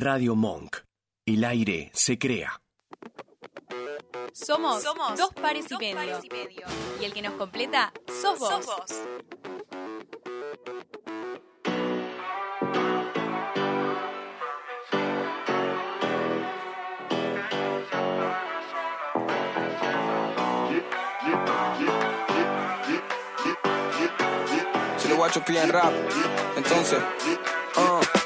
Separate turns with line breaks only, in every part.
Radio Monk. El aire se crea.
Somos,
Somos
dos, pares, y
dos
medio.
pares y medio.
Y el que nos completa sos vos.
Sos vos.
Si los guachos piden rap, entonces. Uh,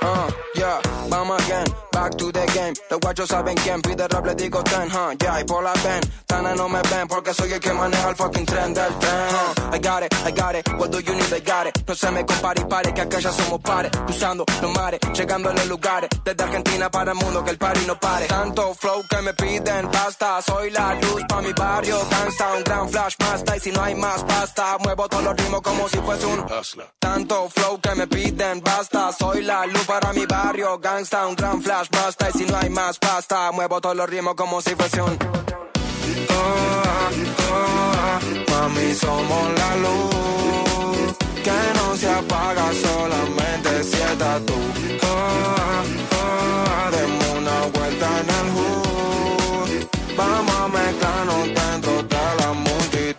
uh, yeah, vamos again, back to the game. Los guachos saben quién pide rap, le digo ten, huh, yeah, y por la ven. Tana no me ven porque soy el que maneja el fucking tren del tren. huh. I got it, I got it, what do you need, I got it. No se me compare y pare, que acá ya somos pares. Cruzando los mares, llegando a los lugares. Desde Argentina para el mundo que el party no pare. Tanto flow que me piden basta. Soy la luz pa' mi barrio, gangsta, un gran flash basta. Y si no hay más pasta, muevo todos los ritmos como si fuese un tanto flow que me piden basta. Soy la luz para mi barrio, gangsta, un gran flash basta. Y si no hay más pasta, muevo todos los ritmos como si fuese un. Ah, ah, mami, somos la luz que no se apaga, solamente si estás tú. Ah, ah, demos una vuelta en el hood. Vamos a mezclarnos dentro de la multitud.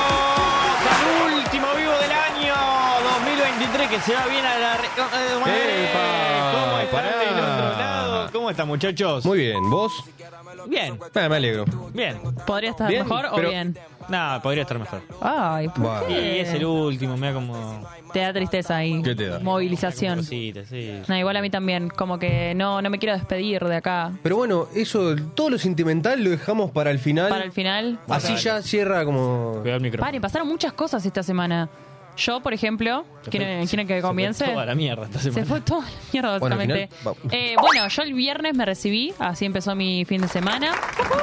al último vivo del año 2023 que se va bien a la... re- eh, madre.
Epa,
¿Cómo están
pará.
del otro lado? ¿Cómo están muchachos?
Muy bien, ¿vos?
bien.
Ah, me alegro.
Bien.
¿Podría estar
Bien,
mejor
pero-
o bien?
Nada, podría estar mejor.
Ay, ¿por
Bueno.
Y
qué?
es el último, me da como...
Te da tristeza ahí.
¿Qué te da?
Movilización.
cositas, sí.
No, igual a mí también. Como que no, no me quiero despedir de acá.
Pero bueno, eso, todo lo sentimental lo dejamos para el final.
Para el final.
Así ya cierra como.
Cuidado el micrófono.
Pare, pasaron muchas cosas esta semana. Yo, por ejemplo, ¿quieren, quieren que comience?
Toda la mierda esta semana.
Se fue toda la mierda,
Bueno, al
básicamente.
final, va-
Eh, bueno, yo el viernes me recibí, así empezó mi fin de semana. ¡Ujú!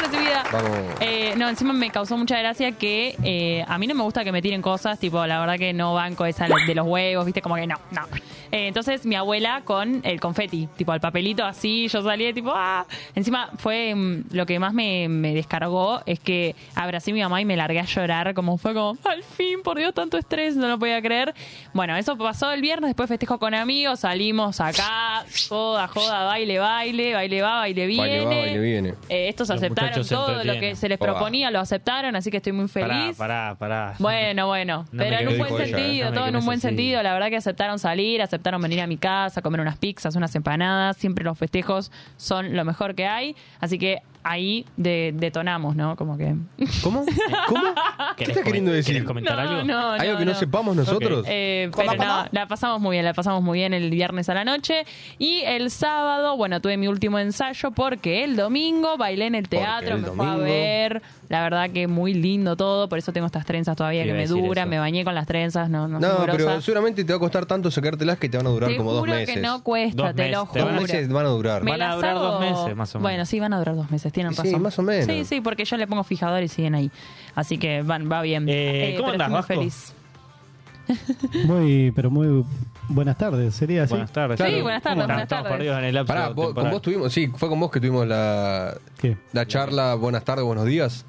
Recibida.
Vamos.
Eh, no, encima me causó mucha gracia que eh, a mí no me gusta que me tiren cosas, tipo, la verdad que no banco esa de los huevos, viste, como que no, no. Eh, entonces mi abuela con el confeti, tipo, el papelito así, yo salí tipo, ah. Encima fue mm, lo que más me, me descargó es que abracé a mi mamá y me largué a llorar, como fue como, al fin, por Dios, tanto estrés, no lo podía creer. Bueno, eso pasó el viernes, después festejo con amigos, salimos acá, joda, joda, baile, baile, baile va, baile viene.
Baile va, baile viene.
Eh, estos
Los
aceptaron
muchachos se
todo lo que
entretienen.
se les
Oh, va.
proponía, lo aceptaron, así que estoy muy
Pará,
feliz.
pará, pará.
Bueno, bueno,
No
pero
me
en un
quemes
buen
ella, eh.
sentido,
No me
todo en un
quemes
buen
así.
sentido. La verdad que aceptaron salir, aceptaron venir a mi casa, comer unas pizzas, unas empanadas. Siempre los festejos son lo mejor que hay, así que ahí de- detonamos, ¿no? Como que.
¿Cómo? ¿Cómo? ¿Qué
¿Querés
estás queriendo
comen-
decir?
¿Querés comentar algo?
¿Hay algo que no, sepamos nosotros?
Eh, pero no, la pasamos muy bien, la pasamos muy bien el viernes a la noche. Y el sábado, bueno, tuve mi último ensayo porque el domingo bailé en el
Porque
teatro,
el
me fue a
domingo.
ver. La verdad que muy lindo todo, por eso tengo estas trenzas todavía
Te
que
iba a
me
decir
duran,
eso.
me bañé con las trenzas, no, no,
No,
son
pero
grosas.
seguramente te va a costar tanto sacártelas que te van a durar
Te
como dos
juro
meses.
que no cuesta,
Dos
te lo
meses, te van
juro.
a-
dos meses van a durar.
Me
Van a
las
durar
hago-
dos meses, más o menos.
Bueno, sí, van a durar dos meses, tienen
Y sí,
razón.
más o menos.
Sí, sí, porque yo le pongo fijador y siguen ahí. Así que van, va bien.
Eh, ¿cómo
pero
andás,
estoy muy
Vasco?
feliz.
Muy, pero muy buenas tardes, sería así.
Buenas tardes.
Sí, buenas tardes,
Estamos-
buenas
Estamos
tardes.
perdidos en el lapso
Pará, vos- con
temporal.
vos tuvimos, sí, fue con vos que tuvimos la,
¿Qué?
la charla Buenas tardes, buenos días.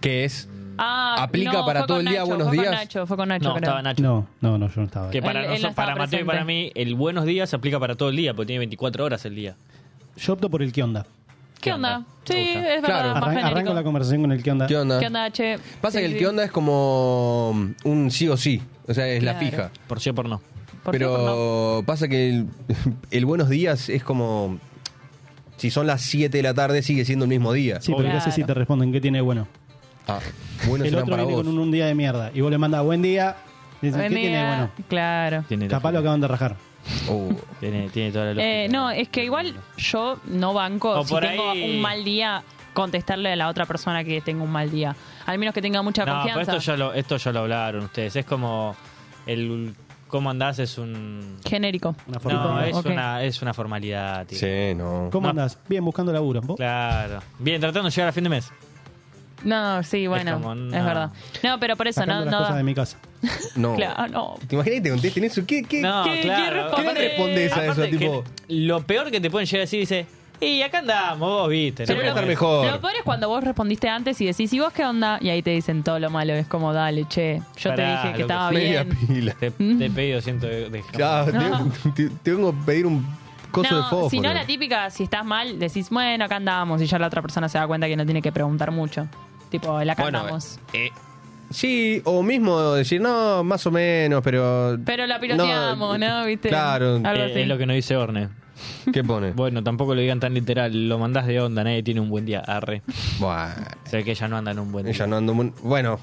Que es
Ah,
¿Aplica
no,
para
fue
todo
con
el día
Nacho,
buenos
fue
días?
Con Nacho, fue con Nacho,
No,
creo.
estaba Nacho.
No, no, no, yo no estaba.
Que
Él-
para,
él no
nosotros-
estaba
para Mateo y
presente.
para mí, el buenos días se aplica para todo el día, porque tiene 24 horas el día.
Yo opto por el qué onda.
¿Qué onda? Sí,
Me gusta.
es verdad,
Claro.
más
Arran-
genérico.
arranco la conversación con el qué onda.
¿Qué onda?
¿Qué onda, che?
Pasa
Sí,
que el
sí.
qué onda es como un sí o sí, o sea, es la
Claro.
fija.
Por sí o por no.
¿Por qué
Pero
por no?
pasa que el, el buenos días es como si son las 7 de la tarde sigue siendo el mismo día.
Sí, pero
Claro.
qué sé si te responden qué tiene de bueno.
Ah, buenos
el
serán
otro
para
viene
vos.
con un, un día de mierda y vos le mandas buen día. y Dicen,
Buen
¿Qué tiene de
día.
bueno?
Claro.
Tiene, Uh,
Capaz lo acaban de rajar.
Oh.
tiene, tiene toda la lógica.
Eh, no, es que igual yo no banco
O
si
por
tengo
ahí-
un mal día contestarle a la otra persona que tengo un mal día. Al menos que tenga mucha
No, pero
confianza.
esto ya, lo, esto ya lo hablaron ustedes. Es como el cómo andás es un...
Genérico.
Una forma
No,
de-
es,
ok.
una, es una formalidad. tío.
Sí, no.
¿Cómo andás? Bien, buscando laburo. ¿Vos?
Claro. Bien, tratando de llegar a fin de mes.
No, sí, bueno, es,
como, no.
verdad. No, pero por eso
Sacando
no,
las
no
cosas
da-
de mi casa.
No.
Claro, no.
¿Te imaginas que te contesten eso? ¿Qué, qué,
No,
¿Qué- qué
claro.
respondes?
¿Qué le respondes a eso?
Aparte que
Tipo,
lo peor que te pueden llegar a decir dice, Y acá andamos, vos viste.
Se
¿no?
puede
lo-
estar mejor.
Lo peor es cuando vos respondiste antes y decís, ¿y vos qué onda? Y ahí te dicen todo lo malo. Es como, dale, che, yo te
Pará,
dije que
loco,
estaba
Media
bien.
pila.
Te, te pedí 200 de, de jamón.
Ya,
No.
te- te- tengo que pedir un coso de
No,
fósforo.
si no la típica, si estás mal, decís, bueno, acá andamos. Y ya la otra persona se da cuenta que no tiene que preguntar mucho. Tipo, la
Bueno,
cantamos.
eh, sí, o mismo decir, no, más o menos, pero.
Pero la piloteamos, ¿no? ¿Viste?
Claro.
Algo
Eh,
así.
es lo que nos dice Orne.
¿Qué pone?
Bueno, tampoco lo digan tan literal. Lo mandás de onda, nadie tiene un buen día. Arre.
Buah,
Se ve que ella no anda en un buen día.
ella no ando muy- Bueno,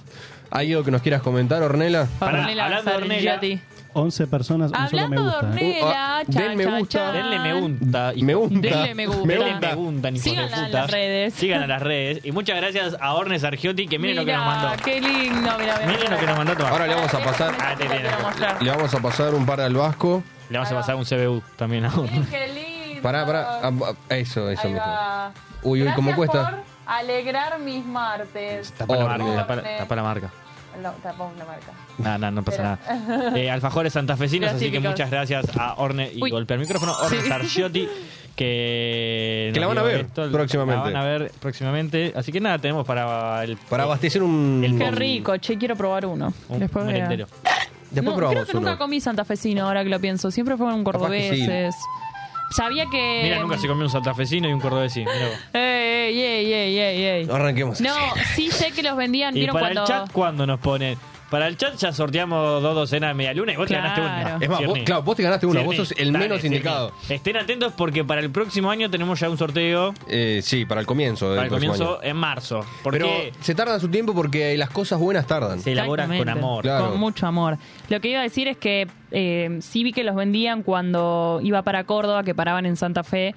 ¿hay algo que nos quieras comentar, Ornela?
Pará,
Ornella
hablando de Ornella.
Sargiotti.
11 personas, un solo me
Hablando de
gusta. ¿eh?
Ornella,
Uh, ah,
cha,
den me
cha,
gusta.
cha.
Denle me gusta. hijo
Me
de
gusta.
Denle me gusta.
Me
gusta.
gusta. preguntan, hijos
Síganla
de
en
puta.
las redes.
Sigan a las redes. Y muchas gracias a Orne Sargiotti, que eh, miren lo que nos
Mirá,
mandó.
Qué lindo, mira,
Miren lo que nos mandó. Tomás.
Ahora le vamos a pasar.
Ah, te tiene.
Le vamos a pasar un par al Vasco.
Le vamos a pasar un CBU también a Orne.
Qué lindo.
Pará, pará. ah, ah, Eso, eso
Ahí
mismo.
va.
Uy, uy, ¿cómo
Gracias
cuesta?
por alegrar mis martes.
Tapa la
Orne.
marca. Tapa, la- tapa la marca.
No, tapamos la marca.
No, no, no pasa nada. Eh, alfajores santafesinos,
Gracias,
así que
chicos.
muchas gracias a Orne y
Uy.
golpea el micrófono. Orne Sargiotti, que.
Que la
nos
van a
dio
ver próximamente.
La van a ver próximamente. Así que nada, tenemos para el. eh,
Para abastecer un.
El
Qué
Mm.
rico, che, quiero probar uno.
Un,
Después
un
vea.
merendero.
Después
no,
probamos
creo que nunca
uno.
comí santafesino, ahora que lo pienso. Siempre fueron
Capaz que sí.
cordobeses. Sabía que...
Mira, nunca se comió un santafesino y un cordobesí. mirá vos.
Ey, ey, ey, ey, ey, ey.
No arranquemos.
No, sí sé que los vendían,
Y
vieron
para
cuando...
el chat, ¿cuándo nos ponen? Para el chat ya sorteamos dos docenas de media luna y vos te ganaste
Claro.
una.
Es más, vos,
Cierni.
claro, vos te ganaste una.
Cierni,
Vos sos el
dale,
menos
Cierni.
indicado.
Estén atentos porque para el próximo año tenemos ya un sorteo.
Eh, sí, para el comienzo. del
Para el
próximo
comienzo
año.
en marzo. Porque
Pero se tarda su tiempo porque las cosas buenas tardan.
se elabora con
Exactamente.
amor.
Claro.
Con mucho amor. Lo que iba a decir es que eh, sí vi que los vendían cuando iba para Córdoba, que paraban en Santa Fe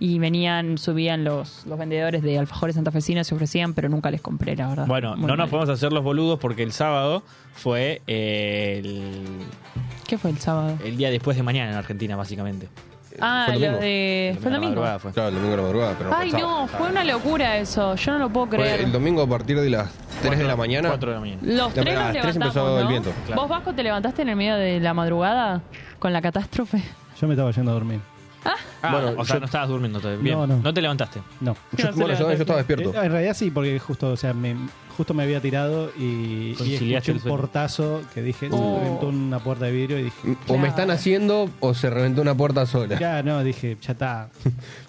y venían, subían los, los vendedores de alfajores santafesinos, se ofrecían, pero nunca les compré, la verdad.
Bueno,
Muy
no nos
mal.
podemos hacer los boludos porque el sábado fue eh, el,
¿Qué fue el sábado?
el día después de mañana en Argentina, básicamente.
ah,
fue el
lo
domingo.
de... ¿Fue el
La
domingo?
madrugada fue.
Claro, el domingo a la madrugada, pero
Ay, no,
pensaba.
fue una locura eso. Yo no lo puedo
Fue
creer.
el domingo a partir de las 3 de la mañana.
4 de la mañana.
Los
Ya,
tres
pero a
nos
las tres
levantamos,
empezó el
¿no?
viento,
claro.
¿Vos, Vasco, te levantaste en el medio de la madrugada con la catástrofe?
Yo me estaba yendo a dormir.
Ah,
Bueno,
o sea,
yo-
no estabas durmiendo todavía. Bien,
No,
no,
no.
te levantaste.
No.
Yo, bueno, yo, yo estaba despierto.
Eh, en realidad sí, porque justo, o sea, me, justo me había tirado y, y
Conciliaste
escuché
el
un
sueño.
portazo que dije,
Oh.
se reventó una puerta de vidrio y dije,
O me están haciendo o se reventó una puerta sola.
ya no, dije, ya está.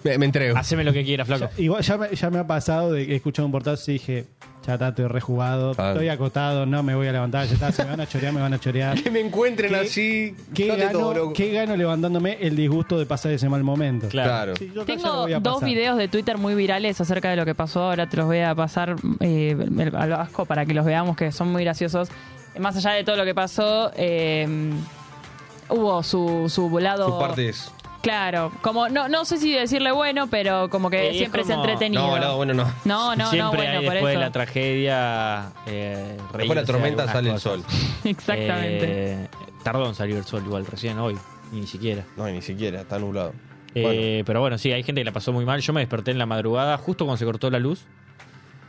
Me, me entrego.
Haceme lo que quieras, flaco.
Ya- igual ya me, ya me ha pasado de que he escuchado un portazo y dije, ya está, estoy rejugado,
Claro.
estoy acotado, no me voy a levantar, ya está, se me van a chorear, me van a chorear.
Que me encuentren
¿Qué-
así.
¿Qué
date
gano,
todo, loco.
qué gano levantándome el disgusto de pasar ese mal momento?
Claro.
Sí, yo acá ya lo
Tengo
voy a
dos
pasar.
videos de Twitter muy virales acerca de lo que pasó. Ahora te los voy a pasar eh, el- al Vasco para que los veamos, que son muy graciosos. Más allá de todo lo que pasó, eh, hubo su, su volado.
Sus partes.
Claro, como no, no sé si decirle bueno, pero como que
Eh, es
siempre se
como-
entretenido.
No, no, bueno, no.
No, no,
Siempre
no, bueno,
hay
por
después de
eso.
la tragedia. Eh,
Después de la tormenta sale el sol.
Exactamente.
Eh, tardó en salir el sol igual, recién hoy. Ni siquiera.
No, ni siquiera, está nublado.
Eh,
Bueno,
Pero bueno, sí, hay gente que la pasó muy mal. Yo me desperté en la madrugada, justo cuando se cortó la luz.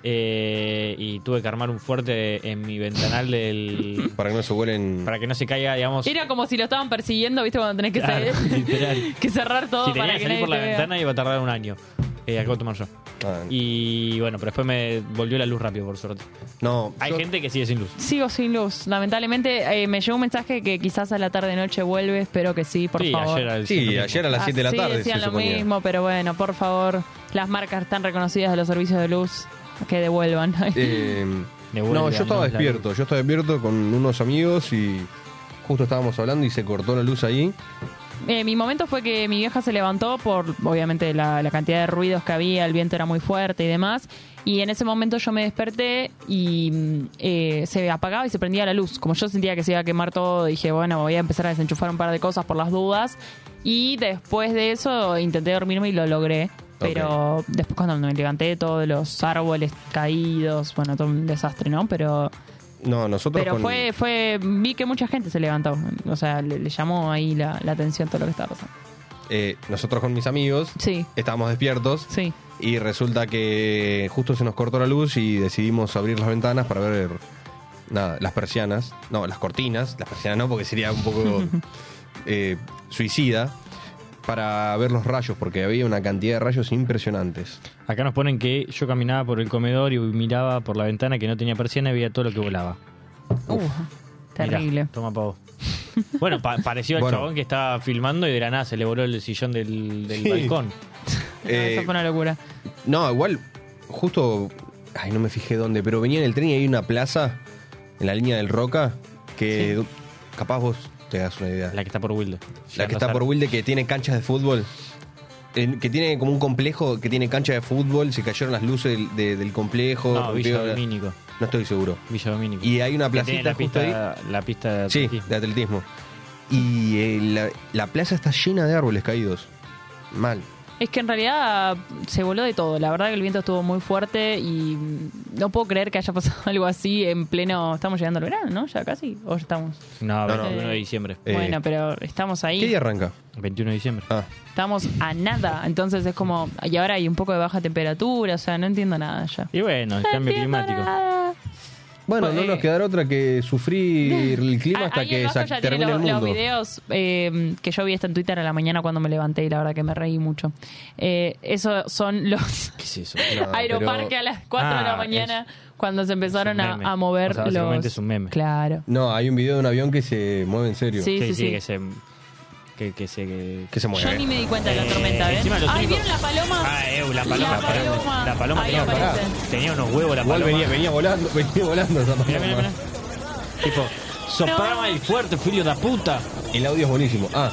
eh, y tuve que armar un fuerte en mi ventanal del.
para que no se vuelen.
para que no se caiga, digamos.
Era como si lo estaban persiguiendo, ¿viste? Cuando tenés que,
Claro,
salir-
literal.
que cerrar todo
si
para
tenía que
que nadie
salir por la
te vea.
ventana iba a tardar un año. Eh, acabo de tomar yo.
Ah,
Y bueno, pero después me volvió la luz rápido, por suerte.
no,
Hay
yo-
gente que sigue sin luz.
Sigo sin luz. Lamentablemente eh, me llegó un mensaje que quizás a la tarde noche vuelve, espero que sí, por
sí,
favor.
ayer al
Sí, ayer a las 7 de la
Así
tarde
decían
se
lo
suponía.
mismo, pero bueno, por favor, las marcas tan reconocidas de los servicios de luz que devuelvan.
Eh,
Devuelve
no,
a
yo estaba
luz la
despierto, yo estaba despierto con unos amigos y justo estábamos hablando y se cortó la luz ahí.
Eh, mi momento fue que mi vieja se levantó por, obviamente, la, la cantidad de ruidos que había, el viento era muy fuerte y demás. Y en ese momento yo me desperté y mm, eh, se apagaba y se prendía la luz. Como yo sentía que se iba a quemar todo, dije, bueno, voy a empezar a desenchufar un par de cosas por las dudas. Y después de eso intenté dormirme y lo logré. Pero después cuando me levanté, todos los árboles caídos, bueno, todo un desastre, ¿no? Pero
No, nosotros
pero
con-
fue, fue, vi que mucha gente se levantó. O sea, le, le llamó ahí la, la atención todo lo que estaba pasando.
eh, nosotros con mis amigos
Sí,
estábamos despiertos
sí.
y resulta que justo se nos cortó la luz y decidimos abrir las ventanas para ver nada, las persianas, no, las cortinas, las persianas no porque sería un poco eh, suicida. para ver los rayos, porque había una cantidad de rayos impresionantes.
Acá nos ponen que yo caminaba por el comedor y miraba por la ventana que no tenía persiana y veía todo lo que volaba.
Uh,
Mirá,
terrible.
toma pavo. Bueno, pa- pareció al
Bueno.
chabón que estaba filmando y de la nada se le voló el sillón del, del
Sí.
balcón.
No,
Eh,
eso fue una locura.
No, igual, justo, ay, no me fijé dónde, pero venía en el tren y hay una plaza en la línea del Roca que capaz vos te das una idea. La,
La que está por Wilde.
que está por Wilde que tiene canchas de fútbol. en- que tiene como un complejo que tiene cancha de fútbol, se cayeron las luces del, de- del complejo.
No, Villa
rompieron la-
Domínico.
no estoy seguro.
Villa Domínico.
Y hay una
Que tiene
placita
la
justo ahí.
pista, la pista de
Sí,
atletismo.
de atletismo. Y eh, la, la plaza está llena de árboles caídos. Mal.
Es que en realidad se voló de todo. La verdad que el viento estuvo muy fuerte y mm, no puedo creer que haya pasado algo así en pleno. Estamos llegando al verano, ¿no? Ya casi. O ya estamos.
No,
No, no.
21 de diciembre.
Eh,
bueno, pero estamos ahí.
¿Qué día arranca?
21 de diciembre.
Ah,
Estamos a nada. Entonces es como. Y ahora hay un poco de baja temperatura. O sea, no entiendo nada ya.
Y bueno, el
No
cambio
entiendo
climático.
nada.
Bueno,
Pues,
no
eh,
nos quedará otra que sufrir el clima
Ah,
hasta
ahí
que
abajo
sa-
ya tiene
termine
los,
el mundo.
los videos eh, que yo vi hasta en Twitter a la mañana cuando me levanté y la verdad que me reí mucho. Eh, eso son los
¿Qué es eso?
No, pero-
aeroparque a las 4 de
Ah,
la mañana cuando se empezaron
es un
a,
meme.
a mover
O sea,
los...
básicamente es un meme.
Claro.
No, hay un video de un avión que se mueve en serio.
Sí,
Sí, sí,
sí, sí.
que se. Que, que se. Que,
Que se
Yo ni
mueve.
me di cuenta de la
Eh,
tormenta, ¿ves?
encima los
Ay,
únicos-
¿vieron la paloma?
Ah, eh, la paloma.
La paloma.
La paloma
Ahí
tenía,
aparece.
tenía unos huevos la
Igual
paloma.
venía, venía volando, venía volando esa
Mirá, mirá,
paloma.
mirá. Tipo, soplaba el fuerte, filio de puta.
El audio es buenísimo. Ah,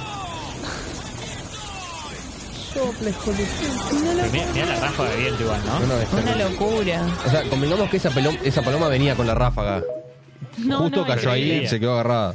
Mirá, mirá la rafa de viento igual, ¿no?
una vez.
Una locura.
O sea, convengamos que esa, pelom- esa paloma venía con la ráfaga.
No,
Justo
no,
cayó
increíble.
ahí y
increíble.
se quedó agarrada.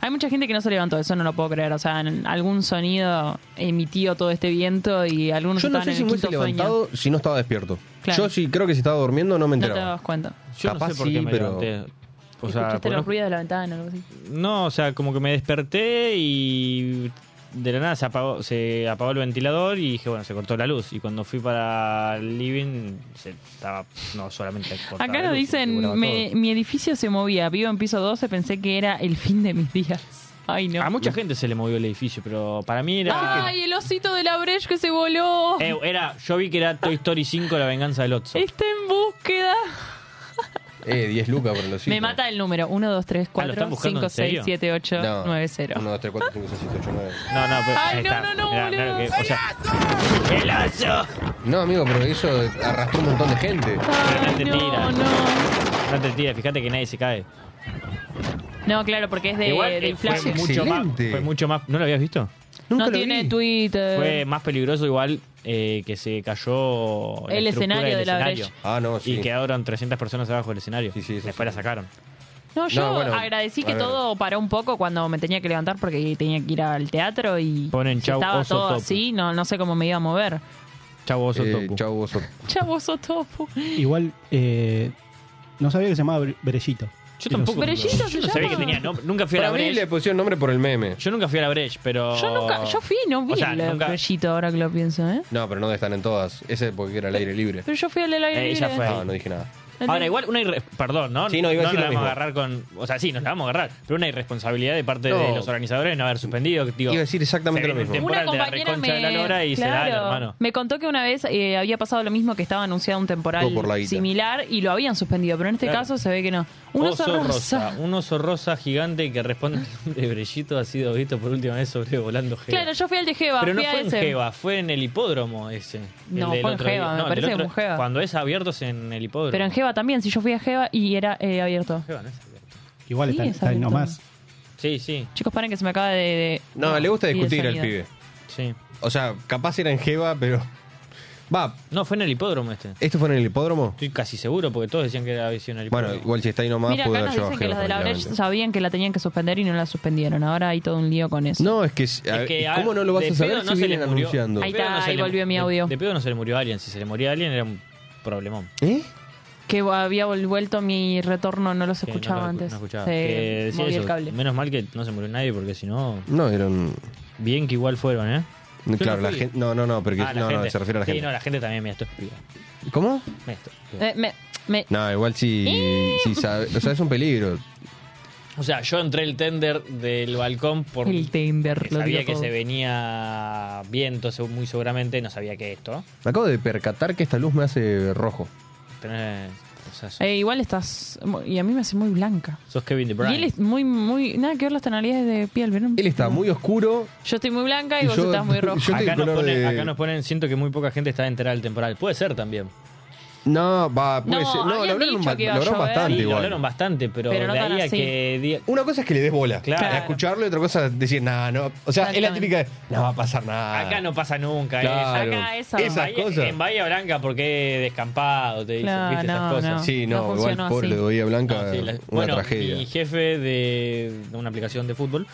Hay mucha gente que no se levantó, eso no lo puedo creer. O sea, en- algún sonido emitió todo este viento y algunos
Yo no
estaban
sé
en
si
el
me hubiese
quinto sueño.
levantado si no estaba despierto.
Claro.
Yo sí creo que si estaba durmiendo no me
No te dabas
enteraba.
cuenta.
Yo no
Capaz
sé por qué
sí,
me
pero-
levanté. O sea,
Escuchaste
por
los
no,
ruidos de la ventana o algo así.
no, o sea, como que me desperté y de la nada se apagó, se apagó el ventilador y dije, bueno, se cortó la luz. Y cuando fui para el living, se estaba no solamente cortada
Acá
la
nos
luz, se volaba
dicen, me-
todo.
mi edificio se movía, vivo en piso 12, pensé que era el fin de mis días. Ay, no.
A mucha gente se le movió el edificio, pero para mí era...
Ay, el osito de la Breche que se voló.
Eh, era yo vi que era Toy Story 5, La venganza del Otso.
Está en búsqueda.
Eh, 10 lucas por los
Me mata el número. 1, 2, 3,
Ah, ¿lo
4,
están buscando
5,
en
6,
serio?
7, 8, 9, 0.
1, 2, 3, 4, 5, 6, 7, 8, 9.
No, no, pero
Ay,
ahí
no,
está.
no, no,
Mirá, mirá lo
boludo.
que- o sea, ¡El oso!
No, amigo, pero eso arrastró un montón de gente.
Pero no te
no,
tira.
no.
No te tires, fíjate que nadie se cae.
No, claro, porque es de,
Igual
del
eh, fue
flash.
flash.
mucho más,
Excelente.
fue mucho más. ¿No lo habías visto?
Nunca
No
lo
tiene
vi.
Twitter.
Fue más peligroso igual eh, que se cayó la
El
estructura
escenario
del
de la
escenario.
brecha.
Ah, no,
Y
sí.
quedaron 300 personas abajo del escenario.
Sí, Eh, sí, eso
Después la sacaron.
No, yo
No, bueno,
agradecí que
a ver.
todo paró un poco cuando me tenía que levantar porque tenía que ir al teatro y
Ponen
si
chau,
estaba
oso
todo
topo.
así, no, no sé cómo me iba a mover.
Chau, oso
Eh,
topu.
chau, oso.
Chau, oso topo.
Igual, eh, no sabía que se llamaba Bre- Brellito.
Yo tampoco.
Pero Gillo se
yo no sabía
llama.
que tenía nombre. Nunca fui a la
Para mí le
Breche.
pusieron nombre por el meme.
Yo nunca fui a la Breche, pero.
Yo nunca, yo fui, no vi
O sea,
el
nunca-
brellito ahora que lo pienso, ¿eh?
No, pero no están en todas. Ese porque era al aire libre.
Pero yo fui al del aire
Eh, ella
libre.
fue.
No, no dije nada.
Ahora, igual, una irre- perdón, ¿no?
Sí, no, iba a
no
decir
la vamos
lo
a
mismo.
agarrar con. O sea, sí, nos la vamos a agarrar. Pero una irresponsabilidad de parte
No.
de los organizadores de no haber suspendido. Digo,
Iba a decir
se
exactamente lo
viene un
mismo.
temporal
Una
de la
compañera
reconcha
me,
de la lora y
claro,
se da, hermano.
me contó que una vez eh, había pasado lo mismo que estaba anunciado un temporal
Todo por la guita.
similar y lo habían suspendido, pero en este
Claro.
caso se ve que no. Un oso, rosa.
Un oso rosa gigante que responde al nombre de Brellito ha sido visto por última vez sobrevolando Jeva.
Claro, yo fui al de Jeva,
Pero no
fui a
fue en
ese.
Jeva, fue en el hipódromo ese. el
No,
del
fue en
otro día.
Jeva, me
No, el del
parece que
otro-
fue en Jeva.
Cuando es abierto es en el hipódromo.
Pero en Jeva también, si yo fui a Jeva y era eh, abierto.
Jeva no es abierto.
Igual
Sí,
está,
es
está ahí
abierto.
nomás.
Sí, sí,
Chicos, paren que se me acaba de... de-
No, le gusta
y el
discutir al
sonido.
pibe.
sí.
O sea, capaz era en Jeva, pero. Va, Eh,
No, fue en el hipódromo este.
¿esto fue en el hipódromo?
Estoy casi seguro porque todos decían que era visión en el hipódromo.
Bueno, igual si está ahí nomás,
Mira,
pudo
acá nos
haber llevado a
dicen que
Jeva.
los de la Breche
tranquilamente.
sabían que la tenían que suspender y no la suspendieron. Ahora hay todo un lío con eso.
No, es que. a
Es
ver,
que, a
¿Cómo
ver,
no lo vas
de
a saber
pedo
si
no se le
vienen
murió-
anunciando?
Ahí
de pedo
está,
se
ahí
le-
volvió mi
de-
audio.
De, pedo no se le murió a alguien. Si se le moría a alguien era un problemón.
¿Eh?
Que había vol- vuelto mi retorno, no los
Que no lo
escuchaba
escu-
antes.
no escuchaba. Que
Se
decía
movía el
eso.
cable.
Menos mal que no se murió nadie porque si no...
No, eran.
Bien que igual fueron, ¿eh?
Claro, la
fui.
gente. No, no, no, porque.
Ah, la
No, no,
gente.
se refiere a la
Sí, no,
gente.
la gente también me estúpida.
¿Cómo?
Me estúpida.
Eh, me- me-
No, igual si. si sabe- o sea, es un peligro.
O sea, yo entré el tender del balcón por
El Tinder, lo
sabía
digo
que
todo.
se venía viento, se- muy seguramente, no sabía que esto.
Me acabo de percatar que esta luz me hace rojo.
Tenés- o sea, sos,
Eh, igual estás. Y a mí me hace muy blanca.
sos Kevin De
Y él
Bruyne.
es muy, muy. Nada que ver las tonalidades de piel, ¿vieron?
Él está muy oscuro.
Yo estoy muy blanca y,
Y
vos
yo-
estás muy rojo.
yo-
Acá
tengo
nos,
color
ponen,
de-
acá nos ponen, siento que muy poca gente está enterada del temporal. Puede ser también.
No, va, puede
No,
ser. No,
habían
lo hablaron,
dicho
ba-
que iba
lo
a
hablaron
llover.
bastante
Sí, lo
igual.
hablaron bastante, pero,
Pero no
de
tan
ahí a
así.
que... diga-
Una cosa es que le des bola.
Claro.
A escucharlo y otra cosa es decir, nada, no. O sea, es la típica de, no va a pasar nada.
Acá no pasa nunca.
Ah. Claro.
eh.
Acá eso.
En
Esas
Bahía-
cosas.
En Bahía Blanca porque es descampado, te dicen,
Claro,
viste esas
no,
cosas.
no.
Sí, no,
No
igual
funcionó
pobre
así.
de Bahía Blanca,
No, sí, la-
una
bueno,
tragedia.
Mi jefe de, de una aplicación de fútbol,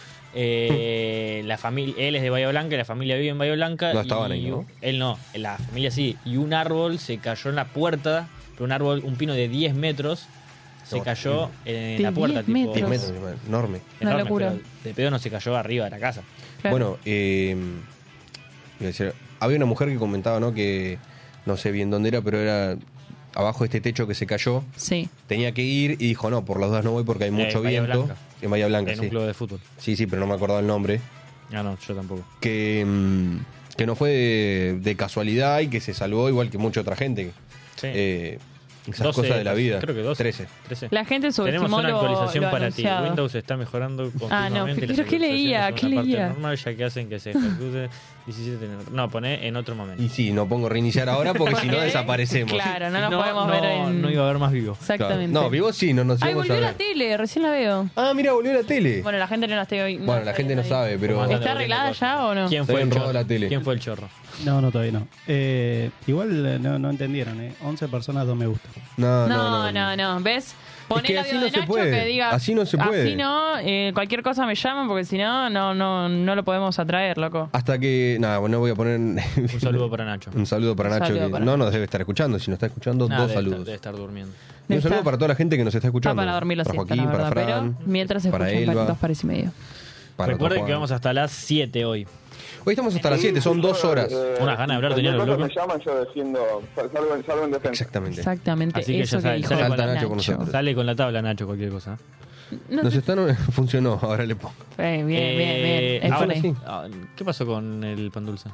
eh, la familia, él es de Bahía Blanca, y la familia vive en Bahía Blanca.
No
y
estaban ahí, ¿no?
Él no, la familia sí. Y un árbol se cayó en la puerta, pero un árbol, un pino de 10 metros, se
No,
cayó en
De
la puerta.
10
tipo,
metros.
10 metros, hermano, enorme.
Una
enorme,
locura.
pero De pedo no se cayó arriba de la casa.
Claro.
Bueno, eh, iba a decir, había una mujer que comentaba, ¿no? Que no sé bien dónde era, pero era abajo de este techo que se cayó.
Sí.
Tenía que ir y dijo, no, por las dudas no voy porque hay mucho
Bahía
viento.
Blanca.
En Bahía Blanca,
en
sí.
un club de fútbol.
Sí, sí, pero no me acordaba el nombre.
No, no, yo tampoco.
Que, mm, que no fue de, de casualidad y que se salvó igual que mucha otra gente.
Sí.
Eh, esas
12,
cosas de la vida.
Creo que 12.
13.
13.
La gente
Tenemos
subestimó
una
lo,
actualización
lo
para
anunciado.
ti. Windows está mejorando
Ah, no,
continuamente.
pero ¿qué leía?
actualizaciones son una
¿Qué leía?
Parte normal, ya que hacen que se ejecute 17 en otro- No, poné en otro momento.
Y sí, no pongo reiniciar ahora porque si no
Porque-
desaparecemos.
¿Eh? Claro, no
Si
nos podemos
no,
ver en.
No iba a haber más vivo.
Claro.
Exactamente.
No, vivo sí, no nos
Ay,
íbamos
volvió
a
la
ver.
tele, recién la veo.
Ah, mira, volvió la tele. Bueno,
Bueno, la gente no la está hoy. no
la
está
gente no
ahí.
sabe, pero
Como
¿Está arreglada ya o no?
¿Quién
Se
fue, el
habían robado
chorro?
la tele.
¿Quién fue el chorro?
No, no, todavía no. Eh, igual eh, no, no entendieron, ¿eh? 11 personas, no me gusta.
no,
No, no, no. ¿Ves? Poné
que
el
así
audio
no
de
se
Nacho
puede.
que diga.
Así no se puede.
Así no, eh, cualquier cosa me llaman porque si no, no, no, no lo podemos atraer, loco.
Hasta que. Nada, bueno, voy a poner.
Un saludo para Nacho.
Un saludo para
Un
Nacho.
saludo
que
para-
No nos debe estar escuchando. Si nos está escuchando,
Ah,
dos
debe
saludos.
Estar, debe estar durmiendo.
Y un
Está-
saludo para toda la gente que nos está
Está
escuchando.
para dormir la
para
siesta,
Joaquín,
la verdad.
para Fran.
pero mientras
para
escuchan
Elba,
dos pares y medio.
para
Recuerden
Juan.
que vamos hasta las 7 hoy.
Hoy estamos hasta las 7, son dos horas.
Unas ganas de hablar tenía
tenían
los
Me
locos.
llaman yo defiendo, sal- salgo, en- salgo en defensa.
Exactamente.
Exactamente.
Así que ya
eso que
saben,
dijo
sale
Nacho con nosotros.
Sale con la tabla, Nacho, cualquier cosa.
No
Nos
sé-
están. Funcionó, ahora le pongo.
Eh, bien,
Eh,
bien, bien. Es
ahora
por ahí.
sí. Ah, ¿Qué pasó con el pan dulce?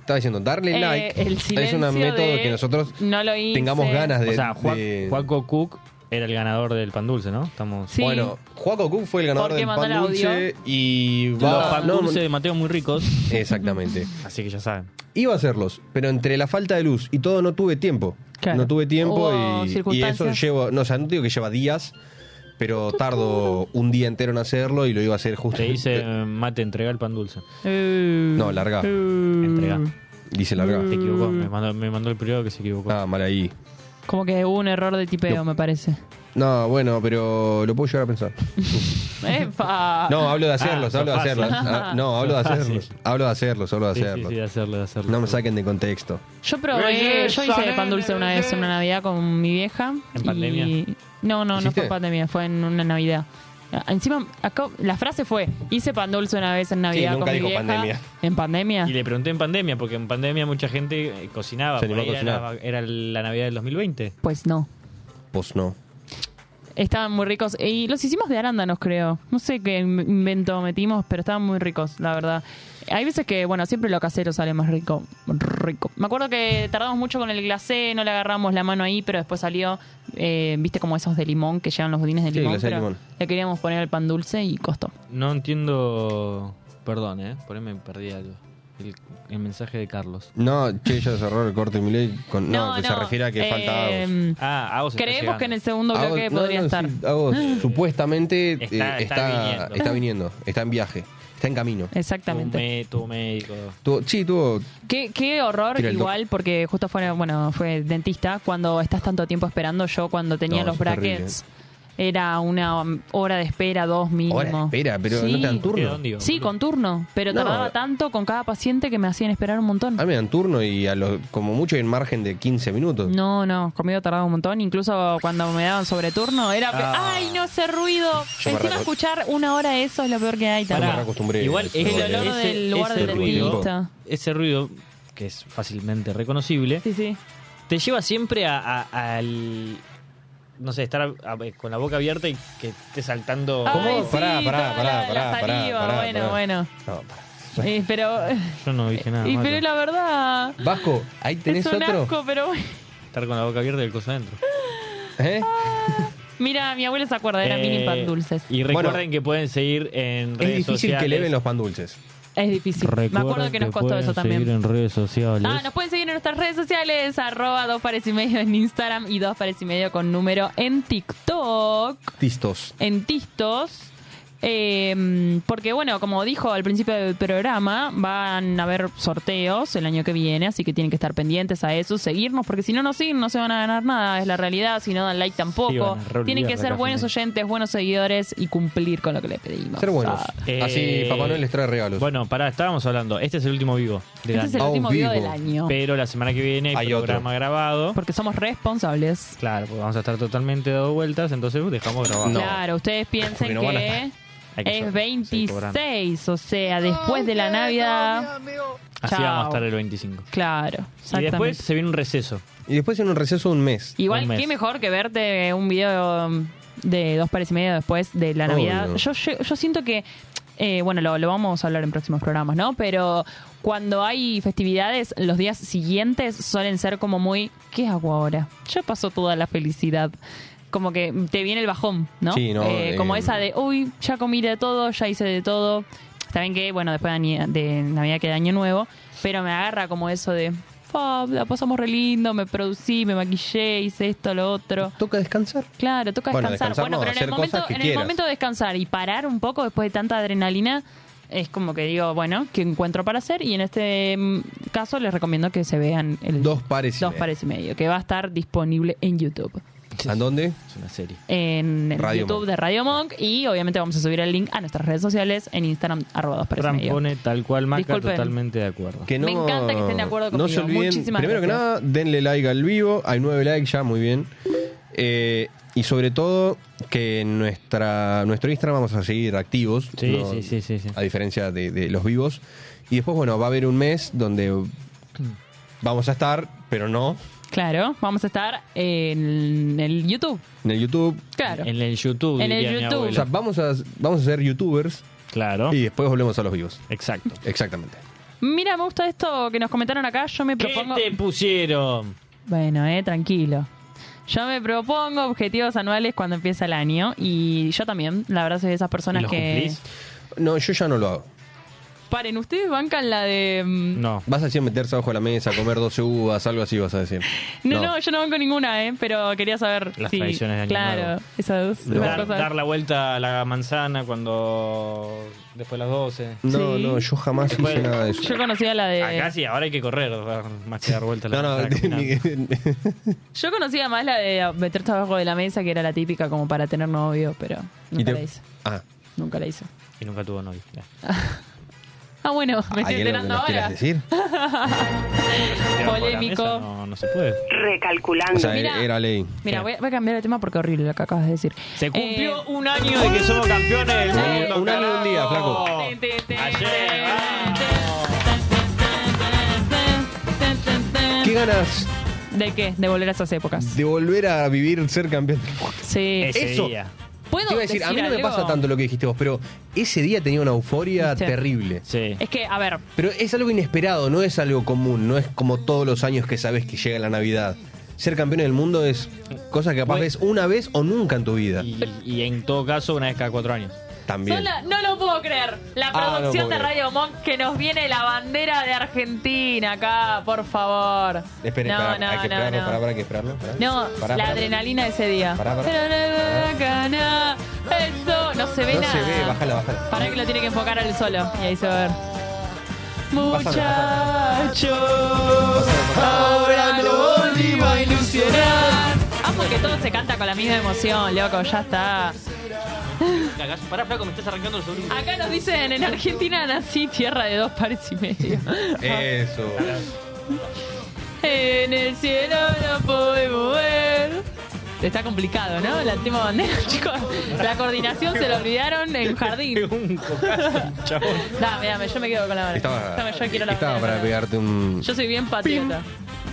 Estaba diciendo, darle
Eh,
like.
el
es un
silencio
método
de-
que nosotros
No lo hice.
tengamos ganas de.
o sea, Juan-
de-
Juaco Cook era el ganador del pan dulce, ¿no? Estamos.
Sí.
Bueno, Juaco Cook fue el ganador
Porque
del
mandó
pan
el audio.
dulce y
Los
va.
pan
no,
dulce de Mateo muy ricos.
Exactamente.
Así que ya saben.
Iba a hacerlos, pero entre la falta de luz y todo no tuve tiempo.
Claro.
No tuve tiempo
Hubo
y, y
circunstancias.
eso llevo, no, o sea, no te digo que lleva días, pero tardo un día entero en hacerlo y lo iba a hacer justo.
Te dice eh, Mate, entrega el pan dulce.
Eh,
No, larga.
uh,
Entrega.
Dice larga.
Se equivocó. Me mandó, me mandó el privado que se equivocó.
Ah, mal ahí.
Como que hubo un error de tipeo, me parece.
No, bueno, pero lo puedo llegar a pensar.
¡Epa!
No, hablo de hacerlos,
Ah,
hablo de
sos
hacerlos.
fácil.
Ah, No, hablo de
Sos
hacerlos.
fácil.
Hablo de hacerlos, hablo de
sí, sí,
hacerlo.
sí, de hacerlo, de hacerlo.
No me saquen de contexto.
Yo probé, yo hice pan dulce una vez en una Navidad con mi vieja.
¿En
y-
pandemia?
No, no, no
¿Hiciste?
fue en pandemia, fue en una Navidad. Ah, Encima, acá, la frase fue, hice pan dulce una vez en Navidad
nunca
con mi
dijo
vieja.
pandemia.
¿En pandemia?
Y le pregunté en pandemia, porque en pandemia mucha gente eh, cocinaba.
Se
por
animó a
ahí era, era la Navidad del 2020.
Pues no.
Pues no.
Estaban muy ricos. Y los hicimos de arándanos, creo. No sé qué in- invento metimos, pero estaban muy ricos, la verdad. Hay veces que, bueno, siempre lo casero sale más rico. Rico. Me acuerdo que tardamos mucho con el glacé, no le agarramos la mano ahí, pero después salió, eh, viste, como esos de limón que llevan los budines de
Sí,
limón.
glacé de
pero
limón.
Le queríamos poner al pan dulce y costó.
No entiendo. Perdón, ¿eh? Por ahí me perdí algo. El, el mensaje de Carlos.
No, che, ya cerró el corte Milei con no, que se refiere a que
eh,
falta Agos.
Ah, Agos está
Creemos
llegando.
que en el segundo bloque
Agos- "Ah, no,
podría
no,
estar.
sí, Agos, supuestamente eh,
Está-
está,
está viniendo.
está viniendo, está en viaje, está en camino.
Tu,
Oh,
Exactamente.
me- tu médico.
Tuvo- sí, tuvo
Qué, qué horror
Tira el
igual, porque justo fue, bueno, fue dentista. Cuando estás tanto tiempo esperando, yo cuando tenía
No,
los
eso es terrible.
¿eh?
brackets, era una um, hora de espera, dos mínimo.
hora de espera, pero
Sí.
no te dan
¿Qué
turno.
dónde iba,
Sí,
boludo?
con turno, pero
No.
tardaba tanto con cada paciente que me hacían esperar un montón.
A mí me dan turno y a lo, como mucho hay un margen de 15 minutos.
No, no, conmigo tardaba un montón. Incluso cuando me daban sobreturno, era. pe- ¡Ay, no ese ruido!
Ah. Yo me
Encima
recu-
escuchar una hora de eso es lo peor que hay
Pará.
también.
me reacostumbré. eh.
Igual
El
ese-
olor
ese-
del lugar
ese
del
ruido-
dentista.
Ese ruido, que es fácilmente reconocible,
Sí, sí.
te lleva siempre a- a- al, no sé, estar a- a- con la boca abierta y que esté saltando.
Ay,
¿Cómo? Pará,
sí,
pará,
toda
pará,
la- la
pará, pará,
saliva,
pará,
Bueno,
pará.
bueno.
No, pará.
Eh, pero,
Yo no dije nada.
y,
Mato.
pero la verdad,
Vasco, ahí tenés
es un
otro.
asco, pero bueno.
Estar con la boca abierta y el coso adentro.
¿Eh?
Mira, mi abuela se acuerda, eran
Eh,
mini pan dulces.
Y recuerden
Bueno.
que pueden seguir en
Es
redes
difícil
sociales.
que le ven los pan dulces.
Es difícil. Me acuerdo que nos costó eso también.
en redes sociales.
Ah, nos pueden seguir en nuestras redes sociales, arroba dos pares y medio en Instagram y dos pares y medio con número en TikTok,
Tistos.
en Tistos. Eh, porque bueno, como dijo al principio del programa, van a haber sorteos el año que viene, así que tienen que estar pendientes a eso, seguirnos, porque si no nos siguen no se van a ganar nada, es la realidad, si no dan like tampoco.
van a re
tienen que
olvidar
ser
la
buenos
gente.
oyentes, buenos seguidores y cumplir con lo que le pedimos.
Ser buenos.
Ah,
Eh,
Así Papá Noel les trae regalos.
Bueno, pará, estábamos hablando. Este es el último vivo del
este es el
año.
Ah,
último video
vivo.
del año.
Pero la semana que viene hay
Hay otro.
programa grabado.
Porque somos responsables.
Claro, porque vamos a estar totalmente dado vueltas, entonces dejamos grabado.
No.
Claro, ustedes piensen
Porque no van a
que
Hay que
es
seguir cobrando.
26, o sea, después de la Navidad.
Así vamos a estar
Chao.
el 25.
Claro,
Y
exactamente.
después se viene un receso.
Y después en un receso de un mes.
un
Igual,
mes.
qué mejor que verte un video um, de dos pares y medio después de la
Obvio.
Navidad. Yo, yo, yo siento que, eh, bueno, lo, lo vamos a hablar en próximos programas, ¿no? Pero cuando hay festividades, los días siguientes suelen ser como muy, ¿qué hago ahora? Ya pasó toda la felicidad. Como que te viene el bajón, ¿no?
Sí, no,
Eh, como
eh,
esa de, uy, ya comí de todo, ya hice de todo. Saben que, bueno, después de Ani- de Navidad queda Año Nuevo, pero me agarra como eso de, "Fa, la pasamos re lindo, me producí, me maquillé, hice esto, lo otro.
Toca descansar.
Claro, toca
Bueno,
descansar.
descansar
Bueno,
no,
pero en
hacer
el, momento,
cosas que
en el
quieras.
momento de descansar y parar un poco después de tanta adrenalina, es como que digo, bueno, ¿qué encuentro para hacer? Y en este mm, caso les recomiendo que se vean el
Dos pares. y
Dos
medio.
pares y medio, que va a estar disponible en YouTube.
¿A dónde?
Es una serie.
En el
Radio
YouTube
Monk.
de Radio Monk y obviamente vamos a subir el link a nuestras redes sociales en Instagram, arroba dos pares y
Fran
medio.
pone tal cual Maca,
Disculpen.
totalmente de acuerdo.
Que
Me encanta que estén de acuerdo
No se
conmigo.
olviden,
Muchísimas
primero
gracias.
que nada, denle like al vivo. Hay nueve likes ya, muy bien. Eh, y sobre todo, que en nuestra, nuestro Instagram vamos a seguir activos.
Sí, sí, sí, sí, sí.
A diferencia de, de los vivos. Y después, bueno, va a haber un mes
Mm.
donde vamos a estar, pero no
Claro, vamos a estar en el YouTube.
en el YouTube.
Claro.
En el YouTube.
En el
diría mi
YouTube.
abuela.
O sea, vamos a, vamos a ser youtubers
Claro.
y después volvemos a los vivos.
Exacto.
Exactamente.
Mira, me gusta esto que nos comentaron acá. Yo me
¿Qué
propongo.
te pusieron?
Bueno, eh, tranquilo. Yo me propongo objetivos anuales cuando empieza el año y yo también, la verdad, soy de esas personas
¿Los
que.
cumplís?
No, yo ya no lo hago.
Paren, ¿ustedes bancan la de.? mm,
No.
Vas a decir meterse abajo de la mesa, comer 12 uvas, algo así vas a decir.
No, no, yo no banco ninguna, ¿eh? Pero quería saber.
Las
si-
tradiciones de Año
Claro,
Nuevo.
esas
No.
esas
Dar,
cosas.
dar la vuelta a la manzana cuando. después de las 12.
No,
Sí.
no, yo jamás hice
Bueno,
nada de eso.
Yo conocía la de.
Acá sí, ahora hay que correr, más que dar vuelta a la
No, no,
manzana caminando.
Yo conocía más la de meterte abajo de la mesa, que era la típica como para tener novio, pero
Y
nunca
te-
la hice.
Ah,
Nunca la hice.
Y nunca tuvo novio. Ya.
Ah, bueno, me estoy
¿hay algo que
enterando
nos
ahora.
quieras decir?
Si te vas por la
Polémico.
mesa, No, no se puede.
O
Recalculando.
sea,
Mira.
era Eh. ley.
Mira, voy a, voy a cambiar de tema porque horrible lo que acabas de decir.
Se cumplió
Eh,
un año de que somos campeones del
Eh,
mundo.
un año y un día,
carajo.
Ten, ten, ten,
Ayer,
ten, ten, ten.
¿Qué ganas
¿De qué? De volver a esas épocas.
de volver a vivir ser campeón?
Sí.
Ese
Eso.
día.
¿Puedo
Te iba a decir, a mí no me
algo?
pasa tanto lo que dijiste vos, pero ese día tenía una euforia
¿Viste?
terrible.
Sí.
Es que, a ver,
Pero es algo inesperado, no es algo común, no es como todos los años que sabes que llega la Navidad. Ser campeón del mundo es cosa que capaz
Voy-
ves una vez o nunca en tu vida.
Y, y en todo caso, una vez cada cuatro años.
También.
Sola- no lo puedo creer. La
Ah,
producción
no puedo
de
creer.
Radio Monk que nos viene la bandera de Argentina acá, por favor.
Esperen,
no,
pará,
no,
hay que
no,
esperarlo,
no.
pará, pará, hay que esperarlo. pará.
No,
Pará,
la
pará.
adrenalina de ese día.
Pará, pará.
Pero no, no, no, no, Eso no se ve
No
nada.
se ve, bájala, bájala.
Para que lo tiene que enfocar al solo. Y ahí se va a ver.
pásala.
Muchachos, ahora nos iba a ilusionar. Amo que todo se canta con la misma emoción, loco, ya está.
Pará, flaco, me estás arrancando el sobrino.
Acá nos dicen en Argentina nací tierra de dos pares y medio.
Eh,
Eso.
en el cielo no podemos ver. Está complicado, ¿no? La tema bandera, chicos. La coordinación se lo olvidaron en jardín.
Un cocazo, chabón.
Dame, dame, yo me quedo con la bandera.
Estaba,
Dame, yo quiero la
estaba
bandera.
para pegarte un.
Yo soy bien patriota.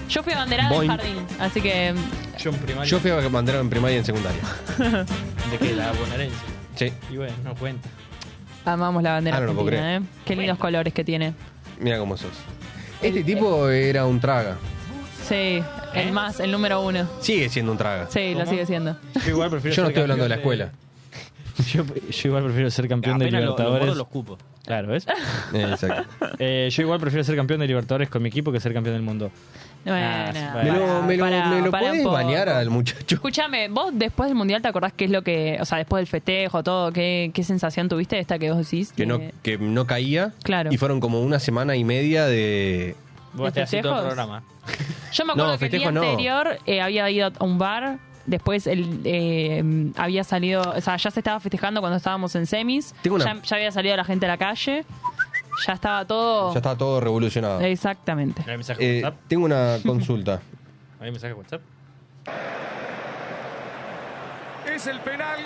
Yo fui abanderada del
Boing.
jardín, así que
Yo en primaria.
Yo fui a bandera en primaria y en secundaria.
De que la bonaerense.
Sí.
Y bueno, no cuenta.
amamos la bandera
Ah, no lo puedo
argentina, ¿eh? Qué lindos colores que tiene.
Mira cómo sos. Este tipo era un traga.
Sí, el más, el número uno.
Sigue siendo un traga.
Sí, lo
¿Eh? ¿Cómo?
sigue siendo.
Yo igual prefiero
Yo no
ser
estoy hablando de la
campeón
escuela.
Yo, yo igual prefiero ser campeón de
Apenas lo- lo
Libertadores.
muerdo los cupos.
Claro, ¿ves?
Eh, Exacto.
Eh, yo igual prefiero ser campeón de Libertadores con mi equipo que ser campeón del mundo. Ah,
Bueno,
para-
Me lo, me lo-
para-
me lo
para un
podés
poco.
banear al muchacho.
Escúchame, vos después del mundial, ¿te acordás qué es lo que. O sea, después del festejo, todo, qué, qué sensación tuviste esta que vos decís?
Que no,
de-
que no caía.
Eh, Claro.
Y fueron como una semana y media de.
Vos
¿De
te haces todo el
festejos?
programa.
Yo me acuerdo
No,
que el día
festejo no.
anterior eh, había ido a un bar, después el, eh, había salido, o sea, ya se estaba festejando cuando estábamos en semis,
Tengo una-
ya, ya había salido la gente a la calle, ya estaba todo...
Ya estaba todo revolucionado.
Exactamente.
¿No hay mensaje
Eh,
WhatsApp?
tengo una consulta.
¿No hay mensaje WhatsApp?
Es el penal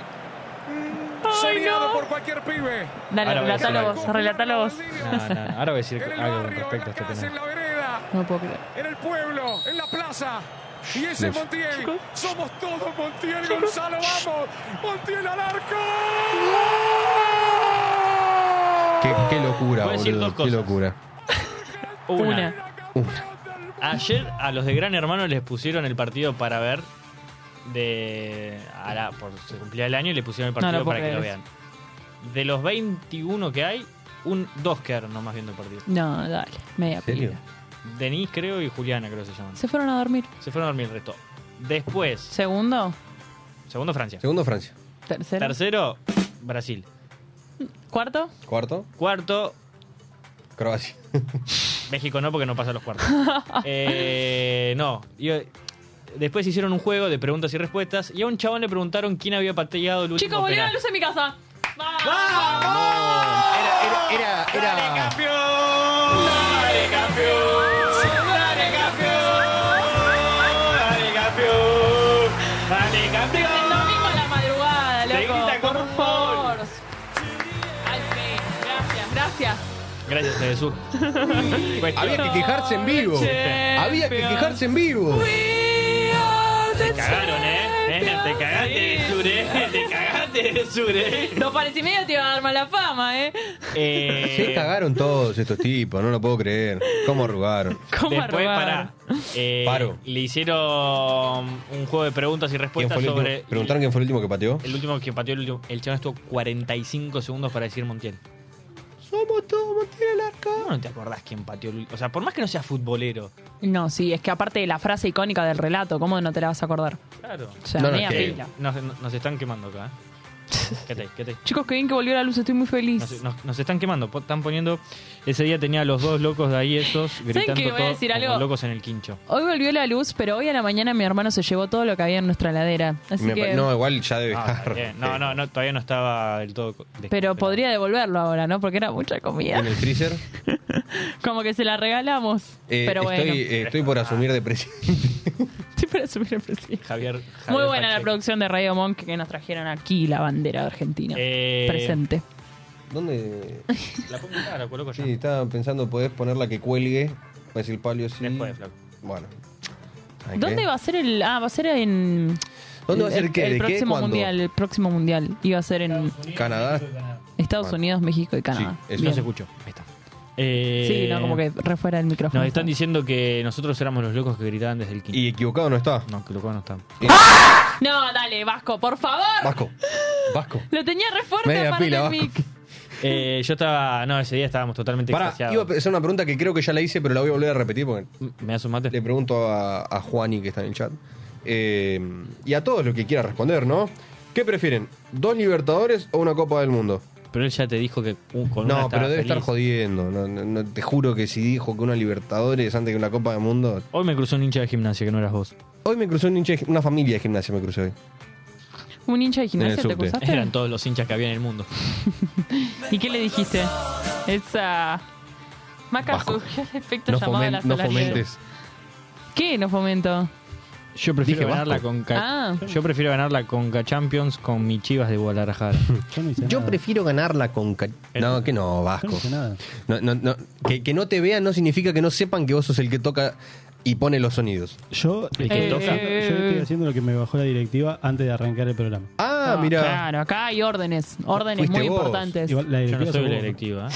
soñado por cualquier pibe.
Dale,
ahora voy a
relatalo
hacer
vos, relatalo vos.
No, no, no. Ahora voy a decir
En el
algo con
barrio, en
respecto a
la
este
casa, en
tema.
la vereda,
No puedo creer.
en el pueblo, en la plaza. Y ese es Montiel. Somos todos Montiel y Gonzalo. Vamos. Montiel al arco.
Qué, qué locura,
Voy a decir
boludo.
dos
Qué
cosas.
locura.
Una.
Una.
Ayer a los de Gran Hermano les pusieron el partido para ver de a la- por su cumpleaños el año y le pusieron el
No
partido
lo puedo
para que lo
creer.
vean. De los 21 que hay, un dos quedaron nomás viendo el partido.
No, dale, media
¿En serio?
pila.
Denise creo y Juliana creo que se llaman.
Se fueron a dormir.
Se fueron a dormir el resto. Después,
Segundo,
segundo Francia.
Segundo, Francia.
tercero,
Tercero, Brasil.
cuarto.
Cuarto,
Cuarto,
Croacia.
México no, porque no pasa a los cuartos. Eh, no. Y, eh, después hicieron un juego de preguntas y respuestas y a un chabón le preguntaron quién había pateado el último
Chicos, volvió la
penal.
luz en mi casa. ¡Vamos!
Era, era, era, era.
El domingo a la madrugada,
Te
loco.
grita
por
como un
favor. Ay, sí. Gracias, gracias.
Gracias, Jesús. Pues,
Había que quejarse en vivo. Había que quejarse en vivo.
Te cagaron, ¿eh? Eh, Te cagaste de sur, ¿eh? Te cagaste de sur, ¿eh?
No parecí medio te iba a dar mala fama, ¿eh?
Eh,
Se cagaron todos estos tipos, no lo puedo creer. ¿Cómo arrugaron?
¿Cómo
Después,
arrugar?
pará. Eh,
Paro.
Le hicieron un juego de preguntas y
¿Quién fue
respuestas
el
sobre.
último? ¿Preguntaron quién fue el último que pateó?
El último que pateó el último. El chabón estuvo 45 segundos para decir Montiel.
Somos todos Montiel el
¿Cómo no te acordás quién pateó el último? O sea, por más que no sea futbolero.
No, sí, es que aparte de la frase icónica del relato, ¿cómo no te la vas a acordar?
Claro.
O sea,
No, no,
media
es que-
pila.
Nos, nos están quemando acá. ¿eh? Quédate, ahí, quédate. ahí.
Chicos, qué bien que volvió la luz, estoy muy feliz.
Nos, nos- nos están quemando. po- Están poniendo. Ese día tenía a los dos locos de ahí, esos, gritando
qué? Voy a
todo
decir
como
algo.
locos en el quincho.
Hoy volvió la luz, pero hoy a la mañana mi hermano se llevó todo lo que había en nuestra heladera. Así
Me pa-
que.
No, igual ya debe
Ah, está
estar.
bien. no, no, no, todavía no estaba del todo. co- des-
pero podría devolverlo ahora, ¿no? Porque era mucha comida.
este, En el freezer.
Como que se la regalamos.
Eh,
pero bueno,
estoy, eh, estoy por asumir de presidente.
estoy para subir el precio.
Javier,
Muy
Javier
buena la
Pacheco.
producción de Radio Monk que nos trajeron aquí la bandera de Argentina.
Eh,
Presente.
¿Dónde?
La pongo acá, la coloco ya.
Sí, estaba pensando, podés ponerla que cuelgue. Para decir palio, sí.
Después, flaco.
Bueno. Ay, ¿qué?
¿Dónde va a ser el.? Ah, va a ser en.
¿Dónde va a ser
el,
qué?
El
¿De qué?
próximo
¿Cuándo?
mundial. El próximo mundial. Iba a ser en
Canadá.
Estados
Bueno.
Unidos, México y Canadá.
Sí, eso
No
Bien.
se escuchó. Ahí está. Eh,
Sí, no, como que re fuera del micrófono.
Nos están diciendo que nosotros éramos los locos que gritaban desde el quinto.
Y equivocado no está. Eh,
No, que locos no están.
¡Ah! No, dale, Vasco, por favor.
Vasco. Vasco.
Lo tenía re fuerte
Media
aparte
pila,
el
Vasco.
mic.
Eh, yo estaba. No, ese día estábamos totalmente
Pará,
extasiados.
iba a hacer una pregunta que creo que ya la hice, pero la voy a volver a repetir porque
Mm, ¿Me das un mate?
le pregunto a, a Juani que está en el chat. Eh, y a todos los que quiera responder, ¿no? ¿Qué prefieren? ¿Dos Libertadores o una Copa del Mundo?
Pero él ya te dijo que un- con una
No,
estaba
pero debe estar
feliz.
jodiendo. No, no, no, te juro que si dijo que una Libertadores antes que una Copa del Mundo.
Hoy me cruzó un hincha de gimnasia que no eras vos.
Hoy me cruzó un hincha, de gi- una familia de gimnasia me cruzó hoy.
¿Un hincha de
En
gimnasia
el
te
subte.
cruzaste?
Eran todos los hinchas que había en el mundo.
¿Y qué le dijiste? Esa. Maca
Vasco.
surgió el efecto
No,
llamado a
fomen-
la
no
salarial.
fomentes.
¿Qué no fomento?
Yo prefiero
Dije
ganarla
Vasco.
con Ca-
Ah.
Yo prefiero ganar la Conca Champions con mis chivas de Guadalajara.
Yo no hice
Yo
nada.
prefiero ganarla con... ca- No, que no,
Yo no
Vasco.
hice nada.
No, no, no. Que, que no te vean no significa que no sepan que vos sos el que toca y pone los sonidos.
Eh,
Yo,
¿El que
estoy
toca?
haciendo- yo estoy haciendo lo que me bajó la directiva antes de arrancar el programa.
Ah,
No,
mira.
Claro, acá hay órdenes, órdenes
Fuiste
muy
vos.
importantes.
Igual la
Yo
directiva
no soy
sos
la
vos.
directiva. ¿eh?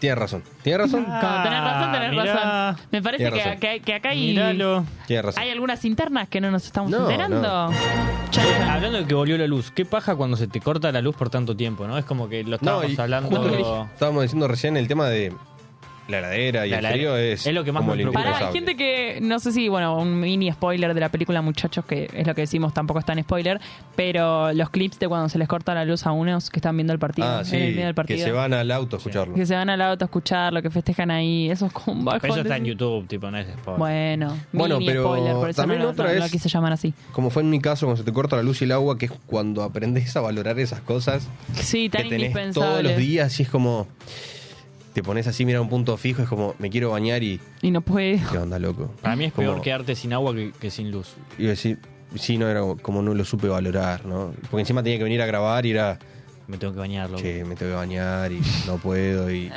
Tienes razón. Tienes razón.
Cuando tenés razón, tenés
Ah,
mirá.
razón. Me parece
Tienes
que,
razón.
que- que acá hay,
Míralo.
Tienes razón.
hay algunas internas que no nos estamos
No,
enterando.
no.
Chale,
Hablando de que volvió la luz, qué paja cuando se te corta la luz por tanto tiempo, ¿no? Es como que lo
No,
estábamos
y
hablando.
justo estábamos diciendo recién el tema de la heladera y
La
el
heladera.
frío es,
Es lo que más
como
me
el
preocupa.
Pará, hay
indispensable.
gente que, no sé si, bueno, un mini spoiler de la película, muchachos, que es lo que decimos, tampoco es tan spoiler, pero los clips de cuando se les corta la luz a unos que están viendo el partido,
Ah, sí,
en el medio del
que
partido.
se van al auto a escucharlo.
Que se van al auto a escuchar lo que festejan ahí, esos combates.
Eso está en YouTube, tipo, no es spoiler.
Bueno,
Bueno,
mini
pero
spoiler, por eso
también
no, no-
otra
no
es-
lo quise llamar así.
Como fue en mi caso, cuando se te corta la luz y el agua, que es cuando aprendes a valorar esas cosas
Sí, tan
que tenés
indispensable.
todos los días y es como... Te pones así, mira un punto fijo, es como, me quiero bañar y...
Y no puede.
¿Qué onda, loco?
Para mí es
Como-
peor quedarte sin agua que, que sin luz.
Iba a decir, sí, no, era como no lo supe valorar, ¿no? Porque encima tenía que venir a grabar y era...
Me tengo que bañarlo.
Che, me tengo que bañar y no puedo y,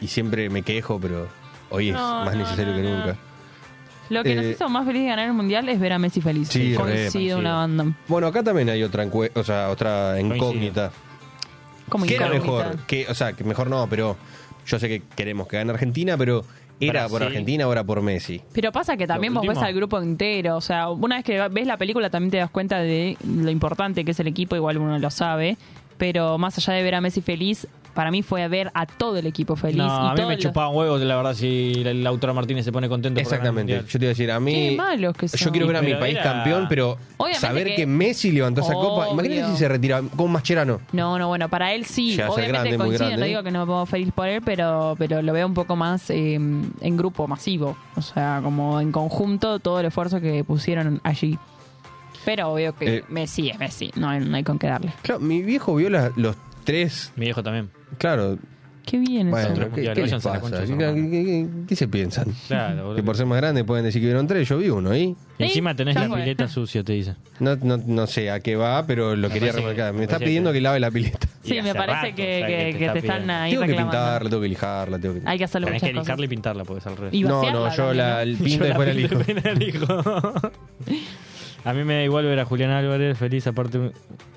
y siempre me quejo, pero hoy es
No,
más
no,
necesario
no,
que
no.
nunca.
Lo que nos
Eh,
hizo más feliz de ganar el mundial es ver a Messi feliz.
Sí, re,
Coincido
coincido.
una banda.
Bueno, acá también hay otra encue- o sea, otra incógnita.
Como
¿Qué era
incógnita.
mejor? Que, o sea, que mejor no, pero yo sé que queremos que gane Argentina, pero era por
Brasil.
Argentina o era por Messi.
Pero pasa que también
Lo
vos ves
último.
al grupo entero. O sea, una vez que ves la película también te das cuenta de lo importante que es el equipo, igual uno lo sabe. Pero más allá de ver a Messi feliz, para mí fue ver a todo el equipo feliz.
No,
y
a mí
todos
me
los-
chupaban huevos, la verdad, si la, la autora Martínez se pone contento. por ganar el
Exactamente.
Mundial.
Yo te iba a decir, a mí.
Qué malos que
yo
son.
quiero ver a mi
Pero
país
era-
campeón, pero
Obviamente
saber que...
que-
Messi levantó esa copa.
Obvio.
Imagínate si se retira con Mascherano.
No, no, bueno, para él sí.
Llega a ser
Obviamente
grande, muy
coincido, no
grande.
digo que no me pongo feliz por él, pero, pero lo veo un poco más eh, en grupo masivo. O sea, como en conjunto todo el esfuerzo que pusieron allí. Pero obvio que
Eh.
Messi es Messi, no hay, no hay con qué darle.
Claro, mi viejo vio la- los tres.
Mi viejo también.
Claro,
Qué bien eso.
bueno,
otro
¿qué,
mundial,
qué les
váyanse a la
pasa?
concha de
¿Qué,
su hermana.
qué- qué- qué se piensan?
Claro, boludo.
Que por ser más grandes pueden decir que vieron tres, yo vi uno ahí.
Y Encima tenés
ya
la
fue.
pileta sucia, te dicen.
No, no, no sé a qué va, pero lo quería
parece que-
remarcar. Me
me
está
parece
pidiendo
que-
que lave la pileta.
Sí,
Y
me
hace
parece
rato,
que,
o sea,
que- que te están
pidiendo.
ahí
Tengo que
reclamando.
pintarla, tengo que lijarla, tengo que...
Hay que hacerlo
Tenés que
muchas cosas.
lijarla y pintarla, porque es al revés.
Y
No,
vaciarla
no, yo
también,
la
¿no?
el
Yo
pinto y
la
después la lijo.
pinto y la elijo. A mí me da igual ver a Julián Álvarez feliz, aparte un-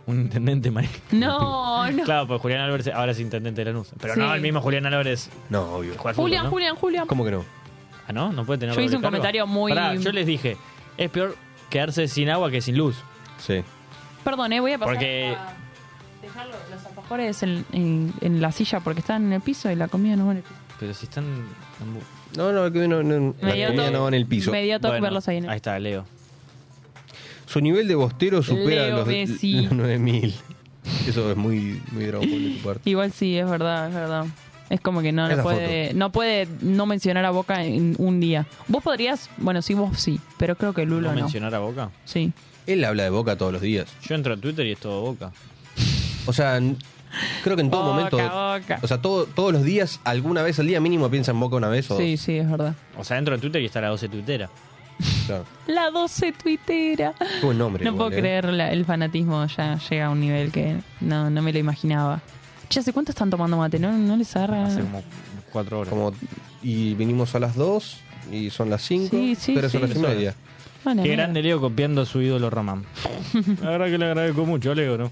un intendente, María.
No, no.
Claro, pues Julián Álvarez ahora es intendente de Lanús. Pero
Sí.
no, el mismo Julián Álvarez
No,
juega
obvio.
al fútbol,
Julián,
¿no?
Julián, Julián.
¿Cómo que no?
Ah, ¿no? No puede tener
Yo hice
doble
un
cargo?
comentario muy-
Pará, yo les dije, es peor quedarse sin agua que sin luz.
Sí.
Perdón, eh, voy a pasar
Porque-
a dejar los- los alfajores en, en- en la silla porque están en el piso y la comida no va en el piso.
Pero si están...
No, no, que no, no,
Me dio
la comida
toque-
no va en el piso.
Me dio toque
Bueno,
verlos ahí en el-
Ahí está, Leo.
Su nivel de bostero supera
Leo
los,
Messi.
los 9000. Eso es muy, muy Dragon Ball de tu parte.
Igual sí, es verdad, es verdad. Es como que no,
Esa
no puede no puede no mencionar a Boca en un día. Vos podrías, bueno, sí, vos sí, pero creo que Lulo
¿No
no.
mencionar a Boca?
Sí.
Él habla de Boca todos los días.
Yo entro a Twitter y es todo Boca.
O sea, n- creo que en todo
Boca,
momento...
Boca.
O sea, todo- todos los días, alguna vez al día mínimo piensa en Boca una vez o
Sí, sí, es verdad.
O sea, entro a Twitter y está la 12 tuitera.
dos. Claro.
La 12 tuitera.
Qué buen nombre.
No
igual,
puedo
¿eh?
creer, la- el fanatismo ya llega a un nivel que no, no me lo imaginaba. Che, ¿hace cuánto están tomando mate? ¿No, no les agarra?
Hace como cuatro horas.
Como, y vinimos a las 2 y son las 5.
Sí, sí,
pero son
sí.
las 5 y media.
Bueno,
Qué
mira.
grande Leo copiando a su ídolo Román. La verdad que le agradezco mucho a Leo, ¿no?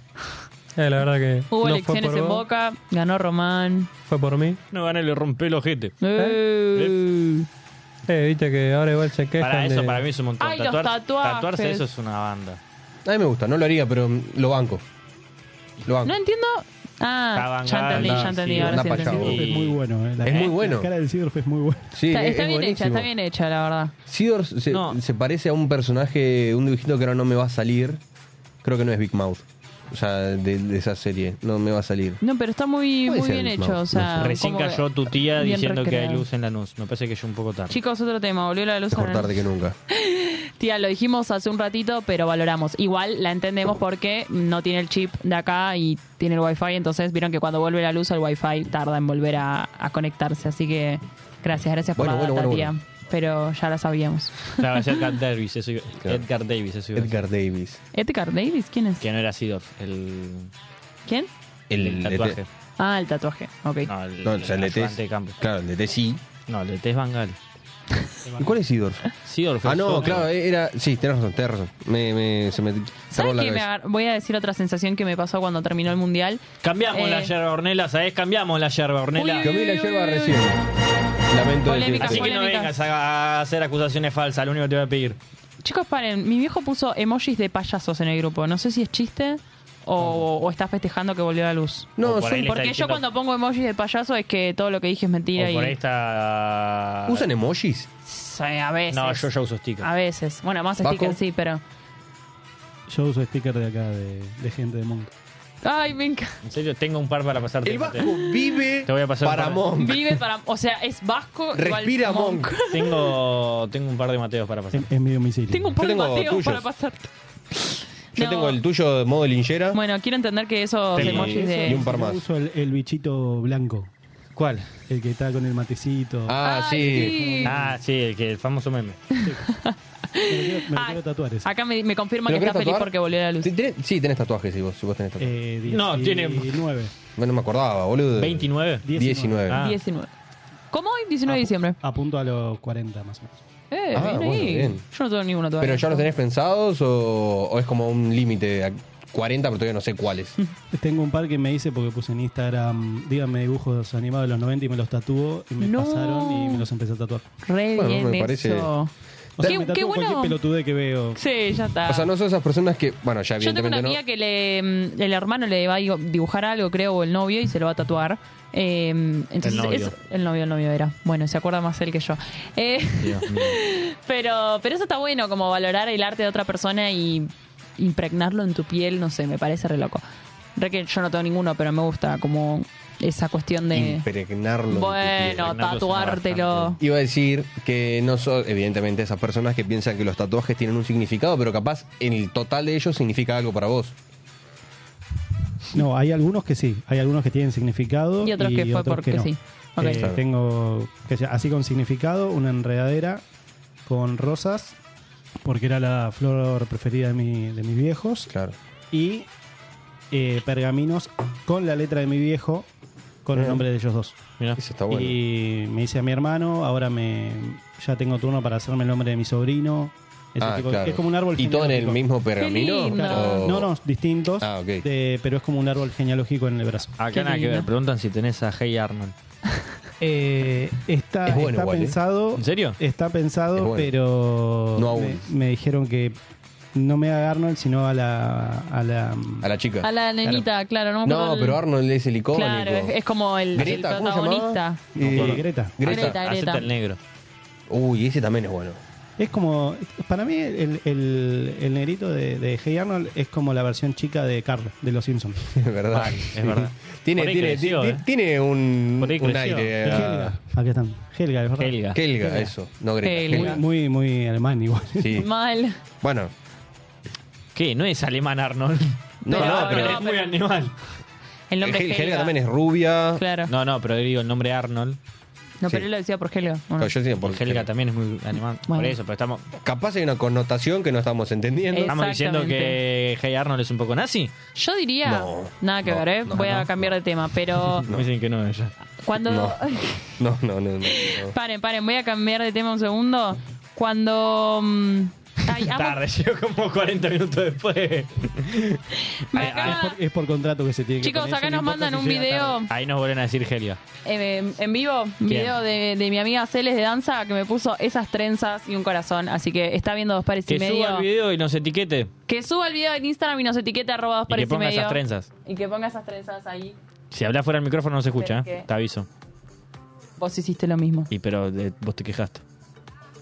Eh, la verdad que
Hubo
no
elecciones
fue por
en
vos,
Boca, ganó Román.
Fue por mí.
No gané, le rompe el ojete.
Eh.
Eh, viste que ahora igual se quejan
Para eso,
de-
para mí es un montón.
Ay, los tatuajes.
tatuarse eso es una banda.
A mí me gusta, no lo haría, pero lo banco. Lo banco.
No entiendo. Ah,
Estaban
ya entendí,
ganas,
ya entendí.
sí,
ahora
anda
sí
pa' allá,
entendí.
vos.
Es muy bueno, eh. La-
Es muy bueno.
La cara del Sidorf es muy buena.
Sí,
Está, está
es- es
bien hecha,
buenísimo.
está bien hecha, la verdad.
Seedorf se,
No.
se parece a un personaje, un dibujito que ahora no me va a salir. Creo que no es Big Mouth. O sea, de, de esa serie. No me va a salir.
No, pero está muy,
Puede
muy
ser,
bien
no,
hecho.
no
o sea,
sé.
Recién
como que-
cayó tu tía
bien
diciendo que hay
recreado.
luz en la luz. Me parece que yo un poco tarde.
Chicos, otro tema, volvió la luz. a
Mejor
la
tarde que nunca.
Tía, lo dijimos hace un ratito, pero valoramos. Igual la entendemos porque no tiene el chip de acá y tiene el wifi, entonces vieron que cuando vuelve la luz el wifi tarda en volver a, a conectarse, así que gracias, gracias por
Bueno,
la
bueno,
data,
bueno,
tía. Pero ya la sabíamos.
Claro, es Edgar Davis, eso iba-
Claro.
Edgar Davis, eso iba a decir.
Edgar Davis.
Edgar Davis, ¿quién es?
Que no era Sidorf, el,
¿Quién?
El,
el
DT.
tatuaje.
Ah, el tatuaje. Ok.
No, el,
No, o sea, el
ayudante
DT.
de campo.
Claro, el DT sí.
No, el DT es Bangal.
¿Y cuál es Sidorf?
Seedorf
Ah,
es
no,
otro.
claro, era. Sí, tenés razón, tenés razón. Me, me, se me cerró
¿Sabes
la
qué? Me
cabeza.
agar- voy a decir otra sensación que me pasó cuando terminó el mundial.
Cambiamos
Eh.
la yerba hornela, ¿sabés? Cambiamos la yerba hornela.
Uy, uy,
Camila
uy,
Yerba
uy,
recién. Lamento
Polémica,
Así
decirte.
que no
Polémicas.
vengas a a hacer acusaciones falsas, lo único que te voy a pedir.
Chicos, paren. Mi viejo puso emojis de payasos en el grupo. No sé si es chiste o, o está festejando que volvió la luz.
O
No,
por
son-
ahí le está
Porque yo
diciendo-
cuando pongo emojis de payaso es que todo lo que dije es mentira
o por ahí
y
está...
¿usan emojis?
Sí, a veces.
No, yo ya uso stickers.
A veces. Bueno, más
Paco.
stickers sí, pero
Yo uso sticker de acá, de, de gente de Monk.
ay, me encanta.
En serio, tengo un par para pasarte.
El Vasco vive
Te voy a pasar
para
para-
Monk.
Vive para, o sea, es vasco igual
Respira Monk.
Tengo, tengo un par de Mateos para pasar.
Es, es mi domicilio.
Tengo un par
Yo
de
tengo
Mateos
tuyos.
para pasarte.
Yo
No.
tengo el tuyo de modo linchera.
Bueno, quiero entender que esos
Tengo-
emojis de
y un par más.
Yo uso el, el bichito blanco,
¿Cuál?
el que está con el matecito.
Ah,
Ay,
sí.
sí.
Ah, sí, el, que, el famoso meme.
Me lo quiero, me lo
Ah.
quiero tatuar ese.
Acá me, me confirman
¿Te
que
lo
está
querés
feliz
tatuar?
porque volvió la luz.
Sí, tenés- Sí, tenés tatuajes, si vos, si vos tenés tatuajes.
Eh,
No, tiene-
19.
Bueno, no me acordaba, boludo.
29.
19.
Ah.
19. ¿Cómo hoy? 19 de diciembre.
A punto a los 40 más o menos.
Eh,
Ah,
bien
bueno,
ahí.
bien.
Yo no tengo ninguno todavía.
¿Pero ya los tenés pensados o, o es como un límite? a 40, pero todavía no sé cuáles.
Tengo un par que me hice porque puse en Instagram, díganme dibujos animados de los 90 y me los tatuó y me
No.
pasaron y me los empecé a tatuar.
Re
Bueno,
bien
me parece-
eso.
O sea,
Qué-
me
qué
tatúo
bueno.
cualquier pelotude que veo.
Sí, ya está.
O sea, no son esas personas que. Bueno, ya
Yo tengo una
evidentemente no.
amiga que le, mm, el hermano le va a digo- dibujar algo, creo, o el novio, y se lo va a tatuar. Eh, entonces,
El novio.
es- el novio, el novio era. Bueno, se acuerda más él que yo. Eh, pero, pero eso está bueno, como valorar el arte de otra persona y impregnarlo en tu piel, no sé, me parece re loco. Re que yo no tengo ninguno, pero me gusta como esa cuestión de...
Impregnarlo. en tu piel.
Bueno,
impregnarlo
tatuártelo.
Iba a decir que no son, evidentemente, esas personas que piensan que los tatuajes tienen un significado, pero capaz en el total de ellos significa algo para vos.
No, hay algunos que sí, hay algunos que tienen significado
Y otros que fue porque
no.
sí. Ok.
Eh, Tengo que sea, así con significado, una enredadera con rosas, porque era la flor preferida de, mi- de mis viejos,
Claro.
y eh, pergaminos con la letra de mi viejo, con el
Eh.
nombre de ellos dos.
Mirá.
Eso está bueno.
Y me hice a mi hermano, ahora me ya tengo turno para hacerme el nombre de mi sobrino. Ese
Ah,
tipo de-
claro.
Es como un árbol
¿Y todo en el
genealógico.
mismo pergamino?
lindo.
O-
No, no, distintos,
Ah, ok.
de- pero es como un árbol genealógico en el brazo.
Qué
Acá nada que
lindo.
ver. Preguntan si tenés a Hey Arnold.
Eh, está,
Es bueno
está
igual, ¿eh?
pensado.
¿En serio?
Está pensado,
Es bueno.
pero
No
me,
aún.
me dijeron que no me haga Arnold, sino a la. A la,
A la chica.
A la nenita, claro, no me acuerdo
No,
el-
pero Arnold es el icónico.
Claro, es, es como el, el
Greta, ¿cómo se llamaba?
protagonista.
eh,
Greta.
Greta.
Greta.
Greta.
Acepta el negro.
Uy, ese también es bueno.
Es como. Para mí, el, el- el negrito de, de Hey Arnold es como la versión chica de Carla, de los Simpsons.
Es verdad.
Es verdad.
Tiene,
Por ahí
tiene,
creció,
ti-
eh.
tiene un,
Por ahí
un
creció. Ah.
aire. a-
Helga. Acá están. Helga, es verdad.
Helga.
Helga, eso. No Greta.
Helga.
Helga.
Muy, muy alemán, igual.
Sí.
Mal.
Bueno,
¿Qué? No es alemán Arnold.
No,
Pero-
no, pero-
es muy animal.
El nombre
Hel-
es
Helga, también es rubia.
Claro. No,
No, no, pero digo el nombre Arnold.
pero
sí.
él lo decía por Helga. ¿o no?
Pero yo sí, por-
Porque Helga también es muy animal.
Bueno.
Por eso, pero estamos,
Capaz hay una connotación que no estamos entendiendo.
Eh,
estamos diciendo que
Exactamente.
Hey Arnold es un poco nazi.
Yo diría.
No,
nada que
no,
ver, ¿eh?
no,
Voy a
no,
cambiar de tema, pero.
Me dicen que no ella.
Cuando.
No. No, no, no. no, no.
paren, paren, voy a cambiar de tema un segundo. Cuando. mm, ay, amo-
Tarde, llegó como 40 minutos después.
me
Ay, ay,
Es
acaba-
por, es por contrato que se tiene que
Chicos,
poner,
acá
no
nos
importa
mandan
si
un
llega
video
tarde.
Ahí nos vuelven a decir Helga.
eh, en vivo, un
¿Quién?
video de, de mi amiga Celes de danza que me puso esas trenzas y un corazón. Así que está viendo dos pares
Que
y medio.
suba el video y nos etiquete.
Que suba el video en Instagram y nos etiquete arroba dos
Y
pares
que ponga
medio.
esas trenzas.
Y que ponga esas trenzas ahí.
Si hablas fuera del micrófono no se escucha,
Pero
¿eh?
que-
te aviso.
Vos hiciste lo mismo.
Y pero eh, vos te quejaste.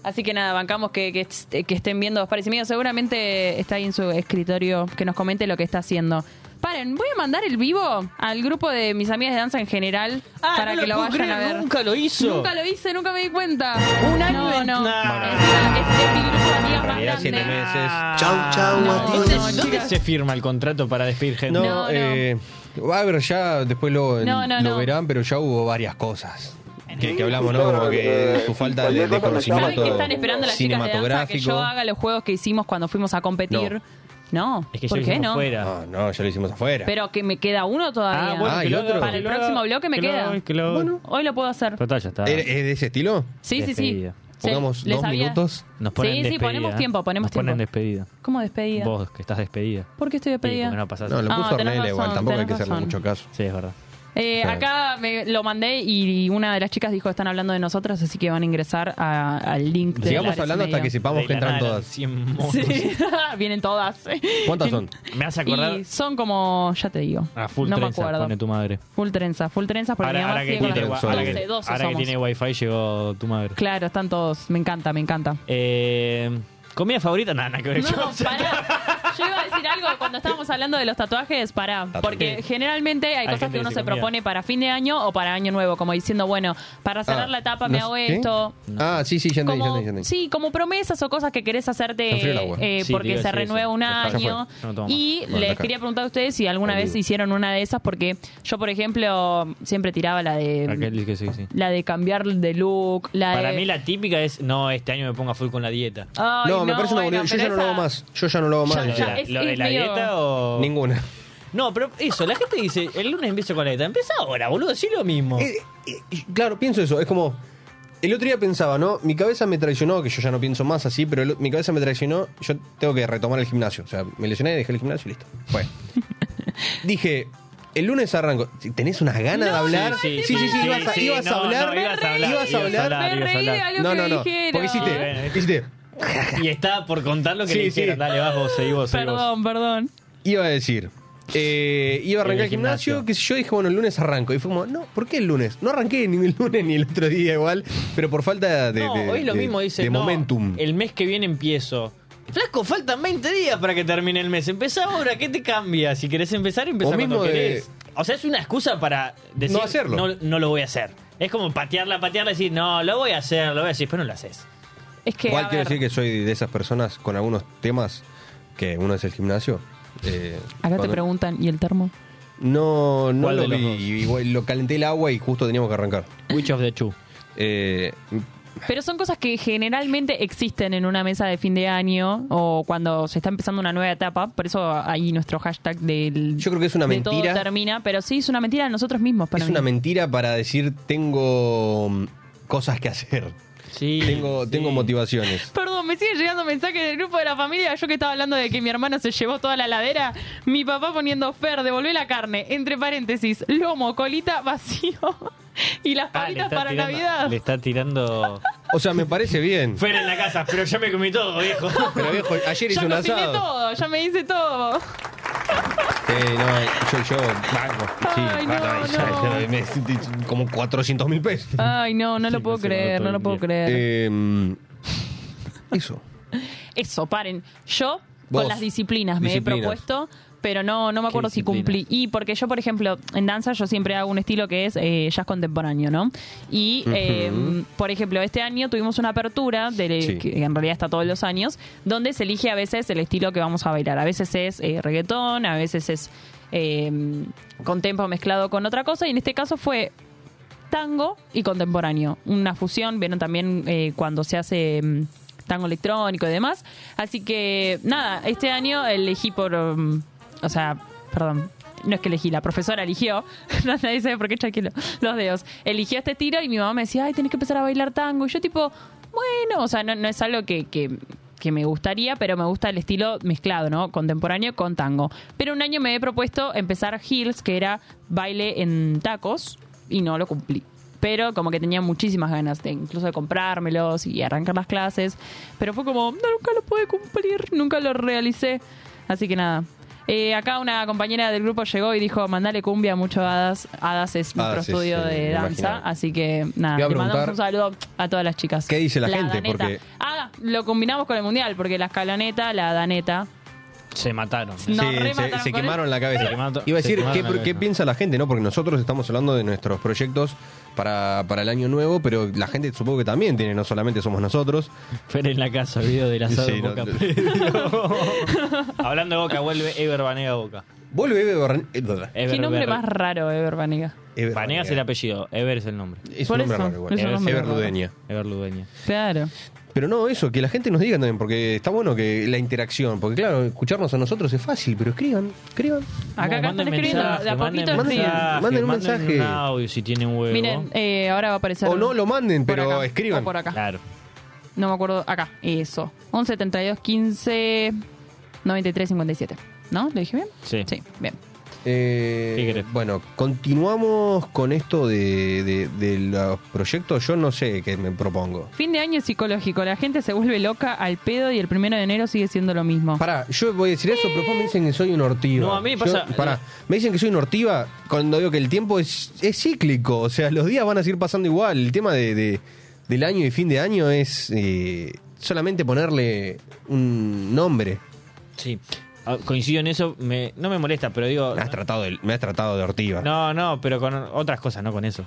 Así que nada, bancamos que, que est- que estén viendo dos pares y medio. Seguramente está ahí en su escritorio que nos comente lo que está haciendo. Paren, voy a mandar el vivo al grupo de mis amigas de danza en general para que lo vayan a ver.
Nunca lo hizo.
Nunca lo hice, nunca me di cuenta. Un
año
No,
en-
no.
Nah.
Es, es mi grupo de amigas más
En realidad,
grande.
siete meses.
Chau, chau,
Ah. No,
adiós.
no,
¿Dónde
chicas.
se firma el contrato para despedir gente?
No,
No, no.
eh, va a ver, ya después lo,
No, no,
lo
no.
verán, pero ya hubo varias cosas. Que, que hablamos, ¿no?
Claro,
Como que
eh,
su falta
cualquier
de, de
cosa me
¿Saben
llaman.
conocimiento
que están esperando las chicas de danza que
cinematográfico.
yo haga los juegos que hicimos cuando fuimos a competir? No.
Es que ya
¿Por
lo
qué
hicimos
no?
fuera.
No, Ah, no, ya lo hicimos afuera.
Pero que me queda uno todavía.
Ah, bueno,
Ah,
que
y
lo
otro.
haga-
Para
que
el
lo
próximo
haga-
bloque me
que lo
queda.
haga- que lo haga.
Hoy lo puedo hacer.
Total, ya está.
¿Es es de ese estilo?
Sí, sí, sí.
Despedida.
Sí,
Pongamos
¿les
dos
había-
minutos.
Nos ponen
Sí, sí,
despedida.
ponemos tiempo, ponemos
Nos ponen
tiempo.
despedida.
¿Cómo despedida?
Vos, que estás despedida.
¿Por qué estoy
Y
despedida?
porque no pasaste.
No, lo
Ah,
puso
tenés
Ornella igual,
razón,
tampoco hay que
tenés
hacerle
razón.
mucho caso.
Sí, es verdad.
Eh,
O sea-
acá me lo mandé y una de las chicas dijo están hablando de nosotras, así que van a ingresar a- al link. de
Sigamos
Lares
hablando hasta
Media.
que sepamos
De
que
la
entran
nada eran
todas.
100 monos.
Sí, vienen todas.
¿Cuántas son?
Me hace acordar
Y son como, ya te digo,
a Ah, full
no me
trenza,
acuerdo.
pone tu madre.
Full trenza, full trenza, porque
Ahora,
mi mamá
ahora
sigue
que tiene,
con la-
wi-
ahora que-
12, 12
ahora que
somos.
tiene wifi llegó tu madre.
Claro, están todos, me encanta, me encanta.
Eh, ¿Comida favorita? Nada, nada que ver.
No, pará. Yo iba a decir algo cuando estábamos hablando de los tatuajes, pará. Porque generalmente hay,
Hay
cosas
gente
que uno
que
se
se cambia.
propone para fin de año o para año nuevo, como diciendo, bueno, para cerrar
Ah,
la etapa
no
me
sé-
hago
¿qué?
esto.
Ah, sí, sí, ya entendí, ya
Como,
entendí, ya entendí.
sí, como promesas o cosas que querés
Se enfrió el
hacerte
agua.
eh,
Sí, te
porque
iba a
se
decir
renueva
eso.
un
Ya
fue.
año.
No tomo más.
y
Bueno,
les
acá.
quería preguntar a ustedes si alguna vez
Olvido.
hicieron una de esas, porque yo, por ejemplo, siempre tiraba la de
Raquel dice que sí, sí.
la de cambiar de look, la
Para
de...
mí la típica es, no, este año me ponga full con la dieta.
Ay,
no, me parece una
bueno,
boludez. Yo
pero
ya no lo
esa-
hago más. Yo ya no lo hago
Ya,
¿Lo
más.
de
ya,
la-
es-
¿Lo de
es
la
medio-
dieta o...?
Ninguna.
No, pero eso, la gente dice, el lunes empiezo con la dieta. Empieza ahora, boludo, sí lo mismo.
Eh, eh, claro, pienso eso. Es como. El otro día pensaba, ¿no? Mi cabeza me traicionó, que yo ya no pienso más así, pero el- mi cabeza me traicionó. Yo tengo que retomar el gimnasio. O sea, me lesioné, dejé el gimnasio y listo. Fue. Dije, el lunes arranco. Si ¿Tenés unas ganas de hablar?
sí,
sí,
sí, sí,
ibas a,
sí,
ibas a
no, no,
hablar.
ibas a hablar,
ibas a
ibas a
hablar.
hablar.
Me reí de algo
No,
que
no, no.
dijeron.
Porque
Sí, bueno,
hiciste. hiciste
Y estaba por contar lo que
Sí,
le hicieron.
sí.
Dale, vas vos, seguí vos, seguí vos.
Perdón, perdón.
Iba a decir. eh,
En el
iba a arrancar el gimnasio,
gimnasio.
que yo dije, bueno, el lunes arranco. Y fue como, no, ¿por qué el lunes? No arranqué ni el lunes ni el otro día igual, pero por falta de,
no,
de-
hoy lo
de-
mismo dice.
de
no,
momentum.
El mes que viene empiezo. Flasco, faltan 20 días para que termine el mes. Empezá ahora, ¿qué te cambia? Si querés empezar, empezá
O
cuando
mismo de-
querés. O sea, es una excusa para decir.
No hacerlo.
No, no lo voy a hacer. Es como patearla, patearla y decir, no, lo voy a hacer, lo voy a decir, pero no lo haces.
Es que,
Igual
a
quiero
ver,
decir que soy de esas personas con algunos temas, que uno es el gimnasio. eh,
acá te
cuando-
preguntan, ¿y el termo?
No, no
¿Cuál
lo
de los
vi.
dos?
Igual lo calenté el agua y justo teníamos que arrancar.
Witch of the Chu.
Eh,
Pero son cosas que generalmente existen en una mesa de fin de año o cuando se está empezando una nueva etapa. Por eso ahí nuestro hashtag del.
yo creo que es una
de todo
mentira.
termina, pero sí es una mentira de nosotros mismos. Para
Es
mí.
una mentira para decir tengo mm, cosas que hacer.
Sí.
Tengo,
sí.
tengo motivaciones.
Perdón, me siguen llegando mensajes del grupo de la familia. Yo que estaba hablando de que mi hermano se llevó toda la ladera. Mi papá poniendo Fer, devolvé la carne. Entre paréntesis, lomo, colita, vacío. Y las
Ah, le
palitas
está
para
tirando-
Navidad.
Le está tirando.
O sea, me parece bien.
Fuera en la casa, pero yo me comí todo, viejo.
Pero viejo, ayer hice
Ya
un
cociné
asado.
todo, ya me hice todo.
Sí, no, yo, yo banco. Sí,
Ay, no,
banco, ya,
no.
ya, me sentí como 400 mil pesos.
Ay, no, no lo puedo
no se va
creer,
todo
no
el
lo puedo
día.
creer.
Eh, eso.
Eso, paren. Yo
Vos.
con las disciplinas me
Disciplinas.
he propuesto, pero no, no me acuerdo si
disciplinas?
cumplí. Y porque yo, por ejemplo, en danza yo siempre hago un estilo que es eh, jazz contemporáneo, ¿no? Y, eh, por ejemplo, este año tuvimos una apertura, de,
Sí.
que en realidad está todos los años, donde se elige a veces el estilo que vamos a bailar. A veces es eh, reggaetón, a veces es eh, con tempo mezclado con otra cosa, y en este caso fue tango y contemporáneo. Una fusión, vieron también eh, cuando se hace mm, tango electrónico y demás. Así que, nada, este año elegí por. mm, o sea, perdón. No es que elegí, la profesora eligió, no nadie sabe por qué chaqué lo- los dedos. Eligió este tiro y mi mamá me decía, ay, tenés que empezar a bailar tango. Y yo tipo, bueno, o sea, no, no es algo que, que- que me gustaría, pero me gusta el estilo mezclado, ¿no? Contemporáneo con tango. Pero un año me he propuesto empezar heels, que era baile en tacos, y no lo cumplí. Pero como que tenía muchísimas ganas de incluso de comprármelos y arrancar las clases. Pero fue como, no, nunca lo pude cumplir, nunca lo realicé. Así que nada. Eh, acá una compañera del grupo llegó y dijo, mandale cumbia mucho a Hadas. Hadas es nuestro
Hadas es,
estudio
eh,
de
me
danza.
imaginaba.
Así que nada,
Te iba a
le mandamos
preguntar-
un saludo a todas las chicas.
¿Qué dice la gente?
daneta.
Porque-
Ah, lo combinamos con el mundial, porque la escaloneta, la daneta.
Se
No,
mataron.
Sí,
remataron
se, se
con
quemaron la cabeza.
Se quemaron-
Iba a
se
decir,
quemaron
¿qué,
la
qué
cabeza.
piensa la gente? no Porque nosotros estamos hablando de nuestros proyectos para, para el año nuevo, pero la gente supongo que también tiene, no solamente somos nosotros.
Fer en la casa, video del asado
Sí,
en
no,
Boca.
no.
Hablando de Boca, vuelve Ever Banega a Boca.
Vuelve Ever Barne- eh, bla, bla.
Ever
Qué nombre
Ber-
más raro, Ever Banega.
Ever
Banega es el apellido, Ever es el nombre.
Es
Por
un nombre
eso,
raro igual.
es un
Ever,
nombre
Ever
raro.
Ludeña.
Ever Ludueña.
Claro.
Pero no, eso, que la gente nos diga también, porque está bueno que la interacción, porque claro, escucharnos a nosotros es fácil, pero escriban, escriban.
Acá, acá están
Manden
escribiendo, de a
mensaje, manden
poquito
mensaje,
escriben.
Manden un mensaje.
audio si tienen huevo.
Miren, eh, ahora va a aparecer.
O no lo manden,
por
pero
acá,
escriban.
o por acá.
Claro.
no me acuerdo, acá, eso. 11, 72, 15, 93, 57. ¿No? ¿Lo dije bien?
Sí.
Sí, bien.
Eh,
¿Qué querés?
bueno, continuamos con esto de, de- de los proyectos. Yo no sé qué me propongo.
Fin de año es psicológico, la gente se vuelve loca al pedo y el primero de enero sigue siendo lo mismo.
Pará, yo voy a decir eso, pero después me dicen que soy un ortiva.
No, a mí me
Yo-
pasa-
pará, me dicen que soy un ortiva cuando digo que el tiempo es, es cíclico. O sea, los días van a seguir pasando igual. El tema de, de- del año y fin de año es eh, solamente ponerle un nombre.
Sí. Ah, Coincido en eso, me- no me molesta, pero digo.
Me has tratado de, me has tratado de ortiva.
No, no, pero con otras cosas, no con eso.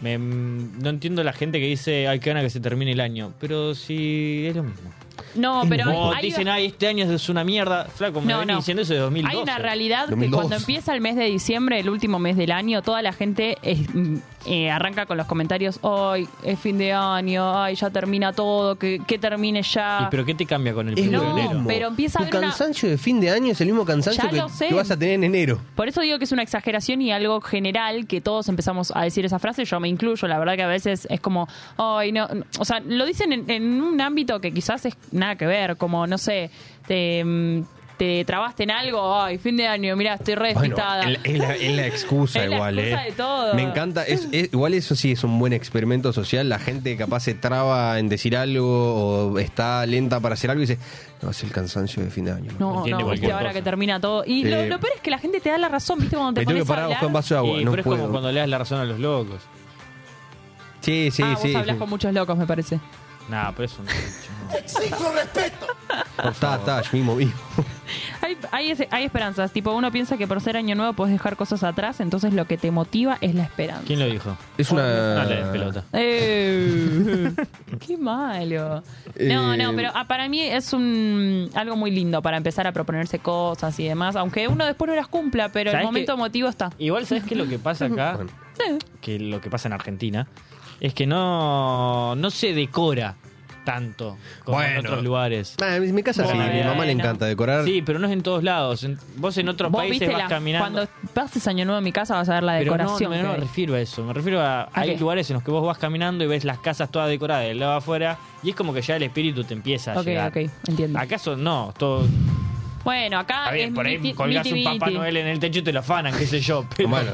Me- mm, no entiendo la gente que dice, ay, qué gana que se termine el año. Pero si es lo mismo.
No, pero
O
hay,
dicen, ay, este año es una mierda. Flaco, me
No,
venís
no.
diciendo eso de
hay
2012.
una realidad
2002.
que cuando empieza el mes de diciembre, el último mes del año, toda la gente es- mm, eh, arranca con los comentarios, ay, es fin de año, ay, ya termina todo, que, que termine ya.
¿Y pero qué te cambia con el
Es
primero
lo
de
No,
enero?
pero empieza a
Tu
haber una-
cansancio de fin de año es el mismo cansancio
Ya
que,
lo sé.
que vas a tener en enero.
Por eso digo que es una exageración y algo general que todos empezamos a decir esa frase. Yo me incluyo, la verdad que a veces es como, ay, no. no". O sea, lo dicen en, en un ámbito que quizás es nada que ver, como, no sé, te, mm, te trabaste en algo, ay, fin de año, mira, estoy re
Bueno,
despistada.
es la- es la, es la excusa
Es la
igual,
excusa
¿eh?
de todo.
Me encanta. Es, es- igual eso sí es un buen experimento social. La gente capaz se traba en decir algo o está lenta para hacer algo y dice, no, es el cansancio de fin de año.
No,
Entiende
no,
cualquier
viste, ahora
cosa.
que termina todo. Y lo,
Eh,
lo peor es que la gente te da la razón, ¿viste? Cuando te
Me
pones
tengo que parar a
a
buscar
hablar.
un vaso de agua.
Y-
no
pero es
puedo.
como cuando le das la razón a los locos.
Sí, sí,
ah,
sí.
vos hablas
sí.
con muchos locos, me parece.
Nah, pero eso no. yo
Está, está, yo mismo vivo.
Hay, hay, ese- hay esperanzas. Tipo, uno piensa que por ser año nuevo puedes dejar cosas atrás, entonces lo que te motiva es la esperanza.
no. ¿Quién lo dijo?
Es
No
una.
le des pelota.
Eh, qué malo. No,
Eh,
no, pero ah, para mí es un algo muy lindo para empezar a proponerse cosas y demás, aunque uno después no las cumpla, pero el
¿Sabes
momento
qué?
emotivo está.
Igual, ¿sabes qué es lo que pasa acá?
Bueno.
Que lo que pasa en Argentina es que no, no se decora tanto como en
Bueno.
otros lugares.
Ah, en mi casa sí, a mi
Bueno.
mamá le encanta decorar.
Sí, pero no es en todos lados. En- vos en otros
Vos
países
viste
vas
la-
caminando.
cuando pases año nuevo en mi casa vas a ver la
Pero no,
decoración.
no, no
que
me
hay.
refiero a eso. Me refiero a. Hay
Ok.
lugares en los que vos vas caminando y ves las casas todas decoradas del lado de afuera. Y es como que ya el espíritu te empieza a llegar.
ok, ok, entiendo.
¿Acaso no? Todo,
bueno, acá
está bien,
es
por ahí
miti-
colgás un
miti-
Papá
miti.
Noel en el techo y te lo afanan, qué sé yo. Pero,
Bueno,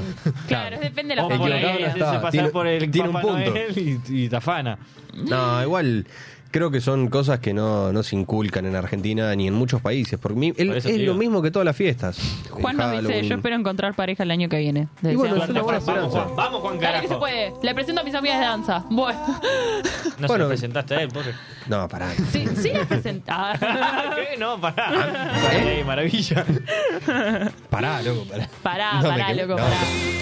Claro, depende de la
o por ahí
familia.
lo
está.
haces pasar
Tiene-
por el
tiene un
Papá
punto.
Noel y, y te afana.
No, igual creo que son cosas que no, no se inculcan en Argentina ni en muchos países. Porque mi- el-
Por eso te
es
digo.
lo mismo que todas las fiestas.
Juan nos dice,
Halloween.
yo espero encontrar pareja el año que viene.
Y bueno,
Decía.
es una buena
vamos,
esperanza.
Juan, vamos, Juan
Dale que se
Carajo.
puede. "Pues, Le presento a mis amigas de danza. Bueno.
No se
Bueno,
lo presentaste a él, pobre.
No, pará.
Sí, sí la presentaba.
¿Qué? No, pará. Ey, maravilla.
Ah, Pará, loco, pará.
Pará,
No, me
pará,
quemé.
loco,
No.
pará.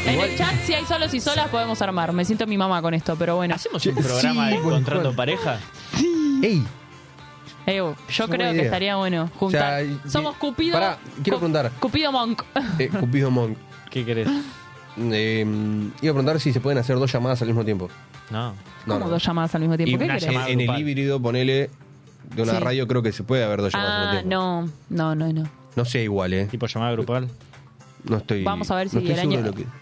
En el chat, si hay solos y solas, podemos armar. Me siento mi mamá con esto, pero bueno.
¿Hacemos un programa
Sí,
de
bueno,
encontrando
Juan.
pareja?
Ey,
Eh, yo
buena
creo que
idea.
estaría bueno juntar.
O sea,
Somos
y-
Cupido.
pará, quiero preguntar.
Cupido Monk.
eh, Cupido Monk.
¿Qué querés?
Eh, iba a preguntar si se pueden hacer dos llamadas al mismo tiempo.
No.
No,
Como
no.
dos llamadas al mismo tiempo.
Y
¿Qué
una
querés?
llamada.
En, en el
grupal.
híbrido, ponele de una
Sí.
radio, creo que se puede haber dos llamadas al
Ah,
mismo tiempo.
no. No, no, no.
No sé igual, ¿eh?
Tipo llamada grupal.
No estoy.
Vamos a ver si
no estoy
el
seguro
año-
de lo que- no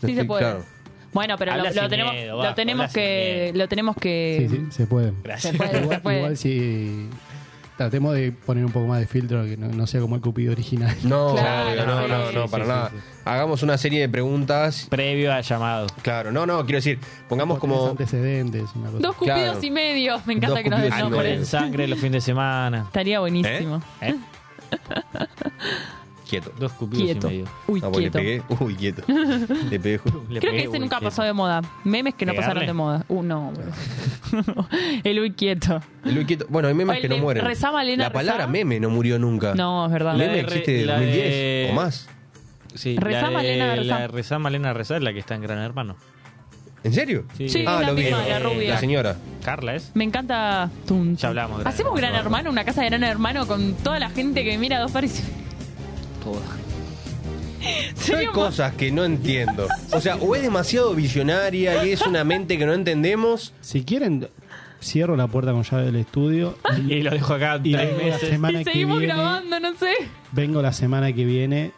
Sí se
estoy-
puede.
claro.
Bueno, pero lo,
Habla
lo
sin
tenemos,
miedo,
lo
Vasco, habla
tenemos
sin
que.
miedo.
Lo tenemos que.
Sí, sí, se puede.
Se
Gracias.
puede, se
Igual,
puede.
igual si tratemos de poner un poco más de filtro, que no, no sea como el cupido original.
No,
Claro,
no,
sí,
no, no,
sí,
para
sí,
nada.
sí,
Hagamos una serie de preguntas.
Previo al llamado.
Claro, no, no, quiero decir, pongamos
Tenés
como.
antecedentes, una cosa.
Dos cupidos
Claro.
y medio. Me encanta
Dos
que nos
cupidos
den
y
Alcohol
nombres.
en sangre los fines de semana.
Estaría buenísimo.
¿Eh?
Quieto.
Dos cupidos
Quieto.
y medio.
Uy,
Ah, pues le
quieto.
pegué. Uy, quieto. Le pegué. justo.
Creo
Le pegué,
que ese
güey,
nunca
sí.
pasó de moda. Memes que no
¿Pegarle?
pasaron de moda. Uh, no, boludo. El uy quieto.
El Luis quieto. Bueno, hay memes
O el
que no
de
mueren.
rezaba, Elena,
la palabra
rezaba.
meme no murió nunca.
No, es verdad.
Le-
Meme
de re-
existe desde
la
2010
de-
o más.
Sí,
Rezá,
la de-
Malena, rezá.
La de rezá, Malena, rezá es la que está en Gran Hermano.
¿En serio?
Sí.
Sí,
Ah,
es la
lo vi.
misma, la
Eh,
La
rubia.
señora.
Carla, ¿es?
Me encanta. Tum,
Ya hablamos de Gran
Hacemos Gran
Hermano.
Hermano, una casa de Gran Hermano con toda la gente que mira dos pares.
Yo hay
Sería un-
cosas que no entiendo. O sea, o es demasiado visionaria y es una mente que no entendemos.
Si quieren, cierro la puerta con llave del estudio y,
Y lo dejo acá
y
tres
vengo la
meses.
semana
Y
que
seguimos
viene.
grabando, no sé.
Vengo la semana que viene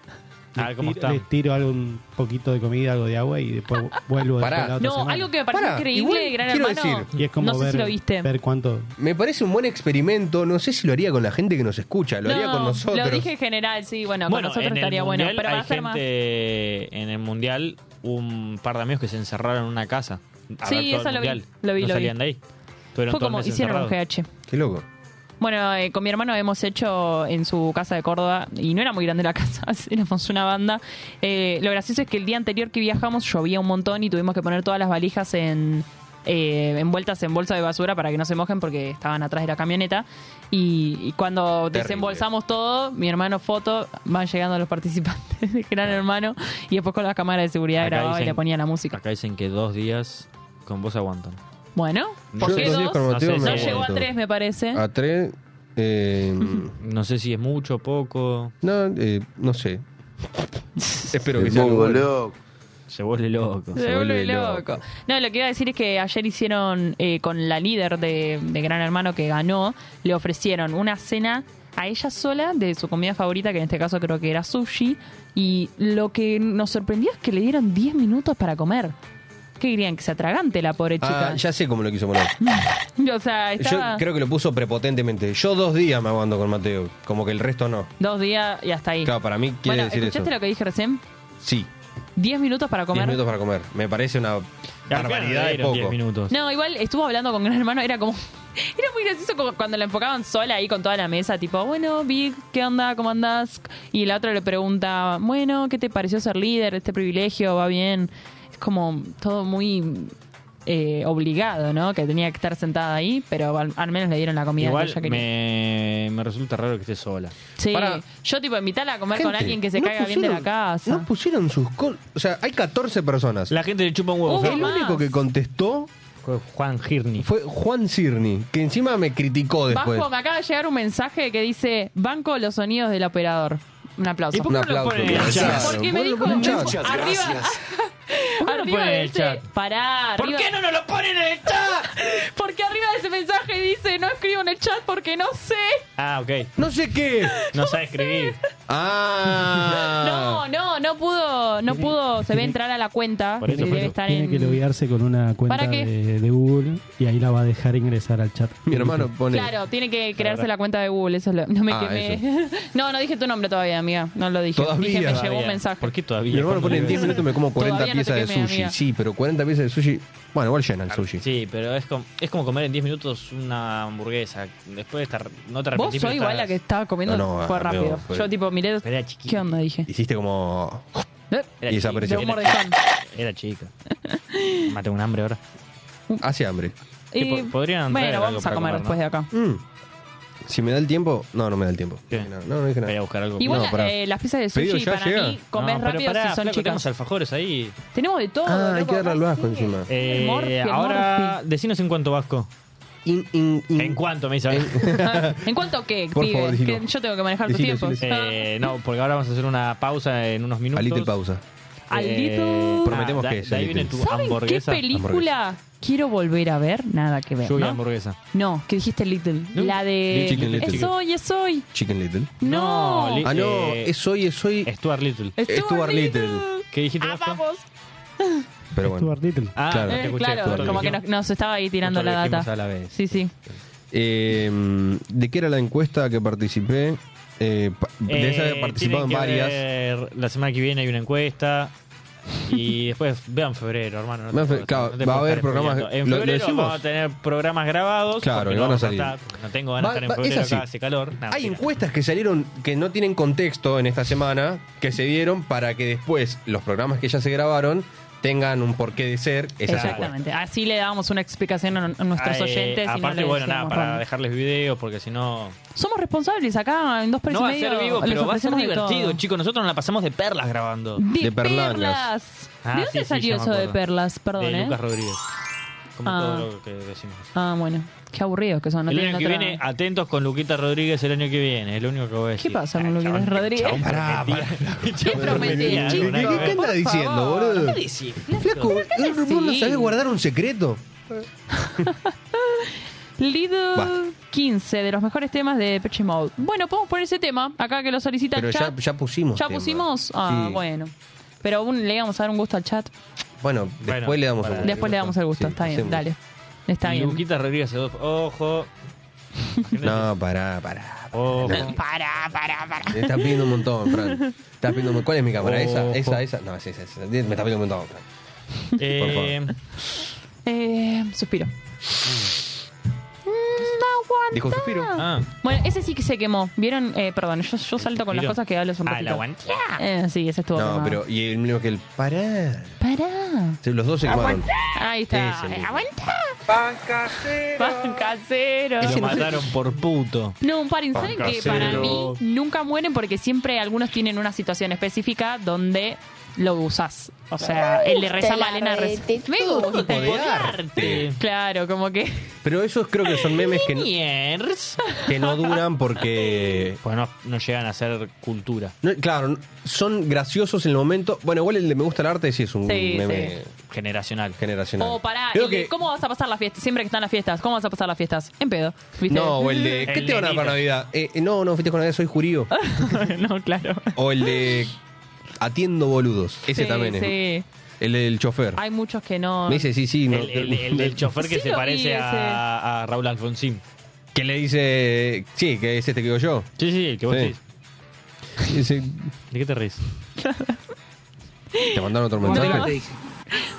Ah,
Le
¿cómo
tiro-
está?
Le tiro algo, un poquito de comida, algo de agua y después vu- vuelvo después
Pará.
la otra
No,
semana.
algo que me parece
Pará,
increíble,
igual
Gran
quiero
Hermano.
decir,
Y es como
no
ver,
sé si lo viste.
ver cuánto...
Me parece un buen experimento. No sé si lo haría con la gente que nos escucha. Lo haría
No,
con nosotros.
Lo dije en general, sí, bueno,
Bueno,
con nosotros
en el
estaría bueno.
mundial
Pero va
hay
a ser más.
gente en el mundial un par de amigos que se encerraron en una casa. a
Sí,
ver todo
eso
el
lo vi,
mundial.
lo vi,
no
lo vi.
salían de ahí. Estuvieron
Fue
todo el
como
mes
hicieron un
encerrados.
GH.
Qué loco.
Bueno, eh, con mi hermano hemos hecho en su casa de Córdoba, y no era muy grande la casa, éramos una banda. Eh, lo gracioso es que el día anterior que viajamos llovía un montón y tuvimos que poner todas las valijas en eh, envueltas en bolsa de basura para que no se mojen porque estaban atrás de la camioneta. Y, y cuando desembolsamos todo, mi hermano foto, van llegando los participantes de Gran Hermano y después con la cámara de seguridad
Acá
grababa y
dicen-
le ponía la música.
Acá dicen que dos días con vos aguantan.
Bueno,
Yo
¿por
los
qué
días
dos?
con
Mateo
No sé,
me
No
Sí.
llegó a
aguanto.
tres, me parece.
Ah,
A tres. eh,
No sé si es mucho o poco.
no, eh, no sé. Espero que
El
sea. algo
mongo
bueno.
loco.
Se vuelve loco.
Se vuelve loco. No, lo que iba a decir es que ayer hicieron eh, con la líder de, de Gran Hermano que ganó, le ofrecieron una cena a ella sola de su comida favorita, que en este caso creo que era sushi, y lo que nos sorprendió es que le dieron 10 minutos para comer. ¿Qué dirían? Que se atragante la pobre Eh, chica.
Ah, ya sé cómo lo quiso poner.
O sea,
Yo
estaba
creo que lo puso prepotentemente. Yo dos días me aguanto con Mateo. Como que el resto no.
dos días y hasta ahí.
Claro, para mí quiere
bueno,
decir
¿escuchaste
eso.
lo que dije recién?
Sí.
10 minutos para
Diez
comer.
minutos para comer. Me parece una barbaridad de poco.
10 minutos.
No, igual estuvo hablando con Gran Hermano, era como. Era muy gracioso como cuando la enfocaban sola ahí con toda la mesa, tipo, bueno, Big, ¿qué onda? ¿Cómo andás? Y la otra le pregunta, bueno, ¿qué te pareció ser líder? ¿Este privilegio va bien? Es como todo muy eh, obligado, ¿no? Que tenía que estar sentada ahí, pero al, al menos le dieron la comida
Igual
que ella quería.
me, me resulta raro que esté sola.
Sí,
Pará.
yo, tipo, invitarla a comer con
Gente,
alguien que se
no
caiga bien de la
pusieron-
casa.
No pusieron sus cosas. O sea, hay 14 personas.
La gente le chupa un huevo.
Hubo
Fer.
el
más.
único que contestó
Juan Girni.
fue Juan Cirni, que encima me criticó después.
Bajo, me acaba de llegar un mensaje que dice: Banco los sonidos del operador. Un aplauso.
Un aplauso.
ponen en el
Claro,
chat?
Porque me
ponlo
dijo
en el chat.
muchas arriba,
no
arriba
ponen en
de
el
ese,
chat?
Pará,
¿Por
arriba-
qué no nos lo ponen en el chat?
Porque arriba de ese mensaje dice, no escribo en el chat porque no sé.
Ah, ok.
No sé qué.
No sabe escribir.
Ah.
No, no, no pudo, no pudo, se ve entrar a la cuenta.
Por eso,
que
por
debe
eso.
estar
Tiene
en...
que loguearse con una cuenta
¿Para qué?
de, de Google y ahí la va a dejar ingresar al chat.
Mi hermano pone.
Claro, tiene que crearse la cuenta de Google, eso es lo- no me
Ah,
quemé. No, no dije tu nombre todavía, amiga, no lo dije.
Todavía.
dije, me llegó un
Todavía.
mensaje.
¿Por qué
Mi
todavía?
hermano pone en 10 minutos me como 40
Todavía no te
piezas de
quemé,
sushi.
amiga.
Sí, pero 40 piezas de sushi. Bueno, igual llenan el sushi.
Sí, pero es como, es como comer en 10 minutos una hamburguesa. Después de estar, no te
Vos
arrepentís.
sos igual la que estaba comiendo
No, no,
fue
amigo,
rápido.
fue-
Yo tipo miré,
Era chiquita.
¿qué onda? Dije.
Hiciste como.
Eh,
Era
Y
chica.
desapareció.
De un
Era
mordiscón.
chica. Era chica. Mate un hambre ahora.
Hace hambre.
Que po-
Y-
podrían traer
bueno,
algo
vamos a
para
comer
comer, ¿no?
después de acá.
Mm. Si me da el tiempo. No, no me da el tiempo.
¿Qué?
No, no, no dije
Voy a
nada.
buscar algo.
Igual
No, pará.
eh, las piezas de
Pedido
sushi
ya
para
llega.
mí comes
pero
rápido
pará,
si son
flaco, Tenemos
chicas.
alfajores ahí.
Tenemos de todo.
Ah, hay
loco.
que darle al
Ay,
vasco
sí.
encima.
Eh,
El Morphy, el
ahora, decinos en cuánto vasco.
In, in, in.
¿En cuánto me dice?
Morphy. ¿En cuánto qué,
Por
pibe?
favor, decilo.
Que yo tengo que manejar Ah, tus
Decilo,
tiempos.
decilo,
Eh, no, porque ahora vamos a hacer una pausa en unos minutos.
A little pausa.
A little-
Prometemos
Eh, Ah, da-
que es
de ahí
a
viene
little.
tu
¿Saben qué
hamburguesa.
película quiero volver a ver? Nada que ver,
Lluvia de
¿no?
hamburguesa.
No, que dijiste Little.
No.
La de...
Chicken Little.
Es hoy, es hoy.
Chicken Little.
No.
No, li-
Ah, no,
Eh,
es hoy, es hoy.
Stuart Little.
Stuart Little.
¿Qué dijiste?
Ah,
Vasco?
vamos.
Pero bueno.
Stuart Little.
Ah,
Claro.
no te
Eh,
escuché, Stuart
claro, como que
Little.
nos, nos estaba ahí tirando
Nosotros
la
lo dijimos
data.
a la vez.
Sí, sí.
Eh, ¿De qué era la encuesta que participé? Eh, pa- de esa
Eh,
he participado en
tienen que
varias.
ver- la semana que viene hay una encuesta. Y después vean febrero, hermano. no te
Vean fe-
puedo-
claro,
no te
va a
puedo
haber
estar
programas-
spoileando. En
¿lo- lo
febrero
decimos?
vamos a tener programas grabados.
Claro,
porque
y
no
van a
vamos
salir.
estar- no tengo ganas
Va-
de estar
va-
en
es
febrero acá,
así.
hace calor. No,
Hay
mentira.
encuestas que salieron que no tienen contexto en esta semana, que se dieron para que después los programas que ya se grabaron tengan un porqué de ser esas encuestas.
Exactamente. Así le dábamos una explicación a, a nuestros
Ah, eh,
oyentes. y no
aparte,
le
bueno, nada,
decíamos
para
random.
dejarles videos, porque si no.
Somos responsables acá en dos pares
No
y
va a
medio.
ser vivo,
les
pero va a ser
ofrecemos de
divertido,
todo.
chicos. Nosotros nos la pasamos de perlas grabando.
De,
De perlas.
perlas.
Ah,
¿De
sí,
dónde
sí,
salió
ya me
eso de
acuerdo.
perlas? Perdón,
de
¿eh?
Lucas Rodríguez. Como
Ah.
todo lo que decimos.
Ah, bueno. Qué aburridos que son. No
el
tienen
año que
otra-
viene, atentos con Luquita Rodríguez el año que viene. Es lo único que voy a decir.
pasa con
Ah,
Luquita
chabón,
Rodríguez?
chabón prometía.
¿Qué prometía,
Algo,
chicos?
nada que
¿Qué
ver.
anda diciendo, boludo? Flaco, ¿no, no
decís?
sabés guardar un secreto?
Little
Va.
15 de los mejores temas de Depeche Mode. Bueno, podemos poner ese tema acá que lo solicita
Pero
el
ya,
chat.
ya pusimos.
¿Ya
tema.
pusimos? Ah,
Sí.
bueno. Pero un- le íbamos a dar un gusto al chat.
Bueno, después
Bueno,
le damos
para-
el
Después le damos el gusto.
Sí,
Está bien,
hacemos.
dale. Está bien.
Luquita Rodríguez, hace dos- ojo.
No, pará, pará.
Ojo.
Pará, pará, pará.
Me estás pidiendo un montón, Fran. Me Estás pidiendo un- ¿Cuál es mi cámara? ¿Esa?
Ojo.
¿Esa? ¿Esa? No, es esa, esa. Me estás pidiendo un montón, Fran.
Eh,
Eh, suspiro. Mm,
Dijo suspiro.
No aguanta.
ah,
Bueno, ese sí que se quemó. ¿Vieron? Eh, perdón, yo, yo salto con las
suspiro?
cosas que hablo un
ah, la
ratito.
aguanté.
Eh, sí, ese estuvo
No,
quemado.
pero. Y el mismo que el. Pará.
Pará.
Sí, Los dos se quemaron.
Ahí está.
Ese mismo.
¡Aguanta! ¡Pan casero!
Y lo mataron por puto.
No, paren, ¿saben
Pan
que para
casero.
mí nunca mueren porque siempre algunos tienen una situación específica donde lo usás? O sea, el de reza Malena reza. Me gusta
Jodearte.
Claro, como que.
Pero esos creo que son memes que no,
Mierds.
que no duran porque.
Pues no, no llegan a ser cultura.
no- claro, son graciosos en el momento. Bueno, igual el de Me gusta el arte sí es un
Sí,
meme
Generacional.
generacional.
O Oh, pará,
Creo
el de
que-
¿cómo vas a pasar las fiestas? Siempre que están las fiestas, ¿cómo vas a pasar las fiestas? En pedo. ¿viste?
No, o el de.
El
¿Qué te van a dar
nenito.
para Navidad? Eh, eh, no, no, fuiste con Navidad, soy jurío.
no, claro.
O el de. Atiendo boludos. Ese
Sí,
también es.
Sí.
El del chofer.
Hay muchos que no.
Me dice, sí, sí. no-
El, el- el del chofer que
Sí
se
lo vi
parece a, a Raúl Alfonsín.
Que le dice. Sí, que es este que digo yo.
Sí, sí, el que vos
Sí.
decís.
Dice,
¿De qué te ríes?
Te mandaron otro mensaje.
No,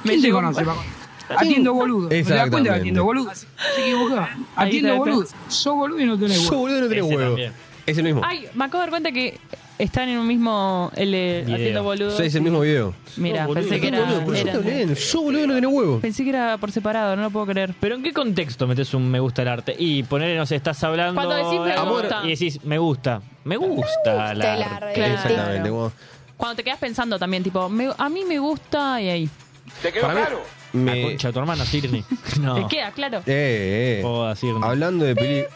Me llegó.
Atiendo boludo. ¿Te das cuenta
Exactamente.
que atiendo boludo? Se equivocaba. Atiendo
está,
boludo. Sos boludo y no tenés
Yo,
huevo.
boludo, no tenés
Ese
huevo.
también.
Es el mismo.
Ay, me acabo de dar cuenta que están en un mismo. El de
Video.
haciendo boludo.
Sí, es el mismo video.
Mira, pensé que era.
Boludo, pero yo
era-
te hablé en- Yo, boludo, no tenés huevo.
Pensé que era por separado, no lo puedo creer.
¿Pero en qué contexto metes un me gusta al arte? Y ponerle, no sé, estás hablando.
Cuando decís me
de algo
gusta.
Y decís, me gusta. Me gusta el
el
arte.
arte.
Claro.
Exactamente. como-
Cuando te quedas pensando también, tipo, me- a mí me gusta y ahí.
¿Te quedó
Para mí-
claro?
La
Me, eh,
concha de tu hermana, Sirni. No.
Te queda, claro.
eh.
Joda, Sirni.
Hablando de películas.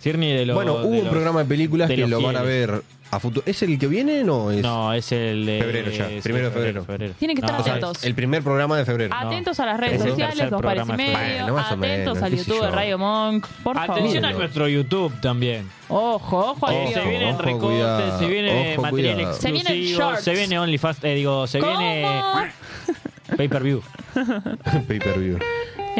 Sirni de los.
Bueno, hubo
de
un
los-
programa de películas
de
que
los
lo van a
fieles.
ver a futuro. ¿Es el que viene? No, es.
No, es el de.
Febrero ya,
sí,
primero de febrero.
Tienen que estar
o sea,
atentos.
El primer programa de febrero.
Atentos a las redes
Es el
sociales,
tercer
dos pares y
programa
medio.
de Fran.
Bueno, más o
Atentos
menos,
al
qué sé
YouTube de
yo.
Radio Monk. Por
Atención a
favor.
nuestro YouTube también.
Ojo, ojo al
Que se
video.
vienen
Ojo,
recortes,
cuidado.
se viene
Ojo,
material
cuidado.
Se vienen
exclusivo,
shorts.
se viene OnlyFans, eh, digo, se
¿Cómo?
viene pay per view.
Pay per view.
Eh, eh,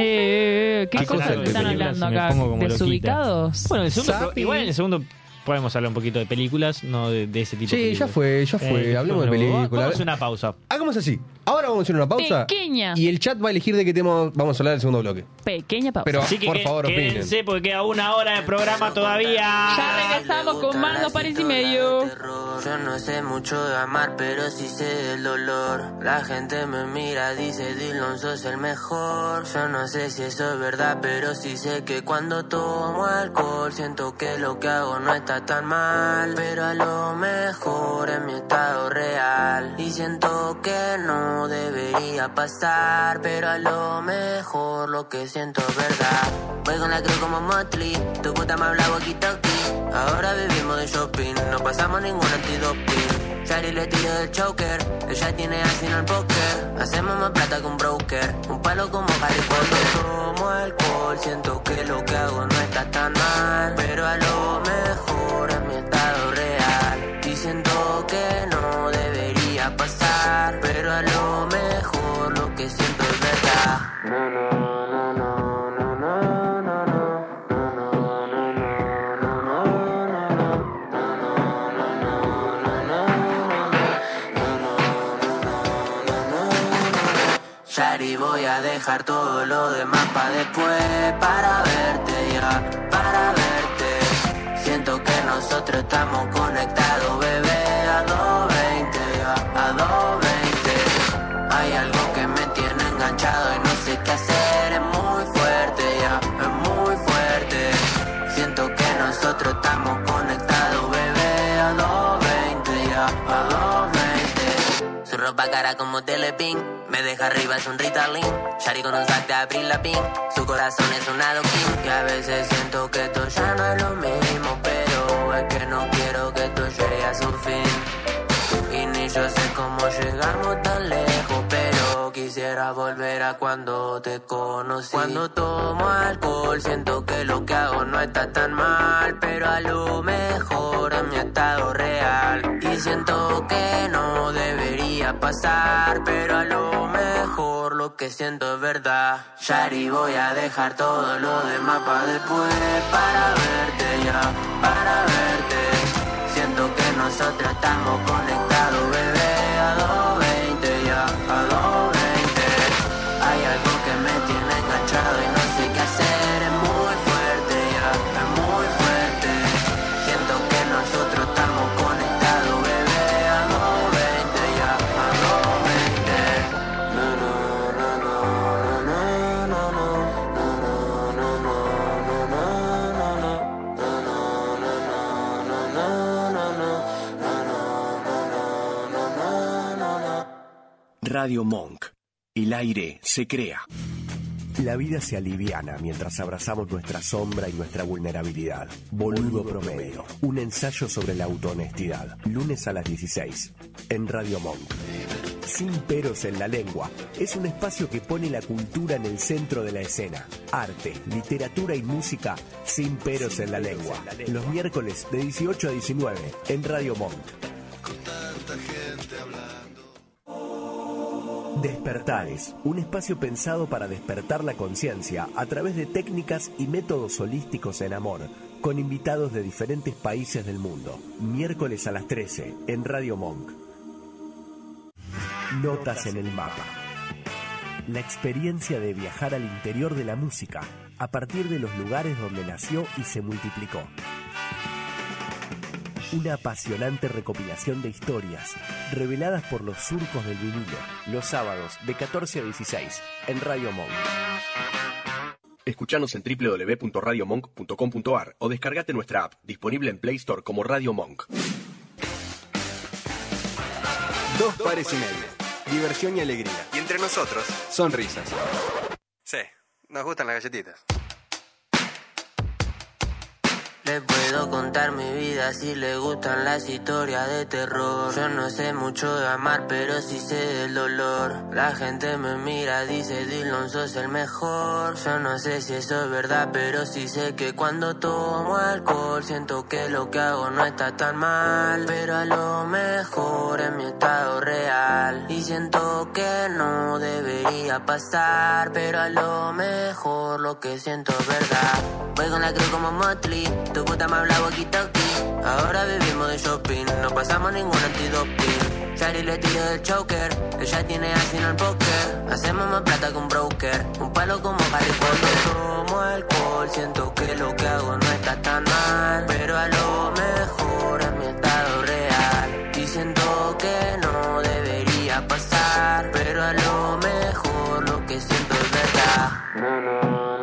eh, ¿Qué
Ah,
cosas
claro,
están
de
hablando
películas, me
acá?
pongo como loquita.
¿Desubicados?
Bueno, en el segundo, pro-
Zapi.
igual en el segundo podemos hablar un poquito de películas, no de, de ese tipo de
Sí, ya
películas.
fue, ya fue.
Eh,
Hablemos de Ah,
bueno,
películas.
Vamos a una pausa.
Hagamos así. Ahora vamos a hacer una pausa.
Pequeña.
Y el chat va a elegir de qué tema vamos a hablar en el segundo bloque.
Pequeña pausa.
Pero,
Así que
por
que-
favor, opinen.
quédense porque queda una hora de programa todavía.
ya regresamos con más dos pares y medio.
Yo no sé mucho de amar, pero sí sé del dolor. La gente me mira, dice Dylan, sos el mejor. Yo no sé si eso es verdad, pero sí sé que cuando tomo alcohol, siento que lo que hago no está tan mal. Pero a lo mejor es mi estado real. Y siento que no debería pasar, pero a lo mejor lo que siento es verdad. Voy con la cruz como Motley, tu puta me habla walkie-talkie. Ahora vivimos de shopping, no pasamos ningún antidoping. Shari le tiro del choker, ella tiene asino el póker. Hacemos más plata que un broker, un palo como Harry Potter. Tomo alcohol, siento que lo que hago no está tan mal. Pero a lo mejor es mi estado real. Y siento que no debería pasar, pero a lo mejor lo que siento es verdad. Shari, voy a dejar todo lo demás pa' después Para verte ya, para verte Siento que nosotros estamos conectados, bebé A 220 ya, a 220 Hay algo que me tiene enganchado y no sé qué hacer Es muy fuerte ya, es muy fuerte Siento que nosotros estamos conectados, bebé A 220 ya, a 220 su ropa cara como telepin Me deja arriba es un Ritalin Shari con un sac de Abril Lavigne Su corazón es un adoquín Y a veces siento que esto ya no es lo mismo Pero es que no quiero que esto llegue a su fin Y ni yo sé cómo llegamos tan lejos Pero quisiera volver a era cuando te conocí. Cuando tomo alcohol siento que lo que hago no está tan mal, pero a lo mejor es mi estado real. Y siento que no debería pasar, pero a lo mejor lo que siento es verdad. Shari, voy a dejar todo lo demás para después, para verte ya, para verte. Siento que nosotros estamos conectados, bebé, a 220 ya, a 220. Hay algo que me tiene enganchado y no sé qué hacer, es muy fuerte ya, es muy fuerte. Siento que nosotros estamos conectados, bebé, a 220 ya, a 220. Na, na, na, na, na, na, na, na, na, na, na, na, na, na.
Radio Monk. El aire se crea.
La vida se aliviana mientras abrazamos nuestra sombra y nuestra vulnerabilidad. Boludo Promedio, un ensayo sobre la autohonestidad. Lunes a las 16, en Radio Monk. Sin peros en la lengua, es un espacio que pone la cultura en el centro de la escena. Arte, literatura y música, sin peros en la lengua. Los miércoles de 18 a 19, en Radio Monk. Despertares, un espacio pensado para despertar la conciencia a través de técnicas y métodos holísticos en amor, con invitados de diferentes países del mundo. Miércoles a las 13 en Radio Monk. Notas en el mapa. La experiencia de viajar al interior de la música, a partir de los lugares donde nació y se multiplicó. Una apasionante recopilación de historias, reveladas por los surcos del vinilo, los sábados de 14 a 16, en Radio Monk.
Escuchanos en www.radiomonk.com.ar o descargate nuestra app, disponible en Play Store como Radio Monk.
Dos pares y medio. Diversión y alegría. Y entre nosotros, sonrisas.
Sí, nos gustan las galletitas.
Le puedo contar mi vida si le gustan las historias de terror. Yo no sé mucho de amar, pero sí sé del dolor. La gente me mira, dice Dylan, sos el mejor. Yo no sé si eso es verdad, pero sí sé que cuando tomo alcohol siento que lo que hago no está tan mal. Pero a lo mejor es mi estado real. Y siento que no debería pasar, pero a lo mejor lo que siento es verdad. Voy con la cruz como Motley, tu puta me habla walkie-talkie. Ahora vivimos de shopping, no pasamos ningún antidoping. Shari le tiro del choker, ella tiene así en el póker. Hacemos más plata que un broker, un palo como Harry Potter. Tomo alcohol, siento que lo que hago no está tan mal. Pero a lo mejor es mi estado real. Y siento que no debería pasar, pero a lo mejor lo que siento es verdad.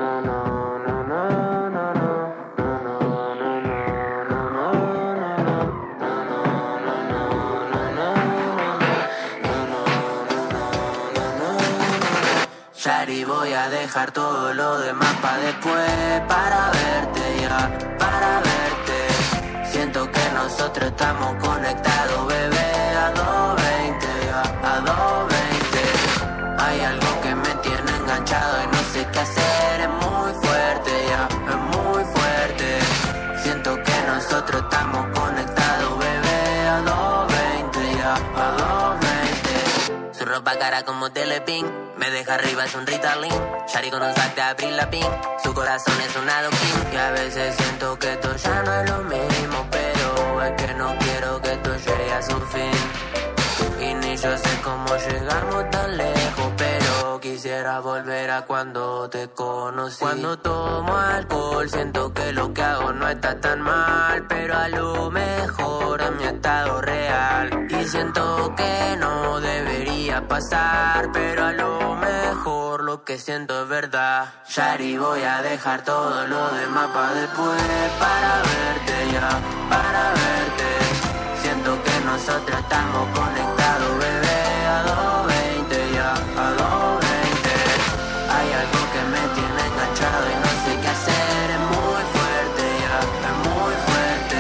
Shari, voy a dejar todo lo demás pa' después Para verte ya, para verte Siento que nosotros estamos conectados, bebé A 220 ya, a 220 Hay algo que me tiene enganchado y no sé qué hacer Es muy fuerte ya, es muy fuerte Siento que nosotros estamos conectados, bebé A 220 ya, a 220 su ropa cara como Telepin Me deja arriba es un Ritalin Shari con un sac de Abril Lavigne Su corazón es un adoquín Y a veces siento que esto ya no es lo mismo Pero es que no quiero que esto llegue a su fin Y ni yo sé cómo llegamos tan lejos Pero quisiera volver a cuando te conocí Cuando tomo alcohol siento que lo que hago no está tan mal Pero a lo mejor es mi estado real Y siento que no debería pasar Pero a lo mejor lo que siento es verdad Shari voy a dejar todo lo demás para después Para verte ya, para verte Siento que nosotros estamos conectados bebé A 220 ya, a 220 Hay algo que me tiene enganchado y no sé qué hacer Es muy fuerte ya, es muy fuerte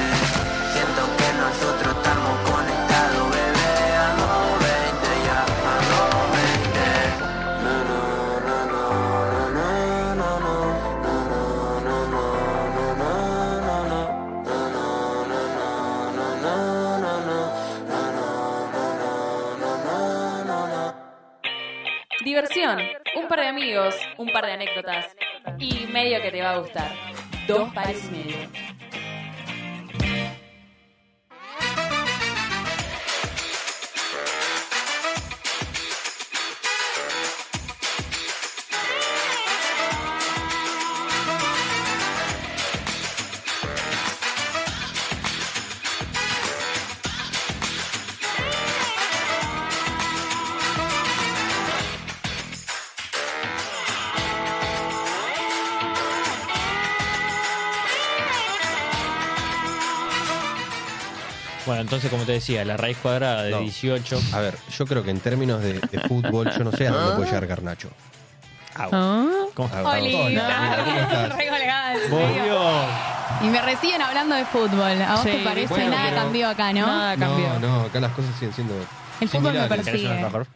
Siento que nosotros estamos conectados bebé A 220 ya, a 220 Na, na, na,
Diversión, un par de amigos, un par de anécdotas y medio que te va a gustar. Dos pares y medio.
Bueno, entonces, como te decía, la raíz cuadrada de 18.
A ver, yo creo que en términos de, de fútbol, yo no sé a dónde puede llegar Garnacho.
¿Cómo?
Ah, bueno,
Oli,
hola, mira, ¿cómo estás?
re colgada, en
Volvió.
serio.
Y me reciben hablando de fútbol. A vos
Sí,
te parece
bueno,
nada
pero-
cambió acá, ¿no?
No, no, acá las cosas siguen siendo.
El fútbol me
similares.
persigue. ¿Querés un alfajor?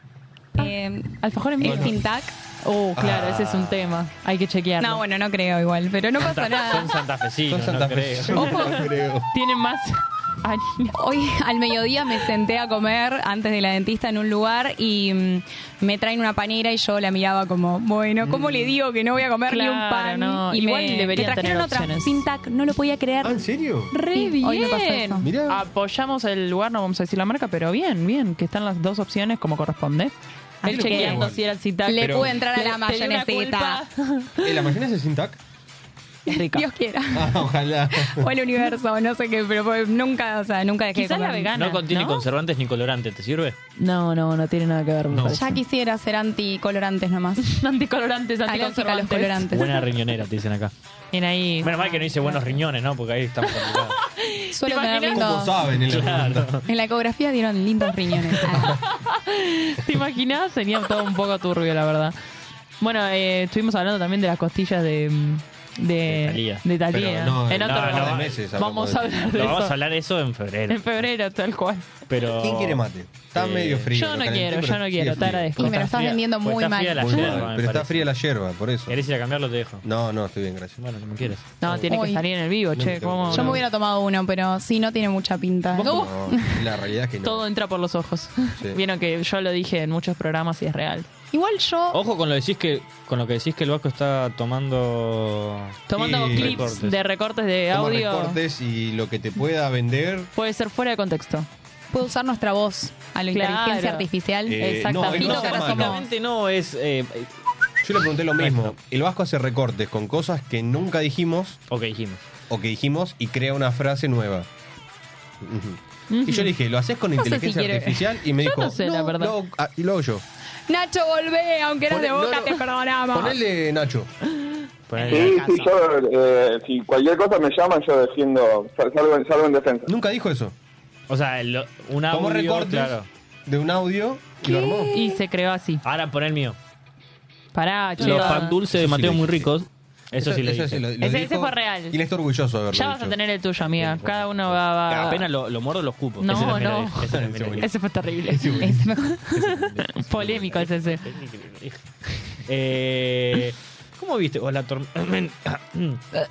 Eh, alfajor en
No,
es
no.
Fintac.
Oh, claro,
Ah.
ese es un tema. Hay que chequearlo.
No, bueno, no creo igual, pero no pasa nada.
Son santafesinos,
Son santafesinos,
no creo.
no creo.
Tienen más.
Hoy al mediodía me senté a comer antes de la dentista en un lugar y mm, me traen una panera y yo la miraba como, bueno, ¿cómo le digo que no voy a comer ni un
Mm. Claro,
pan?
no,
Y
igual
me,
deberían
me trajeron
tener
otra
opciones.
Fintac, no lo podía creer.
Ah,
¿En serio?
Re
Sí,
bien.
hoy me pasó eso.
Apoyamos el lugar, no vamos a decir la marca, pero bien, bien, que están las dos opciones como corresponde.
Ahí
Él
lo
chequeando
puedo.
si era el citac.
Le
pero-
pude entrar a la
Te di una
mayoneseta.
Eh, ¿La máquina es sin tac?
Rica.
Dios quiera.
Ah, ojalá.
O el universo, no sé qué, pero fue- nunca, o sea, nunca dejé de
Quizás la
comer.
vegana,
No contiene conservantes ni colorantes, ¿te sirve?
No, no, no tiene nada que ver.
No.
Ya quisiera ser anticolorantes nomás.
anticolorantes,
Alérgica a los
anticonservantes.
colorantes.
Pues, Buena riñonera, te dicen acá.
Bien ahí.
Menos mal que no hice buenos riñones, ¿no? Porque ahí está complicado.
Suelo
¿Te
tener
imaginas?
lindos.
saben? Claro.
En la ecografía dieron lindos riñones. Ah,
¿Te imaginas? Sería todo un poco turbio, la verdad. Bueno, eh, estuvimos hablando también de las costillas de. De,
Thalía.
de Thalía.
Pero no,
en
no,
otro
no,
programa.
meses
Vamos
hablamos
a hablar de
Lo
eso.
vamos a hablar eso en febrero.
En febrero, tal cual.
Pero... Eh,
¿Quién quiere mate? Está medio frío.
Yo
lo
no
calenté,
quiero,
pero
yo no
sigue
quiero, te
frío.
agradezco.
Y me lo estás vendiendo
Pues
muy
está
mal.
fría la
Muy
yerba,
mal,
me
pero está
parece.
fría la yerba, Ah, por eso.
¿Querés ir a cambiarlo? Te dejo.
No, no, estoy bien, gracias.
Bueno, como quieras.
No, tiene
Uy.
que salir en el vivo,
No,
che.
no,
¿cómo?
Yo me hubiera tomado uno, pero sí, no tiene mucha pinta.
¿Cómo?
No, la realidad es que no.
Todo entra por los ojos.
Sí.
Vieron que yo lo dije en muchos programas y es real.
Igual yo.
Ojo con lo decís que con lo que decís que el Vasco está tomando
Tomando
Sí.
clips
Recortes.
de recortes de
Toma
audio.
recortes y lo que te pueda vender.
Puede ser fuera de contexto.
Puedo usar nuestra voz a la
Claro.
inteligencia artificial.
Eh,
Exactamente.
no, es más humano.
no es. eh,
Yo le pregunté lo mismo. El Vasco hace recortes con cosas que nunca dijimos.
O que dijimos.
O que dijimos y crea una frase nueva. Ujú. Y yo le dije, ¿lo haces con
No sé si
inteligencia
quiere-
artificial? Y me
Yo
dijo,
no sé, la verdad.
lo hago- ah, y lo hago yo.
Nacho, volvé, aunque eras
Poné-
de boca,
no, no.
te perdonamos.
Ponele Nacho.
Sí, sí, yo, eh, si cualquier cosa me llaman, yo defiendo, sal- salgo, en- salgo en defensa.
Nunca dijo eso.
O sea, lo- un
Tomó
audio,
recortes
claro.
de un audio y lo armó.
Y se creó así.
Ahora pon el mío.
Pará, che.
Los pan dulces de Mateo muy ricos. Eso,
Eso-
sí lo
eso
dije.
sí lo-
Ese- ese fue real.
Y le está orgulloso de haberlo
Ya vas a
dicho.
tener el tuyo, amiga. Cada uno va. va-
Apenas lo, lo muerdo los cupos.
No,
Ese también lo
no.
dije, ese también lo dije.
Ese fue terrible. Ese fue- Polémico ese. ese.
Eh, ¿Cómo viste? O la tormenta.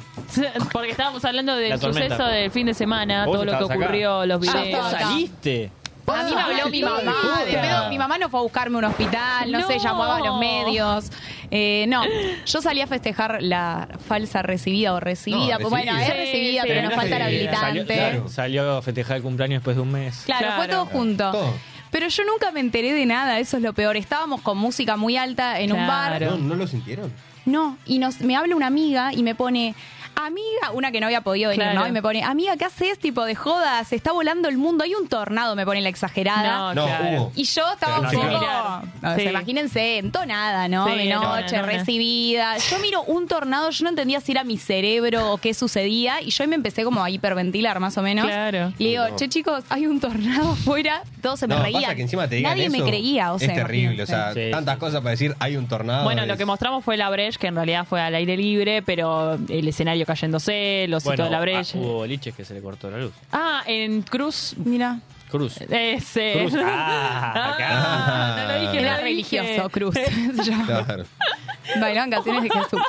Porque estábamos hablando
La
del
tormenta.
suceso del fin de semana, Ah,
¿Vos
todo lo que
estabas acá?
ocurrió, los
Ah,
videos.
¿vos saliste?
A mí me habló mi mamá. de pedo, mi mamá no fue a buscarme a un hospital, no, sé,
No.
llamaba a los medios. Eh, no, yo salí a festejar la falsa recibida o recibida.
No,
pues bueno,
recibida.
es
Sí,
recibida,
sí.
pero nos falta el
Eh,
habilitante.
Salió, claro, salió a festejar el cumpleaños después de un mes.
Claro, fue todo junto. Pero yo nunca me enteré de nada, eso es lo peor. Estábamos con música muy alta en un bar.
No, ¿No lo sintieron?
No, y nos, me habla una amiga y me pone, amiga, una que no había podido venir,
Claro.
¿no? Y me pone, amiga, ¿qué haces? Tipo de jodas, se está volando el mundo, hay un tornado, me pone la exagerada.
No, claro. hubo.
Y yo estaba
Claro,
un
sí,
poco,
claro.
no,
Sí.
se imagínense, entonada, ¿no?
Sí,
de
no,
noche,
no, no.
recibida. Yo miro un tornado, yo no entendía si era mi cerebro o qué sucedía, y yo ahí me empecé como a hiperventilar más o menos.
Claro.
Y le digo,
No.
che chicos, hay un tornado afuera, todos se me
no,
reían.
pasa que encima te digan
Nadie
eso,
me creía, o sea.
Es terrible, o sea,
imagínense.
tantas cosas para decir, hay un tornado.
Bueno, lo
es-
que mostramos fue la Breche, que en realidad fue al aire libre, pero el escenario cayéndose, los hitos
Bueno,
de la
ah,
Breche.
hubo boliches que se le cortó la luz.
Ah, en Cruz.
Mira.
Cruz.
Ese.
Cruz. Ah,
Eh,
acá.
Ah, no lo dije,
Era
no lo dije.
religioso, Cruz. Yo-
Claro.
Bailaban canciones de Jesús.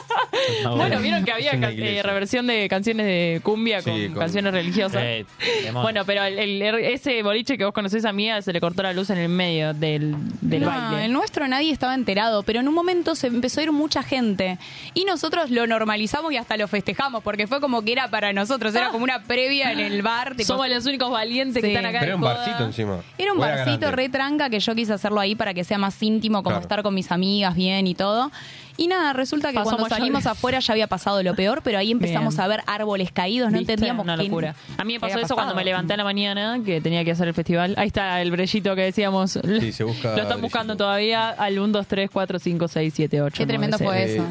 Bueno, vieron que había
Es una
ca-
iglesia.
eh, reversión de canciones de cumbia con,
Sí, con-
canciones religiosas.
Eh, demonios.
bueno, pero el- el- ese boliche que vos conocés a Mía se le cortó la luz en el medio del, del
No,
baile.
el nuestro nadie estaba enterado, pero en un momento se empezó a ir mucha gente. Y nosotros lo normalizamos y hasta lo festejamos, porque fue como que era para nosotros, era como una previa en el bar.
Ah. Somos los únicos valientes
que están acá Pero era de un joda. barcito encima.
Era un
O era
barcito
grande.
re tranca que yo quise hacerlo ahí para que sea más íntimo, como
Claro.
estar con mis amigas bien y todo. Y nada, resulta que
Pasó
cuando
mayores.
salimos afuera ya había pasado lo peor, pero ahí empezamos
Bien.
a ver árboles caídos, no
¿Viste?
entendíamos
Una
qué-
locura. A mí me
qué
pasó
había
eso cuando
pasado.
me levanté a la mañana, que tenía que hacer el festival. Ahí está el brellito que decíamos.
Sí, se busca
Lo están buscando todavía al 1, 2, 3, 4, 5, 6, 7, 8.
Qué tremendo fue eso.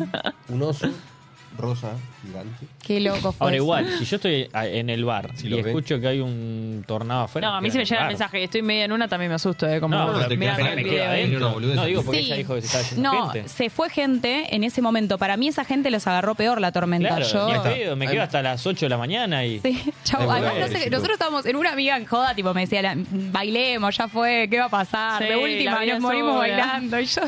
Un oso rosa gigante.
Qué loco fue.
Ahora
eso.
igual, si yo estoy a- en el bar y escucho que hay un tornado afuera...
No, a mí
me
si me
quedo
llega el
en bar.
mensaje, estoy media en una, también me asusto. ¿eh? Como,
No, no, te
mirá, mirá
quedas
el
adentro.
video,
Era una
¿eh?
boludez. No, digo porque
Sí.
ella dijo que se estaba yendo
No,
gente.
se fue gente en ese momento. Para mí esa gente los agarró peor la tormenta.
Claro,
Yo-
ni en pedo, me quedo hasta las 8 de la mañana y...
Sí, chau.
Ahí volvés,
Además, no sé,
chico.
nosotros estábamos en una amiga en joda, tipo, me decía, la- bailemos, ya fue, ¿qué va a pasar?
Sí,
de
la
última,
vida
nos
es
morimos
sola.
bailando. Y yo,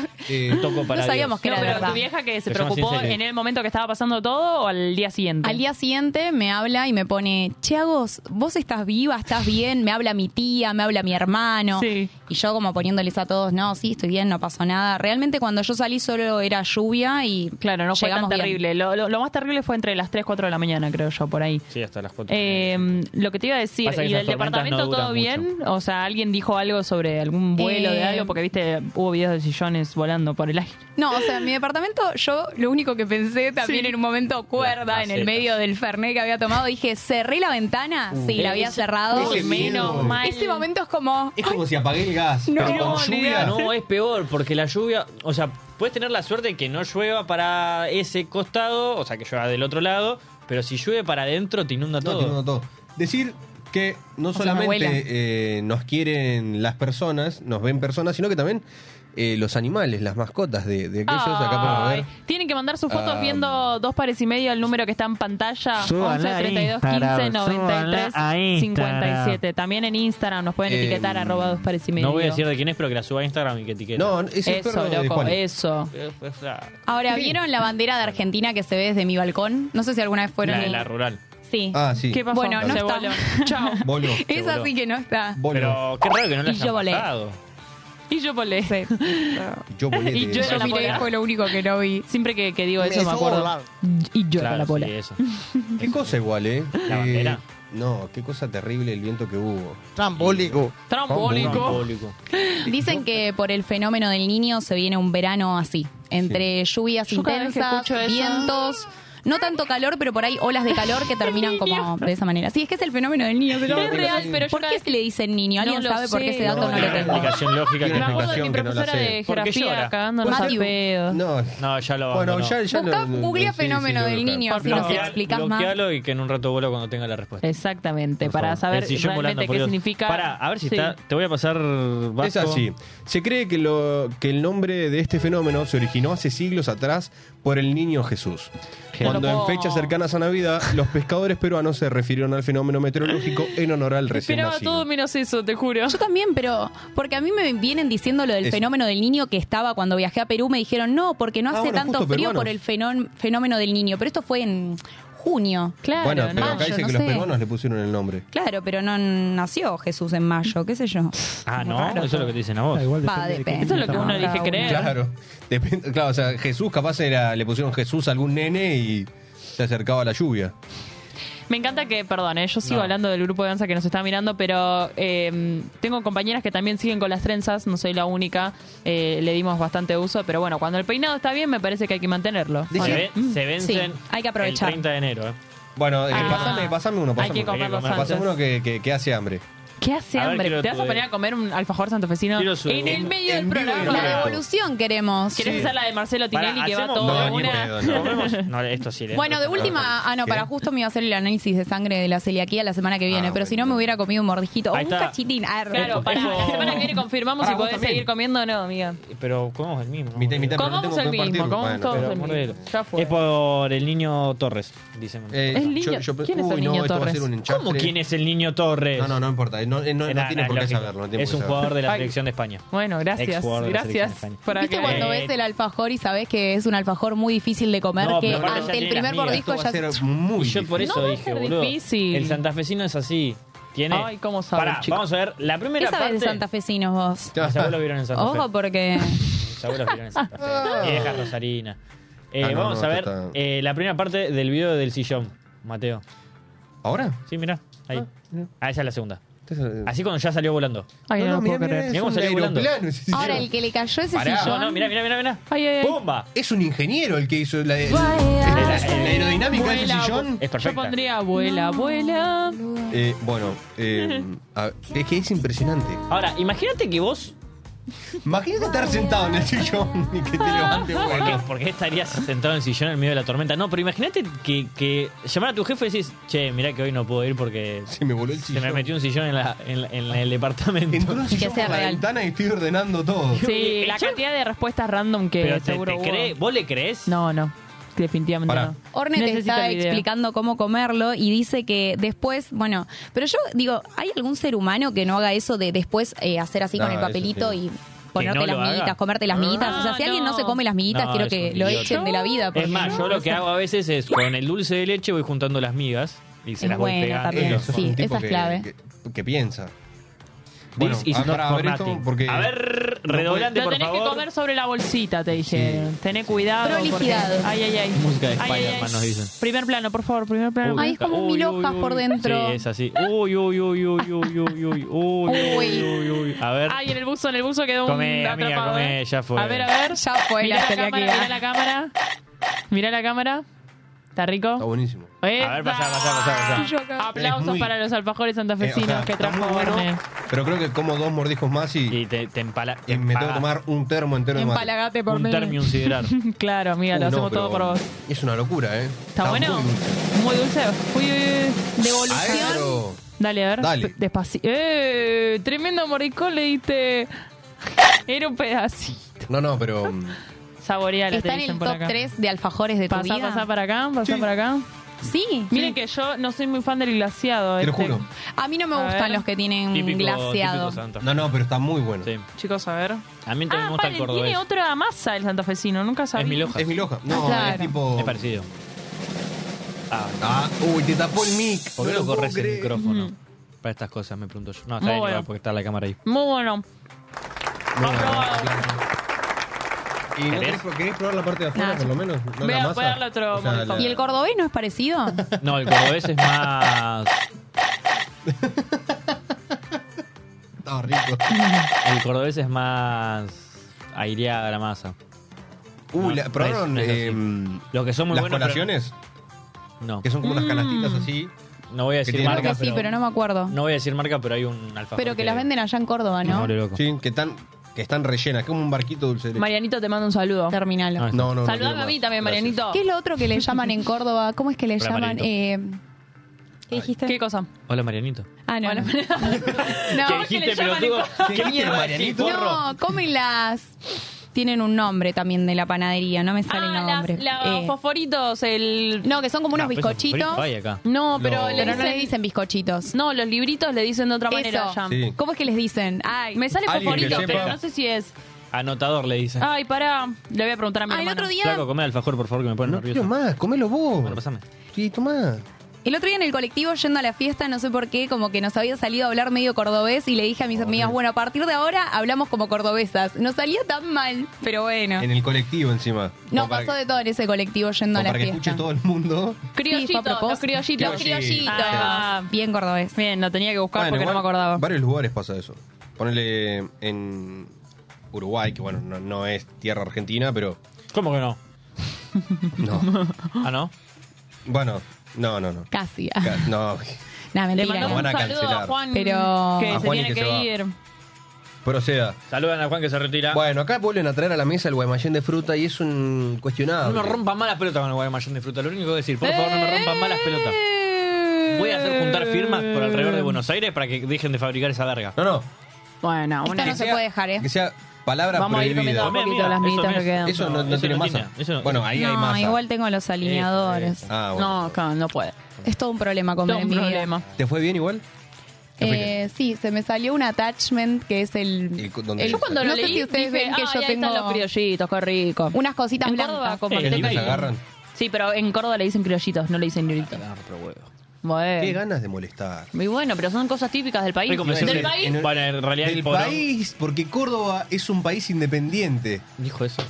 Un toco para
no sabíamos que
No,
era
pero
verdad.
tu vieja que se
Se llama
preocupó
Cincele.
en el momento que estaba pasando todo o al día siguiente.
Al día siguiente me habla y me pone, Chagos, vos estás viva, estás bien, me habla mi tía, me habla mi hermano. Y yo como poniéndoles a todos, no, sí, estoy bien, no pasó nada. Realmente cuando yo salí solo era lluvia y
Claro, no fue tan
llegamos bien.
terrible. Lo, lo- lo más terrible fue entre las 3, 4 de la mañana, creo yo, por ahí.
Sí, hasta las 4.
Eh, lo que te iba a decir,
Pasa que
¿y
esas
del
tormentas no
departamento todo
duran
bien? O sea, ¿alguien dijo algo sobre algún vuelo de
Eh,
algo? Porque, viste, hubo videos de sillones volando por el aire.
No, o sea, en mi departamento yo lo único que pensé también
Sí.
en un momento cuerda, en el
macetas.
medio del fernet que había tomado, dije, cerré la ventana,
Uh.
sí, la había
Ese-
cerrado.
ese miedo.
Ese momento es como...
Es como si apagué el gas.
No,
pero con lluvia.
No, es peor, porque la lluvia, o sea, puedes tener la suerte de que no llueva para ese costado, o sea, que llueva del otro lado, pero si llueve para adentro te inunda
No,
todo.
te inunda todo. Decir que no
sea,
solamente
abuela.
eh, nos quieren las personas, nos ven personas, sino que también eh, los animales, las mascotas de, de aquellos. Acá podemos
Ay,
ver.
Tienen que mandar sus fotos
Ah.
viendo dos pares y medio el número que está en pantalla. 11 32 15 93 57. También en Instagram nos pueden
Eh,
etiquetar arroba dos pares y medio.
No voy a decir de quién es, pero que la suba a Instagram y que etiquete.
No,
Eso, loco, eso.
Eh,
Ahora, ¿vieron la bandera de Argentina que se ve desde mi balcón? No sé si alguna vez fueron...
La de la rural.
Sí.
Ah, sí. ¿Qué pasó?
Bueno, no
Se
está.
voló.
Chao.
Voló. Se
Esa
voló.
sí que no está.
Pero qué raro que no la
Ah. Y yo
hayan
volé.
pasado.
Y yo volé.
Yo volé
Y
de-
yo
Yo
con la
miré,
pola.
fue lo único que no vi.
Siempre que, que digo
Me
eso me
hizo
acuerdo.
volar.
Y yo
Claro,
con la pola.
sí, Qué cosa igual, ¿eh?
La
Eh,
bandera.
no, qué cosa terrible el viento que hubo.
Trambólico.
Trambólico.
Trambólico.
Dicen que por el fenómeno del niño se viene un verano así, entre lluvias
Yo cada vez que
intensas,
escucho eso-
vientos, no tanto calor, pero por ahí olas de calor que terminan como de esa manera. Sí, es que es el fenómeno del niño. se llama.
Es real, pero yo
¿Por qué se le dice niño? ¿Alguien
No lo
sabe por qué
sé.
ese dato no,
Tiene
lo
una
tengo?
explicación lógica que
Tiene una
no.
explicación que no la sé.
Porque llora.
cagándonos
Matthew.
a pedos.
No,
No, ya lo
Bueno,
abandonó.
ya- ya lo- Buscá- lo- googlea sí, sí, fenómeno lo voy a del buscar. niño,
así nos
Bloquea-
explicás más.
bloquealo y que en un rato vuelva cuando tenga la respuesta.
Exactamente, para saber
El sillón volando,
realmente
por
qué
Dios.
significa.
Pará, a ver si
Sí.
está. Te voy a pasar. Vasco.
Es así. Se cree que, lo, que el nombre de este fenómeno se originó hace siglos atrás por el niño Jesús. Cuando en
loco.
fechas cercanas a Navidad, los pescadores peruanos se refirieron al fenómeno meteorológico en honor al recién
Esperaba
nacido.
todo menos eso, te juro.
Yo también, pero porque a mí me vienen diciendo lo del
Es-
fenómeno del niño que estaba cuando viajé a Perú, me dijeron no, porque no
Ah,
hace
bueno,
tanto
justo
frío
peruanos.
por el fenón- fenómeno del niño, pero esto fue en junio. Claro,
bueno, pero
mayo,
acá dicen
no
que los
sé.
peruanos le pusieron el nombre.
Claro, pero no nació Jesús en mayo, qué sé yo.
Ah, no, eso es lo que te dicen a vos.
Va, depende. Eso es lo que uno elige creer.
Claro. Depende- claro, o sea, Jesús capaz era, le pusieron Jesús a algún nene y se acercaba a la lluvia.
Me encanta que, perdón, eh, yo sigo hablando del grupo de danza que nos está mirando, pero eh, tengo compañeras que también siguen con las trenzas, no soy la única, eh, le dimos bastante uso, pero bueno, cuando el peinado está bien, me parece que hay que mantenerlo.
Se, ve- se
Mm.
vencen
Sí, hay que aprovechar.
el 30 de enero. eh.
Bueno, eh,
Ah.
pasame, pasame uno,
Hay
pasame
que
uno.
comerlos
Pasame
antes.
uno que, que- que hace hambre.
¿Qué hace
A ver,
hambre?
quiero
¿Te vas a
tu-
poner a comer un alfajor santafesino
Quiero su-
en el medio del
en vivo y en
programa?
directo. La
Evolución queremos.
¿Querés hacer la de Marcelo Tinelli
Pará, ah,
que va
¿hacemos-
todo de
no, ni
una?
pedo, no. Comemos- no, esto sí le-
Bueno, de última, ah no,
¿Qué? Ah,
para justo me iba a hacer el análisis de sangre de la celiaquía la semana que viene, pero si no me hubiera comido un mordijito o
Ahí
un
está.
cachitín. arre.
Claro, para la semana que viene confirmamos
Pará,
si
Ah, vos
podés
también.
seguir comiendo o no, amiga.
Pero comamos el mismo.
Mitad y mitad, pero no
Comamos
tengo
el
que
mismo,
compartirlo.
comamos todos el
pero
mismo.
mordelo.
Ya fue.
Es por el niño Torres, dicen.
Eh,
El niño- ¿quién es el
uy,
niño
esto va a
Torres?
ser un
¿Cómo
enchastre.
quién es el niño Torres?
No, no, no importa. No, No, eh, no- no
Nada,
tiene por qué
lógico.
saberlo. no tiene
es
por
un
qué
jugador de la
saberlo.
selección de España.
Bueno, gracias.
Ex-jugador de la selección
Gracias.
de España.
por
¿Viste cuando ves el alfajor y sabés que es un alfajor muy difícil de comer?
No,
que
pero
ah,
aparte ya
ante el
tiene
primer
las migas.
mordisco
Esto
ya.
va a ser muy Y yo por eso
No va a
dije,
ser
boludo.
difícil.
El santafesino es así. Tiene.
Ay, cómo sabe el
Pará,
chico.
vamos a ver la primera
¿Qué sabés
parte.
de santafesinos vos?
Mis abuelos vieron en Santa Fe.
Ojo, porque.
Mis abuelos vieron en Santa
Ah.
Fe. Vieja Rosarina. Eh,
Ah, no,
vamos
no,
a ver
esto está-
eh, la primera parte del video del sillón, Mateo.
¿Ahora?
Sí, mirá. Ahí. Ah, esa es la segunda.
Entonces,
Así cuando ya salió volando.
Ay, no,
No, no,
lo
mirá,
puedo creer.
mirá, es un
salió
aeroplano.
volando.
Ahora, el que le cayó ese
Pará.
sillón.
No, no, mirá, mirá, mirá, mirá.
Ay, ay, ay.
¡Bomba!
Es un ingeniero el que hizo la, la-
Vuela,
la aerodinámica del
vuela,
sillón.
Es
Yo pondría abuela, abuela.
Eh, bueno, eh, a- es que es impresionante.
Ahora, imagínate que vos.
Imagínate estar sentado en el sillón y que te levante
¿Por
bueno.
qué, por qué estarías sentado en el sillón en medio de la tormenta? No, pero imagínate que, que llamar a tu jefe y decís, che, mirá que hoy no puedo ir porque. Se
me voló el
Se me metió un sillón en, la- en la- en la- en el departamento.
Entró un sillón por la ventana y estoy ordenando todo.
Sí, la cantidad de respuestas random que
Pero te-
seguro
te
hubo.
cree- ¿Vos le crees?
No, no. Definitivamente
Pará.
no.
Orne te
Necesito
está
el video.
explicando cómo comerlo y dice que después, bueno, pero yo digo, ¿hay algún ser humano que no haga eso de después eh, hacer así
No,
con el
eso
papelito
sí.
y ponerte
no
las
lo haga. Ah,
miguitas, comerte las miguitas? O sea, si alguien no se come las miguitas,
No,
quiero
es
que
un
lo
idiota.
echen de la vida.
Es
porque
más,
no,
yo lo
no
que
sé.
hago a veces es con el dulce de leche voy juntando las migas y se
Es
las voy
bueno
pegando.
también,
Eso.
sí.
Un tipo
esa es
que-
clave.
Que, que piensa. Bueno,
This is
a-
not
para
for
ver esto,
nothing.
porque
A ver,
no
redoblante,
Lo
por
tenés que
favor.
comer sobre la bolsita, te dije. Tené cuidado. porque-
Prolijidad.
Ay, ay, ay.
Música de
Ay, ay, ay.
Spider-Man nos dicen.
Primer plano, por favor, primer plano.
Ay, es como un mil hojas por dentro.
Sí, es así. Uy, uy, uy, uy, uy, uy, uy, uy, uy, uy, uy. A ver.
Ay, en el buzo, en el
Ah,
buzo quedó un
Come, amiga,
atrapado. ¿eh?
come, ya fue.
A ver, a ver.
Ya fue
Mirá
la
la cámara,
celiaquía.
mirá la cámara. Mirá la cámara. ¿Está
Está
rico?
buenísimo.
¡Esa!
A ver, pasá, pasá, pasá, pasá.
Y yo acá. Aplausos
Es muy-
para los alfajores santafesinos
Eh, o sea,
que
está
trajo
muy bueno.
Orne.
Pero creo que como dos mordijos más y,
Y te, te empala.
y me tengo que tomar un termo entero de mate.
Empalagate por
Un
mí.
termo y un sidrar.
Claro, amiga, lo
Uh, no,
hacemos todo
pero
por vos.
Es una locura, ¿eh?
¿Está bueno?
muy dulce.
Muy dulce. Uy, uy, uy. Devolución.
Adentro.
Dale, a ver.
Dale.
Despacito. ¡Eh! Tremendo moricón le diste. Era un pedacito.
No, no, pero. mm,
Saboreala, te
Está en
dicen
el
por
top
acá.
3 de alfajores de tu
Pasá,
vida.
pasá para acá, pasá para acá.
Sí.
Miren que yo no soy muy fan del glaciado.
Te lo
este.
juro.
A mí no me
A
gustan
ver.
los que tienen glaseado.
No, no, pero está muy bueno.
Sí.
Chicos, a ver.
A mí también me
Ah,
gusta el
paren,
cordobés.
tiene otra masa el santafesino, nunca sabía.
Es mil hojas.
Es mi loja. No,
Claro.
es tipo.
Es parecido. Ah,
Ah, uy, te tapó el mic.
¿Por qué
No
no
lo
corres
puedo
el
creer.
micrófono?
Mm.
Para estas cosas, me pregunto yo.
Muy
No, está bien,
bueno.
igual, porque está la cámara ahí.
Muy bueno.
No,
Aprobado.
¿Y no
¿Querés?
querés, querés probar la parte de afuera,
Nah.
por lo menos? ¿No
Voy
la
a-
masa?
voy a darle otro mordisco.
¿Y el cordobés no es parecido?
No, el cordobés es más.
Estaba rico.
El cordobés es más. aireada la masa.
Uh,
No,
la-
no
¿probaron
es- no es así.
em,
Los que son muy
las
buenos. pero-
colaciones?
No,
Que son como unas canastitas así.
no voy a decir
tienen
Creo
marca.
que sí, pero no me acuerdo.
No voy a decir marca, pero hay un alfajor.
Pero que las venden allá en Córdoba, ¿no?
Pobre loco.
Sí, que están, que están rellenas, como un barquito dulce de leche.
Marianito, te mando un saludo.
Terminalo.
Ah,
No, no, no.
Saludame
quiero
a mí
más.
también,
Gracias.
Marianito.
¿Qué es lo otro que le llaman en Córdoba? ¿Cómo es que le
Hola,
llaman?
Marianito.
Eh, ¿Qué dijiste?
¿Qué cosa?
Hola, Marianito.
Ah, no. no. No,
¿Qué
¿cómo es que
dijiste,
le llaman
pelotudo?
en-
¿Qué dijiste, Marianito?
No, comen las. Tienen un nombre también de la panadería, no me sale el
Ah,
nombre.
las- los
Eh,
fosforitos, el...
no, que son como unos bizcochitos.
Hay acá.
No, pero,
No.
le
Pero no
dicen-
les dicen bizcochitos.
No, los libritos le dicen de otra manera
Eso.
ya.
Sí.
¿Cómo es que les dicen? Ay,
Me sale
Alguien que
fosforito,
sepa.
pero no sé si es.
Anotador le dicen.
Ay, pará. Le voy a preguntar a mi
Ah, el
hermano.
otro día
Flaco, come alfajor, por favor, que me pone
No quiero
nervioso.
más, comelo vos.
Bueno, pasame.
Sí, tomá.
El otro día en el colectivo yendo a la fiesta, no sé por qué, como que nos había salido a hablar medio cordobés y le dije a mis amigas, bueno, a partir de ahora hablamos como cordobesas. No salía tan mal, pero bueno.
En el colectivo encima.
Ah. No,
Como para
pasó
que-
de todo en ese colectivo yendo
como
a la
para que
fiesta.
escuche todo el mundo.
Criollitos,
Sí, fue a propósito.
los criollitos.
Los criollitos.
Ah.
Bien cordobés.
Bien, lo tenía que buscar
Bueno,
porque no me
igual,
acordaba.
Varios lugares pasa eso. Ponele en Uruguay, que bueno, no, no es tierra argentina, pero.
¿Cómo que no?
No.
Ah, no.
bueno, no, no, no.
Casi.
Ca- No.
Nah,
Le
mentira.
mandamos
Nos
un
van a
saludo a
cancelar.
Juan,
Pero-
que
A
se
Juan y
tiene que,
que se va.
ir.
Proceda.
Saludan a Juan que se retira.
Bueno, acá vuelven a traer a la mesa el guaymallén de fruta y es un
No
cuestionado.
me rompan malas pelotas con el guaymallén de fruta. Lo único que decir, por favor, no me rompan malas pelotas. Voy a hacer juntar firmas por alrededor de Buenos Aires para que dejen de fabricar esa verga.
No, no.
Bueno,
Esta
una
no se puede dejar, ¿eh?
Este Que sea palabra
Vamos a ir
prohibida.
comiendo un poquito
Mira,
las
eso
miguitas
no
que
es-
quedan.
Eso no, no
eso
tiene
no
masa.
tiene, eso no-
bueno, ahí hay
no,
masa.
igual tengo los alineadores.
Ah, bueno.
No, acá no puede.
Es todo un problema comer
Todo
en
un
mi vida.
problema.
¿Te fue bien igual?
Eh, sí, se me salió un attachment que es el.
donde
Yo cuando lo
no sé
leí,
si ustedes
dije,
ven que
"Ah,
yo
ahí
tengo
están los criollitos, qué rico.
Unas cositas
En Córdoba
blancas.
con manteca y- Sí, pero en Córdoba le dicen criollitos, no le
Ah,
dicen ñuritos.
Eh.
Bueno.
Qué ganas de molestar.
Muy bueno, pero son cosas típicas del país. Del país.
Bueno, en realidad
Del
el porón-
país, porque Córdoba es un país independiente.
Dijo eso.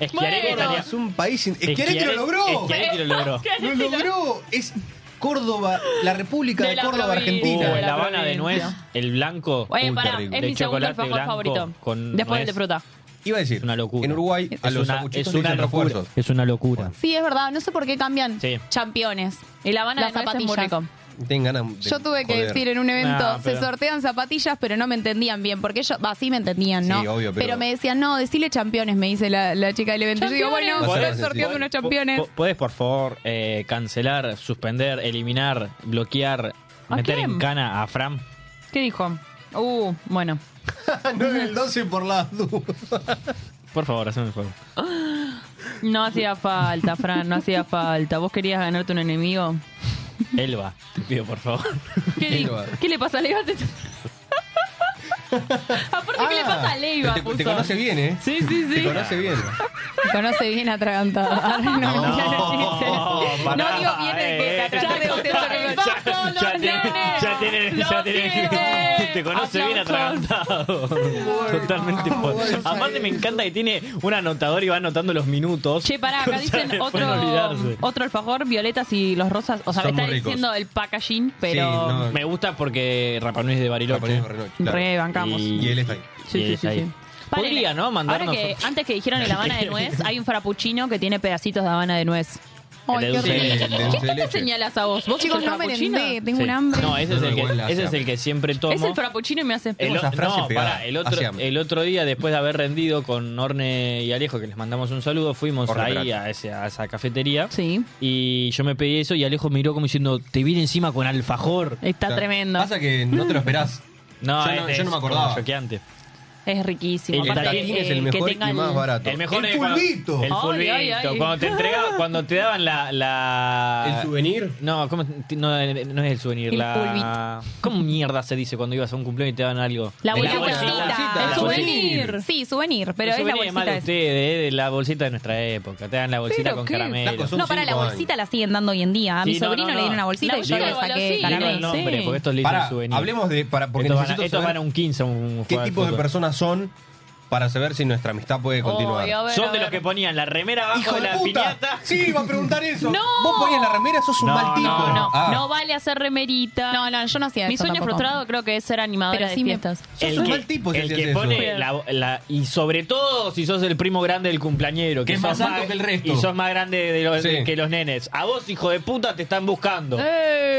Schiaretti Bueno. estaría-
es un país. in- Schiaretti lo
Schiaretti-
logró.
Schiaretti lo logró.
Lo logró. Es Córdoba, la República de, Córdoba, Argentina.
Uh, el Habana de nuez, el blanco.
Oye,
Uy,
pará,
qué rico.
es
de
mi segundo
chocolate
alfajor
blanco
favorito.
Con
Después el de
nuez.
fruta.
Iba a decir,
una locura. En
Uruguay a
es
los
una,
sanguchitos
es
le
una
dicen
locura.
refuerzos.
Es una locura.
Sí, es verdad. No sé por qué cambian
Sí.
championes.
El Habana
Las
de nuez es muy
zapatillas.
rico.
Tienen ganas de
Yo tuve que
joder.
decir en un evento,
Nah,
se
pero-
sortean zapatillas, pero no me entendían bien, porque ellos, va, sí me entendían,
Sí,
¿no?
obvio, pero-
me decían, no, decirle championes, me dice la, la chica del evento. Yo digo, bueno,
Podés-
se están sorteando unos championes.
po- po- Podés, por favor, eh, cancelar, suspender, eliminar, bloquear,
¿A
meter
quién?
en cana a Fram.
¿Qué dijo? Uh, bueno.
no el 12 por las dudas.
Por favor, haceme el juego.
No hacía falta, Fran, no hacía falta. ¿Vos querías ganarte un enemigo?
Elba, te pido por favor.
¿Qué, di- ¿qué le pasa a Leiva? Aparte, ¿qué le pasa a Leiva?
Te, te
puso?
conoce bien, ¿eh?
Sí, sí, sí.
Te conoce bien.
Me Conoce bien atragantado. No, no,
pará,
no digo bien el que
eh,
te atraganté
ya
con
te-
esto que me-
Ya tiene, ya tiene, ya tiene, te conoce bien atragantado. Totalmente. por- Aparte me encanta que tiene un anotador y va anotando los minutos.
Che, pará, acá
Ya
dicen
pueden
otro,
olvidarse.
otro alfajor, violetas y los rosas. O sea, me
Son
está
muy ricos.
diciendo el packaging, pero.
me gusta porque Rapa Nui es de Bariloche.
Re, bancamos.
Y, él está ahí.
Sí, sí, sí, sí. Paren,
Podría, ¿no? Mandarnos.
Ahora que antes que dijeron el Habana de nuez, hay un frappuccino que tiene pedacitos de Habana de nuez.
El de dulce de leche. El de dulce
¿Qué
de
te
leche.
señalas a vos? ¿Vos
Chicos,
sos el
no
frappuccino?
merendé, tengo
Sí.
un hambre.
No, ese, es el,
igual la
que, ese es
hace.
el que siempre tomo.
Es el frappuccino y me hace.
El, o-
Esa frase
no,
pegada,
pará, el otro,
hacia-
el otro día, después de haber rendido con Orne y Alejo, que les mandamos un saludo, fuimos
Orne
ahí
Peralta.
a, ese- a esa cafetería. Y yo me pedí eso y Alejo miró como diciendo, te vine encima con alfajor.
Está tremendo.
Pasa que no te lo esperás.
No,
Yo no-
este
yo no me
es
acordaba.
como choqueante.
Es riquísimo.
El
Aparte,
tatín es
eh,
el
que
mejor y
tenga
más
barato.
El mejor
El
es cuando-
fulbito.
El fulbito.
Ay, ay, ay.
Cuando te entregaba- cuando te daban la, la-
¿El souvenir?
No, ¿cómo? no, eh, no es el souvenir.
El
la... ¿Cómo mierda se dice cuando ibas a un cumpleaños y te daban algo?
La
De
bolsita,
La
el
bolsita.
souvenir. Sí, souvenir, pero
El
es la
souvenir más
bolsita.
de
esa.
ustedes, eh, de la bolsita de nuestra época. Te dan la bolsita
¿Pero
con
qué?
caramelo.
No, para la bolsita la siguen dando hoy en día. A mi
Sí, no,
sobrino
no,
le dieron
no.
una bolsita
La
y yo
bolsita
le
de
saqué
golosina,
caramelo.
digo el nombre, porque estos le dicen
Pará,
souvenir.
hablemos de. Para, porque
Estos van a-
necesito
estos
saber
van a un 15 un
¿Qué
juego de
tipos de
fútbol.
personas son para saber si nuestra amistad puede continuar?
Obvio, a ver, Son a de ver. los que ponían la remera abajo
¡Hijo
de la
puta!
piñata.
Sí, iba a preguntar eso.
No.
Vos ponías la remera, sos un
No,
mal tipo.
no, no.
Ah.
No Oh, vale hacer remerita. No,
no, yo no hacía
Mi
eso
sueño
tampoco.
frustrado creo que es ser animadora
Pero
de
sí me-
fiestas.
El que, el
si
que
haces
pone
eso.
la, la- y sobre todo si sos el primo grande del cumpleañero
Que es
sos
más alto que el resto.
y sos más grande de los-
Sí.
que los nenes a vos hijo de puta te están buscando
Eh,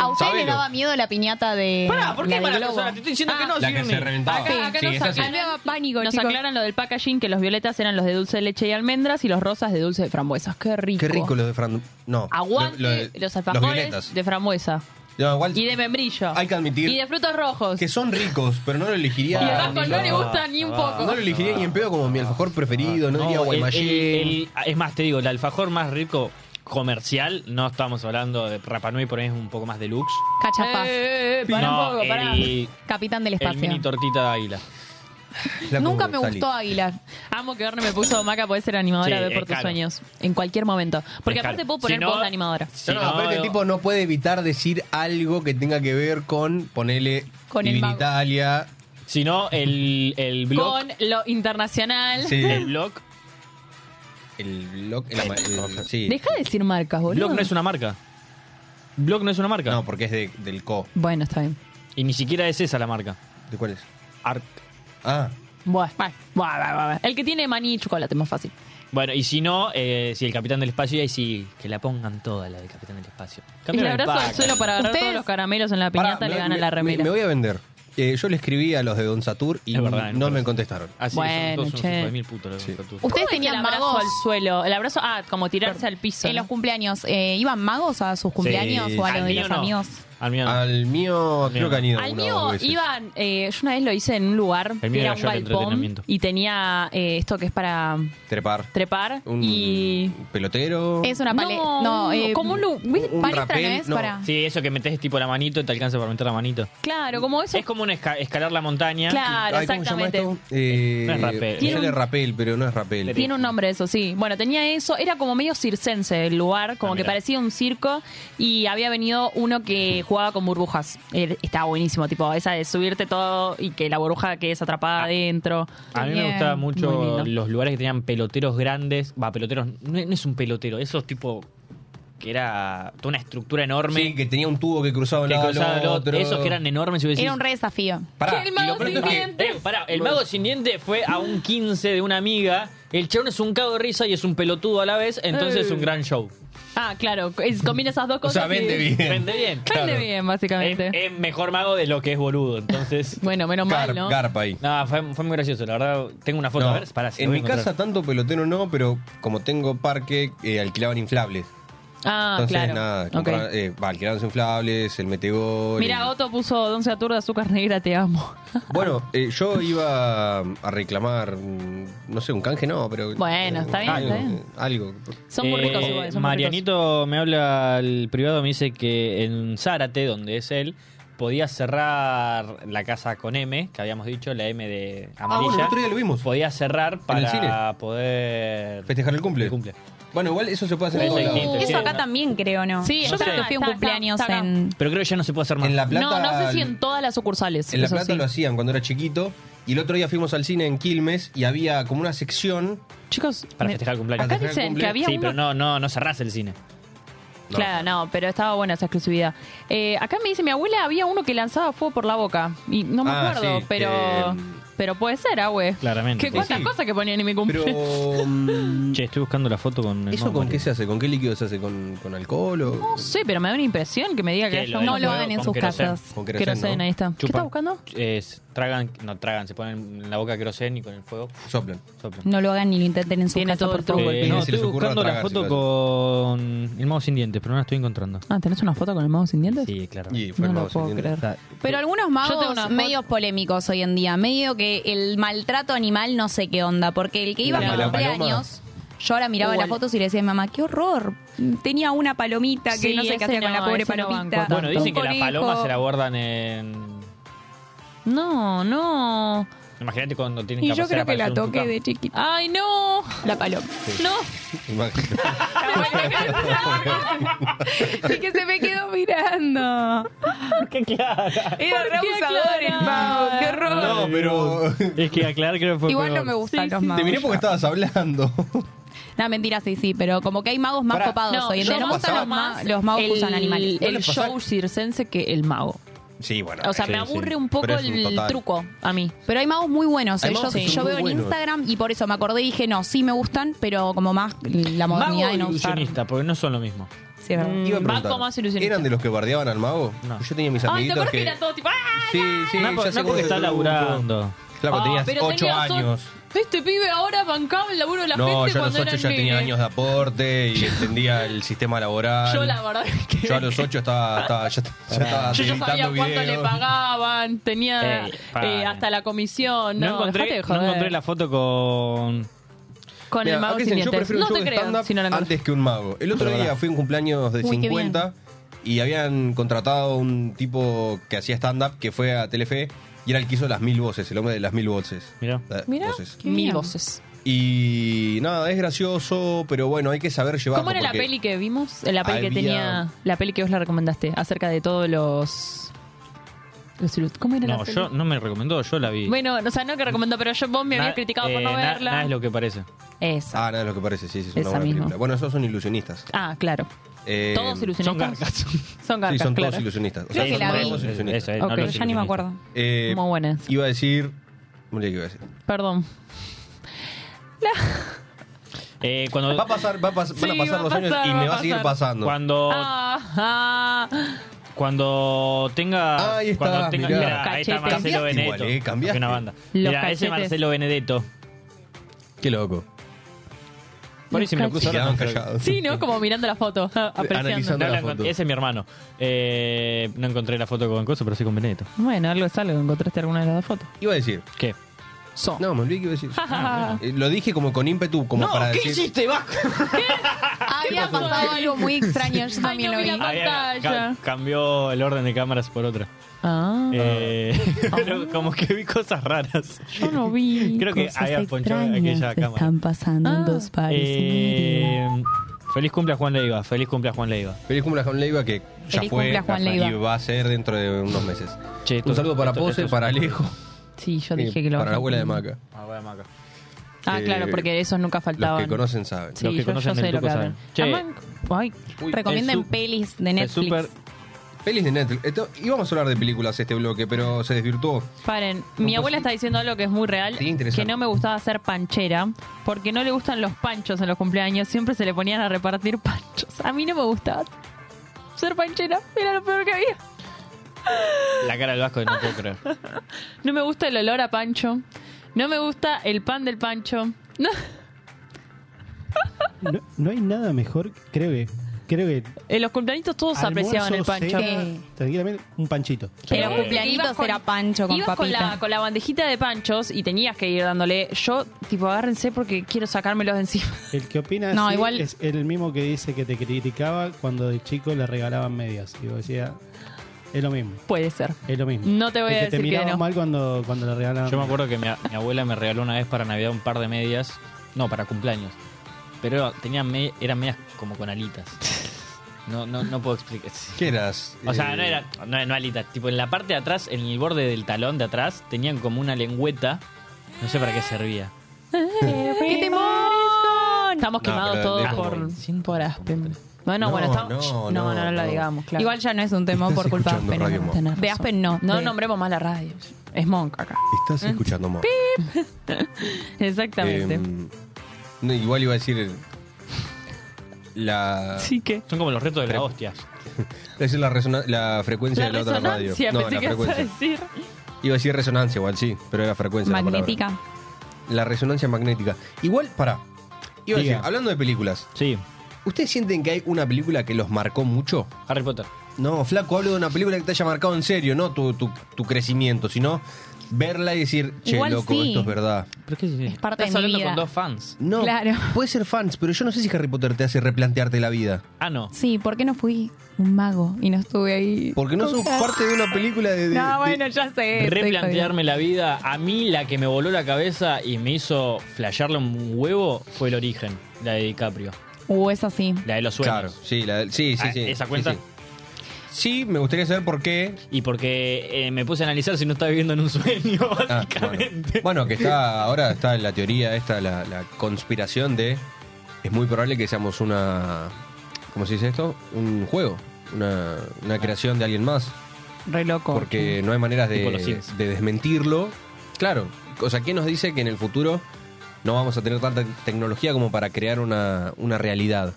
¿A usted le
Sabelo.
daba miedo la piñata de.
Pará, ¿por qué
la del
para la
globo? Ah.
persona? Te estoy diciendo que no,
La que se reventaba.
Acá, acá
Sí,
nos,
esa sí.
aclaran,
pánico,
nos
chicos.
aclaran lo del packaging que los violetas eran los de dulce de leche y almendras y los rosas de dulce de frambuesas. Qué rico.
Qué rico los de Fran. No.
Aguante
lo- lo de-
los
Los
alfajores
violetas.
de frambuesa
No, igual
y de membrillo
hay que admitir
y de frutos rojos.
que son ricos, pero no lo elegiría.
Y a Vasco no le gusta ni un poco.
No lo elegiría ni en pedo como mi alfajor preferido. No, diría
Ah, No, el- el-
Guaymallín.
el- es más te digo el alfajor más rico comercial no estamos hablando de Rapa Nui por ahí es un poco más deluxe
Cachapaz.
pará un No, poco, pará. el-
Capitán del
el mini
espacio.
tortita de águila
Nunca me gustó Águila.
Amo que Orne me puso Maca, podés ser animadora
Sí,
de
es
por tus
caro.
sueños. En cualquier momento. Porque
Es caro.
aparte puedo
Si
poner
no-
voz de animadora.
No, no, aparte el tipo no puede evitar decir algo que tenga que ver con ponele
Con el
Divina
mago.
Italia.
Sino el, el blog.
Con lo internacional.
Sí.
El blog.
El blog. el ama- el- sí.
Deja de decir marcas, boludo.
blog no es una marca blog no es una marca
no porque es del co
Bueno, está bien.
y ni siquiera es esa la marca
de cuál es
Arc
ah
Buah, buah, buah, buah, buah. El que tiene maní y chocolate, más fácil.
Bueno, y si no, eh, si el Capitán del Espacio, y ahí sí, que la pongan toda la del Capitán del Espacio.
Y le
Cambiaron
abrazo
pack.
al suelo para agarrar
Ustedes-
todos los caramelos en la piñata
Pará,
le
me-
ganan la
me-
remera.
Me voy a vender. Eh, yo le escribí a los de Don Satur y no me contestaron.
Ah, sí,
Bueno,
son todos unos
che.
hijos de mil putos los de Saturno.
¿Cómo
Ustedes
es el
tenían
abrazo
magos.
al suelo. El abrazo, ah, como tirarse al piso.
En los cumpleaños, eh, ¿iban magos a sus cumpleaños o a los de
Al mío
los
no.
amigos?
Al mío.
Al mío creo que han ido
Al
una
mío
o dos veces.
iban, eh, yo una vez lo hice en un lugar,
El
que
mío
era
era
un
yo de
galpón,
entretenimiento.
y tenía eh, esto que es para
Trepar.
trepar,
Un
y...
pelotero.
Es una paleta. No,
No,
eh,
como un, lu- ¿viste?
Un
palestra,
rapel,
¿no es?
no.
Para-
Sí, eso que metes tipo la manito y te alcanza para meter la manito.
Claro, como eso.
Es como un esca- escalar la montaña.
Claro,
Ay, ¿cómo se llama
exactamente.
esto?
Eh,
No es rapel.
Tiene
sale
un-
rapel, pero no es rapel.
Tiene un nombre eso, sí. Bueno, tenía eso, era como medio circense el lugar, como que parecía un circo y había venido uno que jugaba con burbujas. Eh, Estaba buenísimo, tipo esa de subirte todo y que la burbuja que es atrapada adentro.
A mí me gustaban mucho los lugares que tenían peloteros grandes. Va, peloteros. No, no es un pelotero, eso es tipo. Que era toda una estructura enorme.
Sí, que tenía un tubo que cruzaba un
que
lado al
cruzaba al otro.
otro.
Esos que eran enormes. Y vos decís,
Era un re desafío.
Pará,
El mago
y lo peor
sin
es que- eh, pará, el mago sin diente fue a un 15 de una amiga. El chabón es un cago de risa y es un pelotudo a la vez, entonces es
Eh.
un gran show.
Ah, claro, es- combina esas dos cosas. y-
Vende bien. claro.
Vende bien, básicamente.
Es mejor mago de lo que es boludo, entonces.
bueno, menos mal, ¿no?
ahí.
No, fue, fue muy gracioso, la verdad. Tengo una foto,
No,
a ver, pará, si
en
la voy a
mi
encontrar.
casa tanto pelotero no, pero como tengo parque, eh, alquilaban inflables.
Ah,
Entonces,
claro.
nada,
Ok.
compraban, eh, va, alquilaban los inflables, el metegol.
Mira, Otto puso Don Satur de azúcar negra, te amo.
Bueno, eh, yo iba a reclamar, mm, no sé, un canje no, pero...
Bueno, está bien,
algo, eh,
está bien.
Algo.
Son muy ricos igual, son muy
Eh, Marianito me habla al privado, me dice que en Zárate, donde es él, podía cerrar la casa con M, que habíamos dicho, la M de amarilla.
Ah, bueno, el otro día lo vimos.
Podía cerrar para
el cine?
poder
Festejar el cumple. Bueno, igual eso se puede hacer en todos lados.
Sí,
eso acá
no.
también creo, ¿no?
Sí,
yo
está,
creo que fui a un
está, está,
cumpleaños
está acá.
en.
Pero creo que ya no se puede hacer más.
En La Plata,
no, no sé si en todas las sucursales.
en La
eso
Plata
sí.
lo hacían cuando era chiquito. Y el otro día fuimos al cine en Quilmes y había como una sección...
Chicos,
Para festejar el cumpleaños.
Acá dicen que había
Sí,
uno-
pero no, no, no cerrás el cine. No.
Claro, no, pero estaba buena esa exclusividad. Eh, acá me dice mi abuela había uno que lanzaba fuego por la boca. Y no me
Ah,
acuerdo,
sí,
pero.
eh,
Pero puede ser, ah, güey.
Claramente.
Que cuántas
Sí.
cosas que ponían en mi cumpleaños.
Pero... mm,
Che, estoy buscando la foto con... el
¿Eso
Mau
con
Mario.
qué se hace? ¿Con qué líquido se hace? ¿Con, con alcohol o...?
No sé, pero me da una impresión que me diga que
Sí,
haya
lo
un-
de
no
los
lo
huevos
hagan en
con
sus
querosén.
casas.
Con querosén, ¿no?
ahí está. ¿Qué
Chupan.
está buscando?
Es- tragan, no tragan, se ponen en la boca querosén y con el fuego...
Soplan.
No lo hagan ni lo intenten en su casa, por favor.
Eh, no, estoy buscando la foto con el mouse sin dientes, pero no la estoy encontrando.
Ah, ¿tenés una foto con el mago sin dientes?
Sí, claro. Ah,
fue No el lo mago sin puedo dientes. creer.
Pero algunos
Yo tengo
magos
una foto-
medios polémicos hoy en día. Medio que el maltrato animal no sé qué onda. Porque el que iba
La
con
paloma.
cumpleaños, yo ahora miraba
Uh,
las
el-
fotos y le decía a mi mamá, qué horror. Tenía una palomita que
Sí,
no sé
ese
qué hacía con
no,
la pobre
ese no banco
palomita.
Bueno, dicen
Un
que las
conejo.
palomas se la guardan en.
No, no.
Imagínate cuando tienen
Y yo
capacidad
creo que
para
la
hacer un
toqué
tucán.
de chiquita. ¡Ay, no! La paloma. No.
Y que se me quedó mirando.
¡Qué clara!
Era re
qué
abusador el
aclara?
mago, qué horror.
No, pero...
Ah. Es que aclarar creo que fue.
Igual no me gustan los magos.
Te miré porque estabas hablando.
No, mentira, sí, sí, pero como que hay magos más
Pará.
copados
No,
hoy en
yo
día. No me gustan
pasaba-
los, ma- los magos que usan animales.
El show circense que el mago.
Sí, bueno.
O sea, me aburre un poco el truco a mí.
Pero hay magos muy buenos. eh.
Hay
Yo,
magos que son
yo
muy
veo en
buenos.
Instagram y por eso me acordé y dije, no, sí me gustan, pero como más la modernidad
Mago
de no usar.
ilusionista, porque no son lo mismo.
Sí, es verdad.
Iba a
Mm, Banco
preguntar,
más ilusionista.
¿Eran de los que bardeaban al mago? Yo tenía mis
Ay, ¿te
amiguitos
acuerdas que
que...
era todo tipo... ¡Ah!
Sí, sí,
No,
ya
porque-
sé
no
cómo
porque
es
está
el
laburando.
grupo. Claro, porque
Ah,
tenías
pero
8
tenías un-
años.
Este pibe ahora bancaba el laburo de la
No,
gente
yo a los
cuando
8
eran
ya tenía
nene.
años de aporte y entendía el sistema laboral.
Yo la verdad es que...
Yo a los 8 estaba, estaba, ya, ya estaba
Yo ya sabía
editando
cuánto
videos.
le pagaban, tenía
Ey, para.
eh, hasta la comisión.
No,
No,
encontré,
dejate de
no
joder.
encontré la foto con.
Con
Mira,
el mago
acá
sin
dicen, yo
dientes.
prefiero
No
un show
te
de
creo.
stand-up
Si no la encontré.
antes que un mago. El otro
Pero
día
verdad.
fui a un cumpleaños de
Uy, qué
50 y habían contratado un tipo que hacía stand-up que fue a Telefe y era el que hizo las mil voces, el hombre de las mil voces.
Mira.
Mira, mil voces.
Y nada, es gracioso, pero bueno, hay que saber llevarlo.
¿Cómo era la
porque-
peli que vimos? Eh, La peli que
había-
tenía. La peli que vos la recomendaste acerca de todos los. los ilu- ¿Cómo era la
No,
peli?
yo no me recomendó, yo la vi.
Bueno, o sea, no que recomendó, pero yo vos me habías
Na-
criticado por
eh,
no
na-
verla.
Nada es lo que parece.
Esa.
Ah, nada, es lo que parece, sí, sí, es una
Esa
buena
misma.
película. Bueno, esos son ilusionistas.
Ah, claro.
Eh,
todos ilusionistas.
son garcas.
Son garcas,
Sí, son
claro.
todos ilusionistas.
Creo que la
son
vi.
todos ilusionistas.
Eso es, no Ok, los ya ni me ilusionistas.
acuerdo.
Eh,
Muy buenas.
Iba a decir... Mirá qué iba a decir.
Perdón.
Eh, cuando...
Va a pasar, va a pas- van a
Sí,
pasar
va a
los años
pasar,
y
va
me
a
va a seguir
pasar.
pasando.
Cuando,
Ah, ah.
cuando tenga.
Ahí está,
cuando tenga
mirá.
mirá, ahí está
Cachetes.
Marcelo
Cambiaste igual,
Benedetto.
eh, cambiaste.
que una banda.
Los
Mirá, ese
cachetes.
Marcelo Benedetto.
Qué loco.
Por ahí se me lo cruzo
Y
ahora.
quedaban
no creo que-
callados.
Sí, ¿no? Como mirando la foto, apreciando.
No la encont- Ese es mi hermano. Eh, no encontré la foto con Coso, pero sí con Benedetto.
Bueno, algo es algo. Encontraste alguna de las dos fotos.
Iba a decir.
¿Qué?
No, me olvidé que iba a decir. Eh, Lo dije como con ímpetu, como
No,
para
¿qué
decir.
hiciste, Vasco?
Ah,
Había pasado algo muy extraño, yo también lo vi.
Había- ca- cambió el orden de cámaras por otra.
Ah.
Eh, pero como que vi cosas raras.
Yo no vi.
Creo que
Cosas
había ponchado
extrañas
aquella
que
cámara.
Están pasando en dos pares.
Eh, feliz cumple a Juan Leiva. Feliz cumple a Juan Leiva.
Feliz cumple a Juan Leiva que ya
Feliz
fue
cumple a Juan
ya fue,
Leiva.
y va a ser dentro de unos meses.
esto-
Un saludo para
esto-
Pose,
esto es-
para Alejo,
Sí, yo
y
dije que lo
para la abuela de Maca.
Ah,
Eh,
claro, porque de esos nunca faltaban.
Los que conocen saben.
Sí, yo, yo sé lo que hablan. Además, ay,
Recomienden pelis de Netflix.
Pelis de Netflix. Esto- íbamos a hablar de películas este bloque, pero se desvirtuó.
Paren, mi abuela está diciendo algo que es muy real,
Sí, interesante.
que no me gustaba ser panchera, porque no le gustan los panchos en los cumpleaños, siempre se le ponían a repartir panchos. A mí no me gustaba ser panchera, era lo peor que había.
La cara del Vasco no puedo creer.
No me gusta el olor a pancho, no me gusta el pan del pancho. No,
No, no hay nada mejor, creo que. Creo que
en los cumpleaños Eh, todos
almuerzo,
apreciaban el pancho.
cena, Tranquilamente, un panchito.
Pero
Los cumpleañitos era Pancho con
Ibas con la,
papita.
con la bandejita de panchos y tenías que ir dándole. Yo, tipo, agárrense porque quiero sacármelos de encima.
El que opina
No,
así
igual-
es el mismo que dice que te criticaba cuando de chico le regalaban medias. Y vos decías, es lo mismo.
Puede ser.
Es lo mismo.
No te voy
El
a
que te
decir que
miraba
no.
mal cuando, cuando le regalaban
Yo me acuerdo que mi, a- mi abuela me regaló una vez para Navidad un par de medias. No, para cumpleaños. Pero tenían me- eran medias como con alitas. No, no, no puedo explicar.
¿Qué eras?
O sea,
Eh,
no era no, no alitas. Tipo, en la parte de atrás, en el borde del talón de atrás, tenían como una lengüeta. No sé para qué servía.
¡Qué temor! Estamos
No,
quemados
pero
todos
dijo
por, por Aspen. Bueno,
No,
bueno, estamos.
no,
No, no,
no,
no, la
no.
digamos, claro.
Igual ya no es un tema por culpa de
escuchando
Aspen.
Radio
no,
Monk.
tenés razón.
de Aspen no. No nombremos más la radio. Es Monk acá.
Estás
¿Eh?
escuchando más.
Exactamente.
Em, no, igual iba a decir el- la
Sí, que.
Son como los retos de la hostia.
iba a decir la, resona- la frecuencia de la otra radio. No,
pensé que
la
ibas a
frecuencia.
decir.
Iba a decir resonancia igual, sí, pero era frecuencia la palabra.
Magnética.
La resonancia magnética. Igual, pará. Iba a
Diga.
decir, hablando de películas.
Sí.
¿Ustedes sienten que hay una película que los marcó mucho?
Harry Potter.
No, flaco, hablo de una película que te haya marcado en serio, no tu, tu, tu crecimiento, sino verla y decir, che,
Igual
loco,
sí.
esto es verdad.
¿Pero qué es
parte
Estás
de mi
hablando
vida.
con dos fans.
No,
Claro.
puede ser fans, pero yo no sé si Harry Potter te hace replantearte la vida.
Ah, no.
Sí, ¿por qué no fui un mago y no estuve ahí?
Porque no sos parte de una película de... de-
No,
de-
bueno, ya sé. estoy
Replantearme la vida, a mí la que me voló la cabeza y me hizo flashearle un huevo fue el origen, la de DiCaprio.
jodida. Uh, es así.
La de los sueños.
Claro, sí, la, sí, sí,
Ah,
sí.
¿Esa
sí,
cuenta?
sí. Sí, me gustaría saber por qué.
Y porque eh, me puse a analizar si no estaba viviendo en un sueño,
Ah, bueno. Bueno, que está ahora está la teoría esta, la, la conspiración de es muy probable que seamos una ¿cómo se dice esto? Un juego, una, una creación de alguien más,
Re loco.
porque no hay maneras
Tipo
de,
los Sims.
de desmentirlo. Claro, o sea, ¿quién nos dice que en el futuro no vamos a tener tanta tecnología como para crear una, una realidad?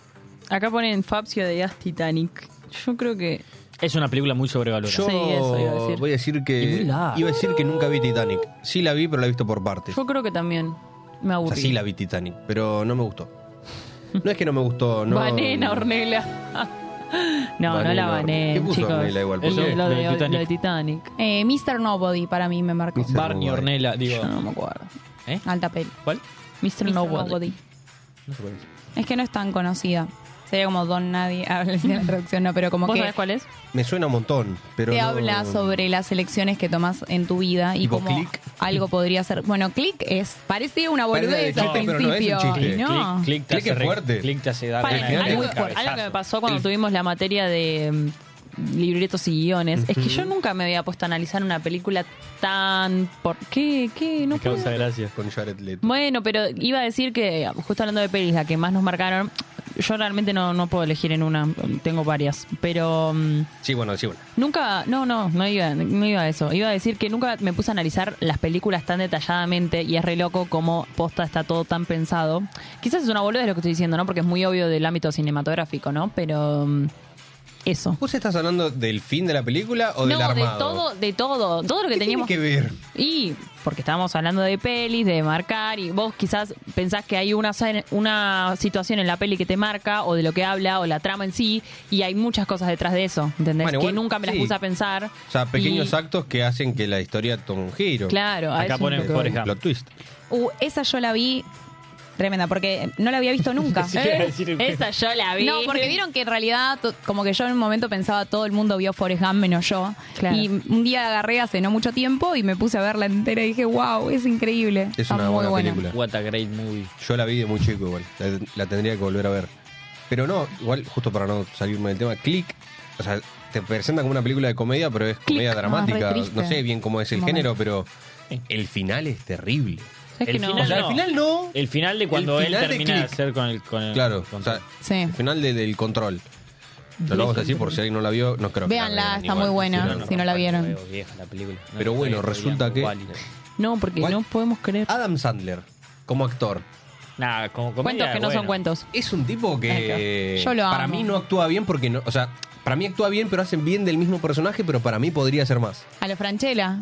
Acá ponen Fabio de As Titanic. Yo creo que.
Es una película muy sobrevalorada.
Yo
Sí, eso iba a decir.
voy a decir
Y
que
muy larga.
iba a decir que nunca vi Titanic. Sí la vi, pero la he visto por partes.
Yo creo que también. Me
Este, O sea,
aburrí.
sí la vi Titanic, pero no me gustó. No es que no me gustó, no.
Banena, Ornella. no, no
Banena,
la
¿qué
bané,
puso
chicos.
Ornella igual?
Lo,
¿Por qué?
lo
Lo
de,
de
lo
Titanic.
de Titanic.
Eh, Mr. Nobody para mí me marcó.
Barney Ornella, digo.
Yo no me acuerdo.
¿Eh?
Alta peli.
¿Cuál?
Mr.
Mr.
Nobody.
Nobody. Es que no es tan conocida. Sería como Don Nadie. Habla de la traducción, no, pero como
¿Vos
que.
sabés cuál es?
Me suena un montón, pero.
te
no-
habla sobre las elecciones que tomas en tu vida y
Tipo
cómo
click.
algo podría ser. Bueno, click es. Parecía una
Parece
boludez
de
al
chiste, pero no es un
principio.
chiste.
No.
Click,
Click es fuerte.
Click te hace dar
Para,
una-
algo,
un cabezazo.
algo que me pasó cuando tuvimos la materia de mm, libretos y guiones es que yo nunca me había puesto a analizar una película tan por qué qué no
Me causa
puedo.
gracia.
Con Jared Leto.
bueno pero iba a decir que justo hablando de pelis la que más nos marcaron yo realmente no, no puedo elegir en una tengo varias pero mm,
Sí, bueno, sí, bueno.
Nunca, no, no, no iba, no iba a eso. Iba a decir que nunca me puse a analizar las películas tan detalladamente y es re loco cómo posta está todo tan pensado. Quizás es una boludez lo que estoy diciendo, ¿no? Porque es muy obvio del ámbito cinematográfico, ¿no? Pero mm, Eso.
¿Vos estás hablando del fin de la película o
no,
del
de
armado?
todo, de todo, todo lo que
¿Qué tiene
teníamos.
que ver?
Y porque estábamos hablando de pelis, de marcar, y vos quizás pensás que hay una, sa- una situación en la peli que te marca, o de lo que habla, o la trama en sí, y hay muchas cosas detrás de eso, ¿entendés?
Bueno, igual,
que nunca me las
sí.
puse a pensar.
O sea, pequeños
Y,
actos que hacen que la historia tome un giro.
Claro, a Acá eso es ponen, lo que por voy. ejemplo,
plot twist.
Uh, esa yo la vi tremenda, porque no la había visto nunca.
Sí, iba a decir el- Esa yo la vi.
No, porque vieron que en realidad, to- como que yo en un momento pensaba todo el mundo vio Forrest Gump menos yo.
Claro.
Y un día agarré hace no mucho tiempo y me puse a verla entera y dije, wow, es increíble.
Es
Está
una
muy
buena
buena.
película.
What a great movie.
Yo la vi de muy chico igual. La, la tendría que volver a ver. Pero no, igual, justo para no salirme del tema, Click, o sea, te presenta como una película de comedia, pero es comedia dramática.
re triste.
no sé bien cómo es el
Un
género, pero el final es terrible.
El
no?
final,
O sea, el
no.
final no.
El final de cuando él
El final de
termina de,
Click.
hacer con el. Con el
Claro,
con-
o sea, el final de- del control. Lo vamos a decir por si alguien no la vio, no creo que la
Véanla,
vean
está
igual,
muy
si
buena,
no, no.
si no la vieron.
Pero vieja la película. No
Pero
sé,
bueno,
estoy
resulta que.
odiando Wally.
No, porque
¿Cuál?
no podemos creer.
Adam Sandler, como actor.
Nada, como
Cuentos que no son cuentos.
Es un tipo que
Yo lo amo.
para mí no actúa bien porque no, o sea, para mí actúa bien, pero hacen bien del mismo personaje, pero para mí podría ser más.
A la Franchella.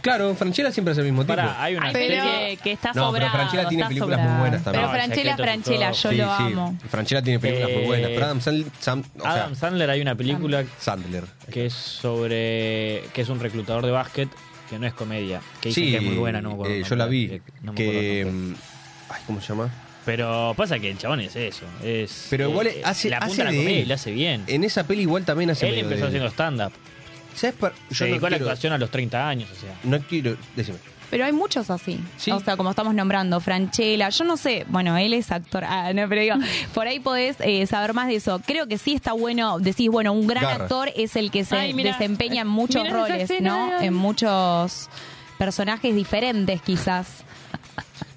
Claro, Franchella siempre es el mismo tipo.
Pará, hay una
Ay,
peli-
pero que, que está
no,
sobrado.
pero Franchella tiene
está
películas
sobrado.
muy buenas también.
Pero Franchella, Franchella, yo
Sí,
lo
sí.
amo.
Franchella tiene películas muy
Eh,
buenas, pero Adam Sandler, Sam- o sea,
Adam Sandler hay una película
Sandler.
que es sobre que es un reclutador de básquet que no es comedia que dicen que es muy buena no me acuerdo
eh,
el
yo la
nombre,
vi.
eh, no me acuerdo el
que,
nombre.
mm, ay, ¿cómo se llama?
pero pasa que el chabón es eso es
Pero
eh,
igual hace,
la punta
hace
de la
de
comedia
él.
y la hace bien
En esa peli igual también hace
él
medio
empezó
de él.
haciendo stand up
¿Sabes? par-
se
yo
dedicó
no
a la
quiero,
actuación a los 30 años o sea
no quiero, decime.
Pero hay muchos así. O sea, como estamos nombrando, Franchella, yo no sé, bueno, él es actor, ah, no, pero digo, por ahí podés eh, saber más de eso. Creo que sí está bueno, decís, bueno, un gran
Garra.
actor es el que se
Ay, mirá.
desempeña en muchos
Mirá esa
roles,
escena.
¿no? En muchos personajes diferentes quizás.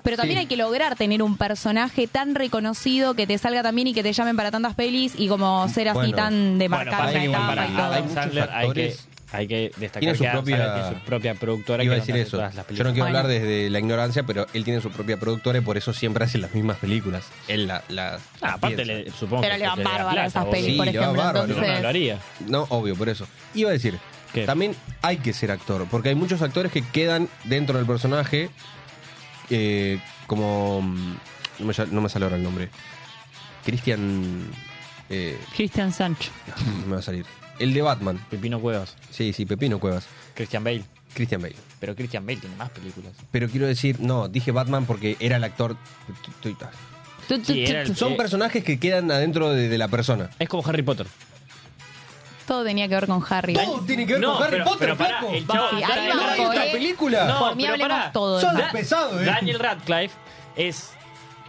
Pero también
Sí.
hay que lograr tener un personaje tan reconocido que te salga también y que te llamen para tantas pelis y como ser así
Bueno.
tan de
Bueno,
marcar
pasa
una
que igual
etapa
para
y todo.
Adam Sandler hay que
factores.
hay que destacar
Tiene su
que Adam Sandler
propia-
tiene su propia productora
Iba a
que
decir
lo hace
eso.
todas las
Yo no quiero
películas.
hablar desde la ignorancia, pero él tiene su propia productora y por eso siempre hace las mismas películas. Él la, la- las
Ah, aparte
piensa.
le, supongo
Pero
que
le van
se da
bárbaro
plata,
esas
boludo.
pelis, por
le va
ejemplo,
bárbaro.
entonces-
No, no lo haría.
No, obvio, por eso. Iba a decir, también hay que ser actor, porque hay muchos actores que quedan dentro del personaje eh, como... mm, No me, sal- no me sale ahora el nombre. Cristian... eh,
Cristian Sancho.
no me va a salir. El de Batman.
Pepino Cuevas.
Sí, sí, Pepino Cuevas.
Christian Bale
Christian Bale.
pero Christian Bale tiene más películas
Pero quiero decir, no, dije Batman porque era el actor... Estoy- estoy-
Sí, era el-
Son
eh,
personajes que quedan adentro de, de la persona.
Es como Harry Potter.
Todo tenía que ver con Harry. ¿eh?
Todo tiene que ver con Harry Potter,
pará,
flaco.
el chabón-
Buffy,
Daniel
ahí
va,
Radcliffe-
Jorge. película.
No,
Por mí
pero
hablemos
pará.
todo, Sos ¿verdad? pesado, eh.
Daniel Radcliffe es...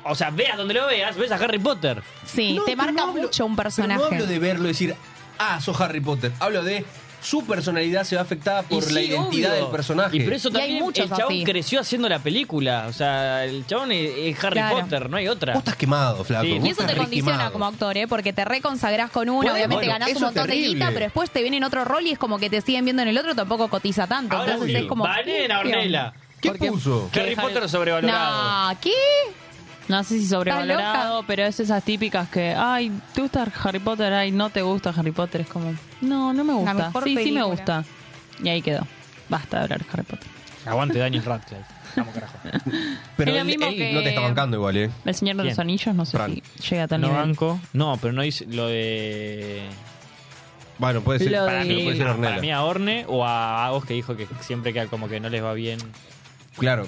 O sea, veas donde lo veas, ves a Harry Potter.
Sí, te marca mucho un
Pero
personaje.
no hablo de verlo y decir, ah, sos Harry Potter. Hablo de su personalidad se ve afectada
Y
por la
sí,
identidad
obvio.
del personaje.
Y por eso
Y hay
también
muchos
el chabón
así.
creció haciendo la película. O sea, el chabón es, es Harry
Claro.
Potter, no hay otra.
Vos estás quemado, flaco.
Sí,
Vos
Y eso
estás
te
re
condiciona
quemado.
como actor, ¿eh? porque te reconsagrás con una,
Bueno,
obviamente
bueno,
ganás
eso
un montón
es
de
terrible.
guita, pero después te viene en otro rol y es como que te siguen viendo en el otro, tampoco cotiza tanto.
Ahora
Entonces
sí,
es como.
Baneen a Ornella.
¿Qué puso?
Harry Potter sobrevalorado.
No, ¿qué? No sé si sobrevalorado, pero es esas típicas que, ay, ¿te gusta Harry Potter? Ay, no te gusta Harry Potter. Es como, "Ah, no, no me
La
gusta. Sí,
mejor
sí me
película.
gusta. Y ahí quedó. Basta de hablar de Harry Potter.
Aguante Daniel Radcliffe. Vamos, carajo.
Pero
Es lo
él,
mismo
él
que-
no te está bancando igual, ¿eh?
El Señor de los
Bien.
Anillos, no sé si llega a tal
No
nivel.
banco. No, pero no dice lo de...
Bueno, puede ser,
Lo
para
de-
mí, puede ser
Ah,
Ornella.
Para mí a Orne o a Agos que dijo que siempre que como que no les va bien.
Claro.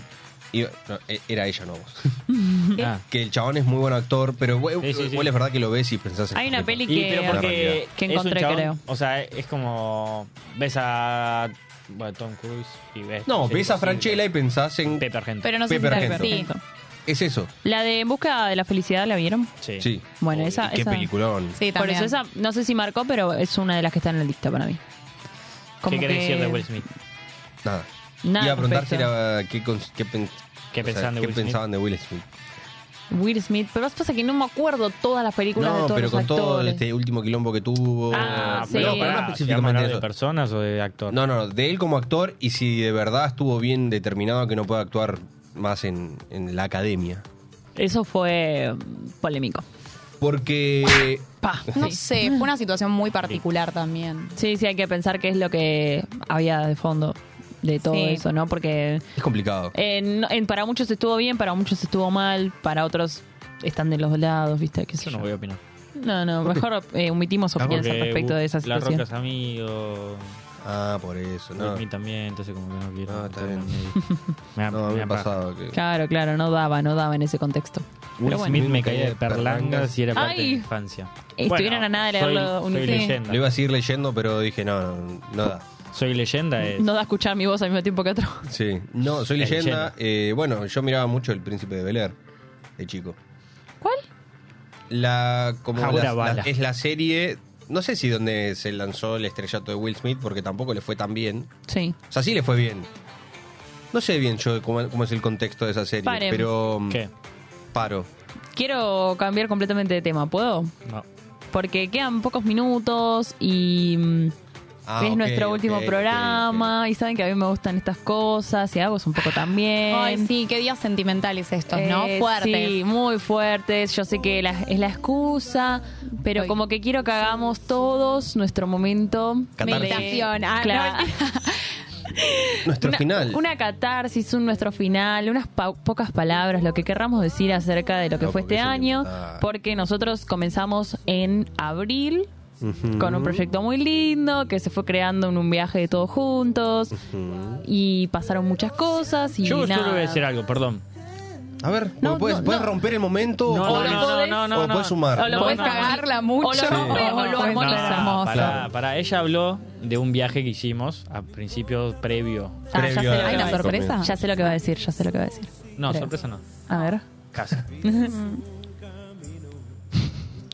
Y- no, e- era ella, no vos.
Ah.
Que el chabón es muy buen actor, pero vue-
Sí, sí, sí.
igual es verdad que lo ves y pensás en
Hay una
Harry
peli
Potter.
que-
pero
La realidad.
porque
que
es un
Eh, encontré,
chabón-
creo.
O sea, es como ves a bueno, Tom Cruise y ves
No,
Misión
ves a
Imposible.
Franchella y pensás en...
Pepe Argento.
Pero no sé si
Pepe
tal-
Argento.
sí.
Es eso.
La de En busca de la felicidad, ¿la vieron?
Sí.
Bueno, esa...
Qué
esa-
peliculón.
Sí,
Por
también.
eso esa, no sé si marcó, pero es una de las que está en la lista para mí.
¿Qué
Como
querés
que-
decir de Will Smith?
Nada.
Nada,
Iba a preguntar si
perfecto.
era qué, cons- qué, pen-
¿Qué
o sea,
pensaban de
qué
Will Smith?
pensaban de Will Smith.
Will Smith, pero pasa que no me acuerdo todas las películas de
No,
todos
pero
los
con todo
actores.
este último quilombo que tuvo.
Ah,
pero
sí.
no, pero no
Ah,
¿vamos a
específicamente
hablar
de
de
eso.
personas o de actor?
No, no, de él como actor y si de verdad estuvo bien determinado que no pueda actuar más en, en la academia.
Eso fue polémico.
Porque.
No sé, fue una situación muy particular también.
Sí, sí, hay que pensar qué es lo que había de fondo de todo
Sí.
eso, ¿no? Porque
Es complicado.
eh, no- en- para muchos estuvo bien, para muchos estuvo mal, para otros están de los lados, ¿viste? ¿Qué sé yo?
No voy a opinar.
No, no,
¿Por qué?
mejor eh, omitimos opiniones al
Porque uh,
respecto de esa
La
situación.
Roca es amigo.
Ah, por eso, Ah,
no. mí también, entonces como que no quiero. No, está bien.
No, me ha pasado que.
Claro, claro, no daba, no daba en ese contexto.
Will
Pero bueno.
Smith me
Eh,
caía de perlangas y era parte de
Ay.
mi infancia.
Estuvieron a nada de
soy-
leerlo un-
soy
Sí.
leyenda.
Lo iba a seguir leyendo, pero dije, no, no, no da.
Soy leyenda, es.
No da a escuchar mi voz al mismo tiempo que otro.
Sí. No, soy
Es
leyenda. Eh, bueno, yo miraba mucho El Príncipe de Bel Air de chico.
¿Cuál?
La, como
Ahora
la- la-
bala.
es la serie. No sé si donde se lanzó el estrellato de Will Smith, porque tampoco le fue tan bien.
Sí.
O sea, sí le fue bien. No sé bien yo cómo, cómo es el contexto de esa serie,
Paren.
pero.
¿Qué?
Paro.
Quiero cambiar completamente de tema, ¿puedo?
No.
Porque quedan pocos minutos y mm,
Ah,
es
ok,
nuestro
ok,
último
ok,
programa y saben que a mí me gustan estas cosas y hago un poco también.
Ay, sí, qué días sentimentales estos, ¿no?
Eh,
Fuertes.
Sí, muy fuertes. Yo sé que la- es la excusa, pero como que quiero que hagamos todos nuestro momento.
Catarsis.
de-
Meditación. Ah, no,
Claro.
Nuestro
Una-
final.
Una catarsis, un nuestro final, unas pa- pocas palabras, lo que querramos decir acerca de lo que
No,
fue
porque
este
eso
año,
que- ah.
porque nosotros comenzamos en abril
Ujú.
con un proyecto muy lindo que se fue creando en un viaje de todos juntos y pasaron muchas cosas y
Yo
nada.
solo voy a decir algo, perdón.
A ver,
No,
¿puedes,
no,
puedes
no.
romper el momento?
No,
o
no, no,
podés-
no, no,
o
no.
podés sumar.
O lo podés
cagarla mucho,
O lo rompe o lo
No,
armonizamos.
para, para ella habló de un viaje que hicimos a principios previo.
Ah, ya sé lo que
a-
va a decir. Ya sé lo que va a decir, ya sé lo que va a decir.
No,
Creo.
sorpresa no.
A ver.
Casi.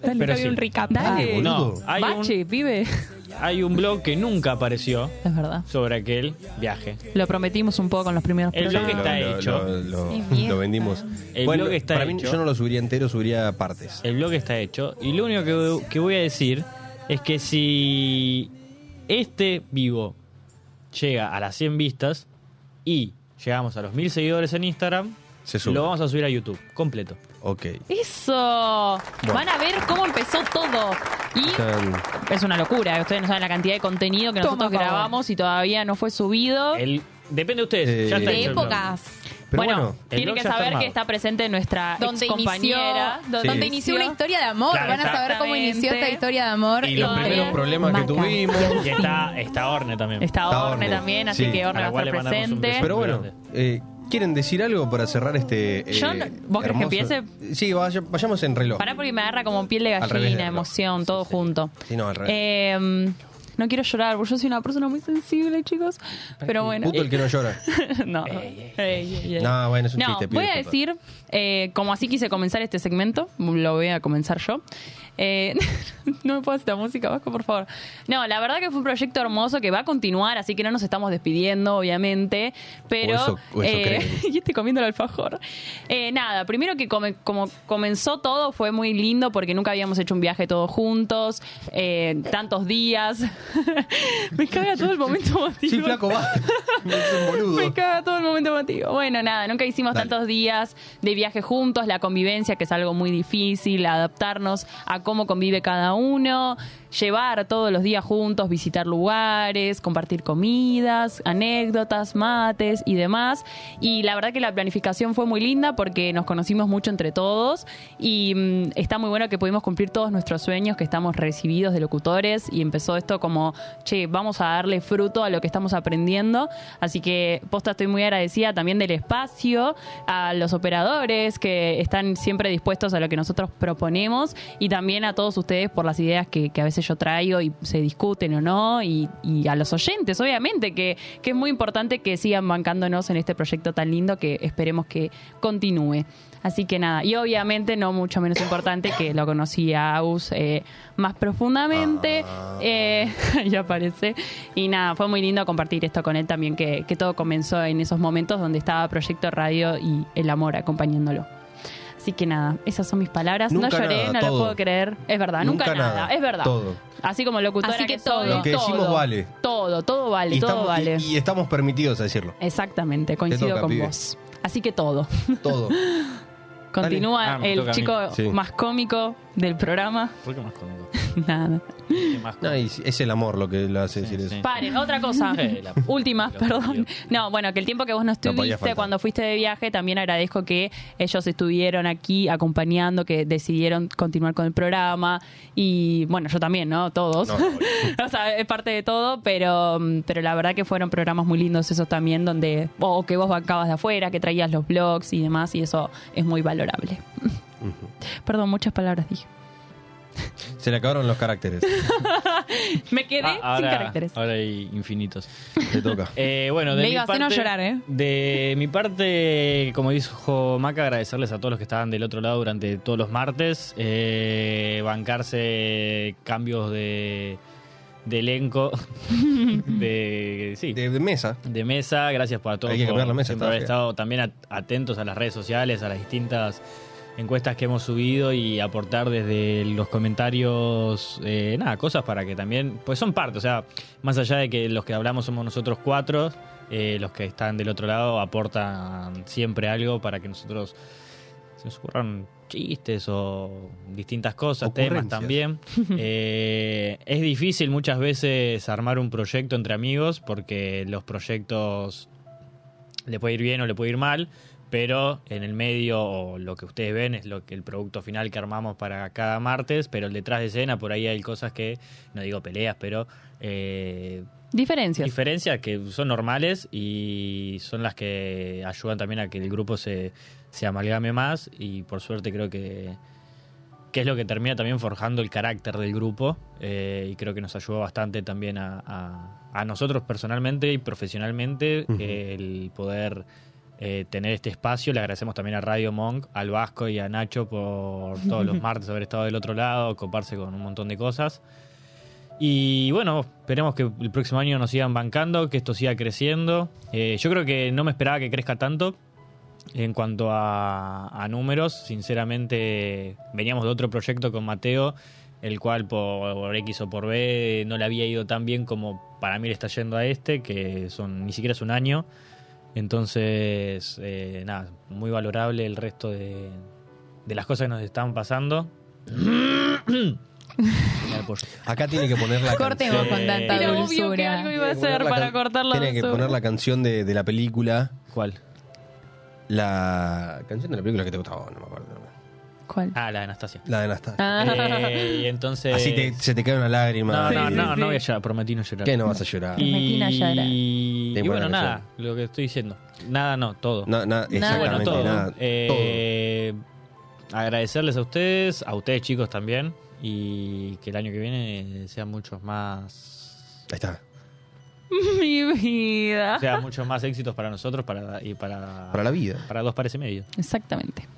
Dale,
Pero
que había
sí.
un recap.
Dale, boludo. No, hay
Bache, pibe.
Hay un blog que nunca apareció
Es verdad.
sobre aquel viaje.
Lo prometimos un poco en los primeros
El blog
programas.
está
Lo-
hecho.
Lo, lo-
Es vieja.
lo vendimos.
El
bueno,
blog está
para mí
hecho.
yo no lo subiría entero, subiría partes.
El blog está hecho. Y lo único que, que voy a decir es que si este vivo llega a las 100 vistas y llegamos a los 1000 seguidores en Instagram,
Se sube.
lo vamos a subir a YouTube, completo.
Ok.
Eso.
Bueno.
Van a ver cómo empezó todo. Y
mm,
es una locura. eh. Ustedes no saben la cantidad de contenido que
Toma,
nosotros
por favor.
grabamos y todavía no fue subido.
El- depende de ustedes.
Eh,
ya está
de
hecho el blog.
épocas.
Pero bueno,
bueno, el
Tienen
blog
que
ya está
saber que
armado.
está presente nuestra
Donde
compañera.
inició, donde
Sí.
inició una historia de amor.
Claro,
Van a saber cómo
exactamente.
inició esta historia de amor.
Y los
Eh,
donde-
primeros
problemas que tuvimos.
Y está, está Orne también.
Está
Está
Orne
Orne,
también, así
sí.
que Orne va
A la
a
cual
estar
le mandamos un
presente.
beso.
Pero bueno, eh, ¿quieren decir algo para cerrar este. eh,
Yo no- ¿vos querés que
hermoso- Sí, vaya- vayamos en reloj.
Pará porque me agarra como piel de
Al revés de
gallina,
verlo.
emoción, todo junto.
Sí, no, al revés.
Eh, no quiero llorar, porque yo soy una persona muy sensible, chicos. Pero bueno. eh,
Puto el que no llora.
no. Ey, ey, ey.
No, bueno, es un
No,
chiste, pido
voy a
disculpas.
decir, eh, como así quise comenzar este segmento, lo voy a comenzar yo. Eh, no me puedo hacer la música, Vasco, por favor. No, la verdad que fue un proyecto hermoso que va a continuar, así que no nos estamos despidiendo, obviamente. Pero.
O eso- o eso
eh,
creen.
y estoy comiendo el alfajor. Eh, nada, primero que come- como comenzó todo fue muy lindo porque nunca habíamos hecho un viaje todos juntos, eh, tantos días. me caga todo el momento emotivo.
Sí, flaco, va. Me hizo un
Me
boludo.
caga todo el momento emotivo. Bueno, nada, nunca hicimos
Dale.
tantos días de viaje juntos, la convivencia, que es algo muy difícil, adaptarnos a cómo convive cada uno, llevar todos los días juntos, visitar lugares, compartir comidas, anécdotas, mates y demás. Y la verdad que la planificación fue muy linda porque nos conocimos mucho entre todos y mm, está muy bueno que pudimos cumplir todos nuestros sueños, que estamos recibidos de locutores y empezó esto como, che, vamos a darle fruto a lo que estamos aprendiendo. Así que, posta, estoy muy agradecida también del espacio, a los operadores que están siempre dispuestos a lo que nosotros proponemos y también a todos ustedes por las ideas que, que a veces yo traigo y se discuten o no, y, y a los oyentes, obviamente, que, que es muy importante que sigan bancándonos en este proyecto tan lindo que esperemos que continúe. Así que nada, y obviamente no mucho menos importante que lo conocí a Agus eh, más profundamente,
Ah.
eh, ya aparece, y nada, fue muy lindo compartir esto con él también, que, que todo comenzó en esos momentos donde estaba Proyecto Radio y el amor acompañándolo. Así que nada, esas son mis palabras. no
Nunca
lloré,
nada,
no lo
todo.
puedo creer. Es verdad, Ah, nunca,
Nunca
nada.
nada,
es verdad.
todo.
Así como locutora
Así que
soy,
todo.
Lo que decimos
todo,
vale.
Todo, todo vale,
y,
todo
estamos,
vale.
y- y estamos permitidos a decirlo.
Exactamente, coincido
toca,
con
pibe.
vos. Así que todo.
Todo.
Continúa
Ah, me
el
toca a mí.
chico
Sí.
más cómico, del programa.
¿Por qué más cómico?
Nada.
No, y es el amor lo que lo hace decir eso.
Paren, otra cosa.
Eh, la-
Última, perdón. No, bueno, que el tiempo que vos no
podía
estuviste
faltar.
cuando fuiste de viaje, también agradezco que ellos estuvieron aquí acompañando, que decidieron continuar con el programa. Y bueno, yo también, ¿no? Todos.
No, no,
o sea, es parte de todo, pero, mm, pero la verdad que fueron programas muy lindos esos también, donde, o que vos bancabas de afuera, que traías los blogs y demás, y eso es muy valorable. Perdón, muchas palabras dije.
Se le acabaron los caracteres.
Me quedé
Ah,
sin
ahora-
caracteres.
Ahora hay infinitos.
Te toca.
Eh, bueno, de
Le
mi
iba a
parte,
hacer no llorar, ¿eh?
De mi parte, como dijo Maca, agradecerles a todos los que estaban del otro lado durante todos los martes. eh, bancarse cambios de, de elenco. De, sí.
de, mesa.
De mesa. Gracias para todos
Hay que
por
cambiar la mesa,
siempre
está
haber
fea.
estado también at- atentos a las redes sociales, a las distintas encuestas que hemos subido y aportar desde los comentarios, eh, nada, cosas para que también, pues son parte, o sea, más allá de que los que hablamos somos nosotros cuatro, eh, los que están del otro lado aportan siempre algo para que nosotros se nos ocurran chistes o distintas cosas, temas
Ocurrencias.
también. Eh, es difícil muchas veces armar un proyecto entre amigos porque los proyectos le puede ir bien o le puede ir mal, pero en el medio o lo que ustedes ven es lo que el producto final que armamos para cada martes, pero el detrás de escena por ahí hay cosas que no digo peleas, pero eh,
Diferencias.
diferencias que son normales y son las que ayudan también a que el grupo se, se amalgame más y por suerte creo que, que es lo que termina también forjando el carácter del grupo eh, y creo que nos ayudó bastante también a, a- a nosotros personalmente y profesionalmente el poder eh, tener este espacio. Le agradecemos también a Radio Monk, al Vasco y a Nacho por todos los martes haber estado del otro lado, coparse con un montón de cosas. Y bueno, esperemos que el próximo año nos sigan bancando, que esto siga creciendo. Eh, yo creo que no me esperaba que crezca tanto. En cuanto a, a números, sinceramente veníamos de otro proyecto con Mateo, el cual por, por X o por B no le había ido tan bien como para mí le está yendo a este, que son ni siquiera es un año. Entonces, eh, nada, muy valorable el resto de, de las cosas que nos están pasando.
Acá tiene que poner la
Cortemos
canción.
con tanta
Era obvio
dulzura.
que algo iba a
Tiene que
hacer
poner la
para
can-
cortar la
Tiene que
basura.
poner la canción de, de la película.
¿Cuál?
La canción de la película que te gustaba, no me acuerdo.
¿Cuál?
Ah, la de Anastasia.
La de Anastasia.
Eh, y entonces...
Así te- se te cae una
No,
lágrima.
no,
Sí,
no,
sí,
no
sí.
voy a llorar, prometí no llorar.
¿Qué no vas a llorar?
Y,
Prometí no llorar.
y
Tengo
bueno,
la
nada, lo que estoy diciendo. Nada, no, todo.
No, nada, exactamente,
Bueno, todo.
nada,
Eh, Agradecerles a ustedes, a ustedes chicos también, y que el año que viene sean muchos más...
Ahí está.
Mi vida.
Sean muchos más éxitos para nosotros para, y para...
Para la vida.
Para dos pares y medio.
Exactamente.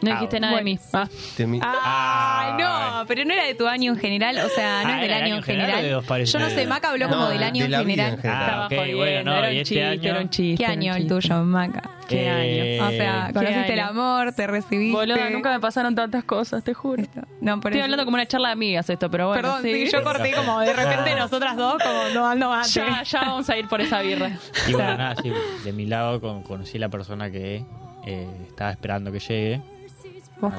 No dijiste nada de mí. Ah.
Te mi-
Ay, no, pero no era de tu año en general, o sea, no
Ah,
es del
era
año, en general.
Ah, de dos pares y
Yo no
medio.
sé, Maca habló como del año en general.
Ah, ok, bueno, no,
era un
y este
chiste,
año...
era un chiste,
¿Qué
era un
año el
chiste.
tuyo, Maca?
¿Qué
Eh,
año? O sea,
¿Qué
conociste el
año?
amor, te recibiste.
Boluda, nunca me pasaron tantas cosas, te juro.
No, por
Estoy
eso.
hablando como una charla de amigas esto, pero bueno.
Perdón, sí, yo corté como de repente nosotras dos, como no ando antes.
Ya, ya vamos a ir por esa birra.
Y bueno, nada, sí, de mi lado con- conocí a la persona que eh, estaba esperando que llegue. Así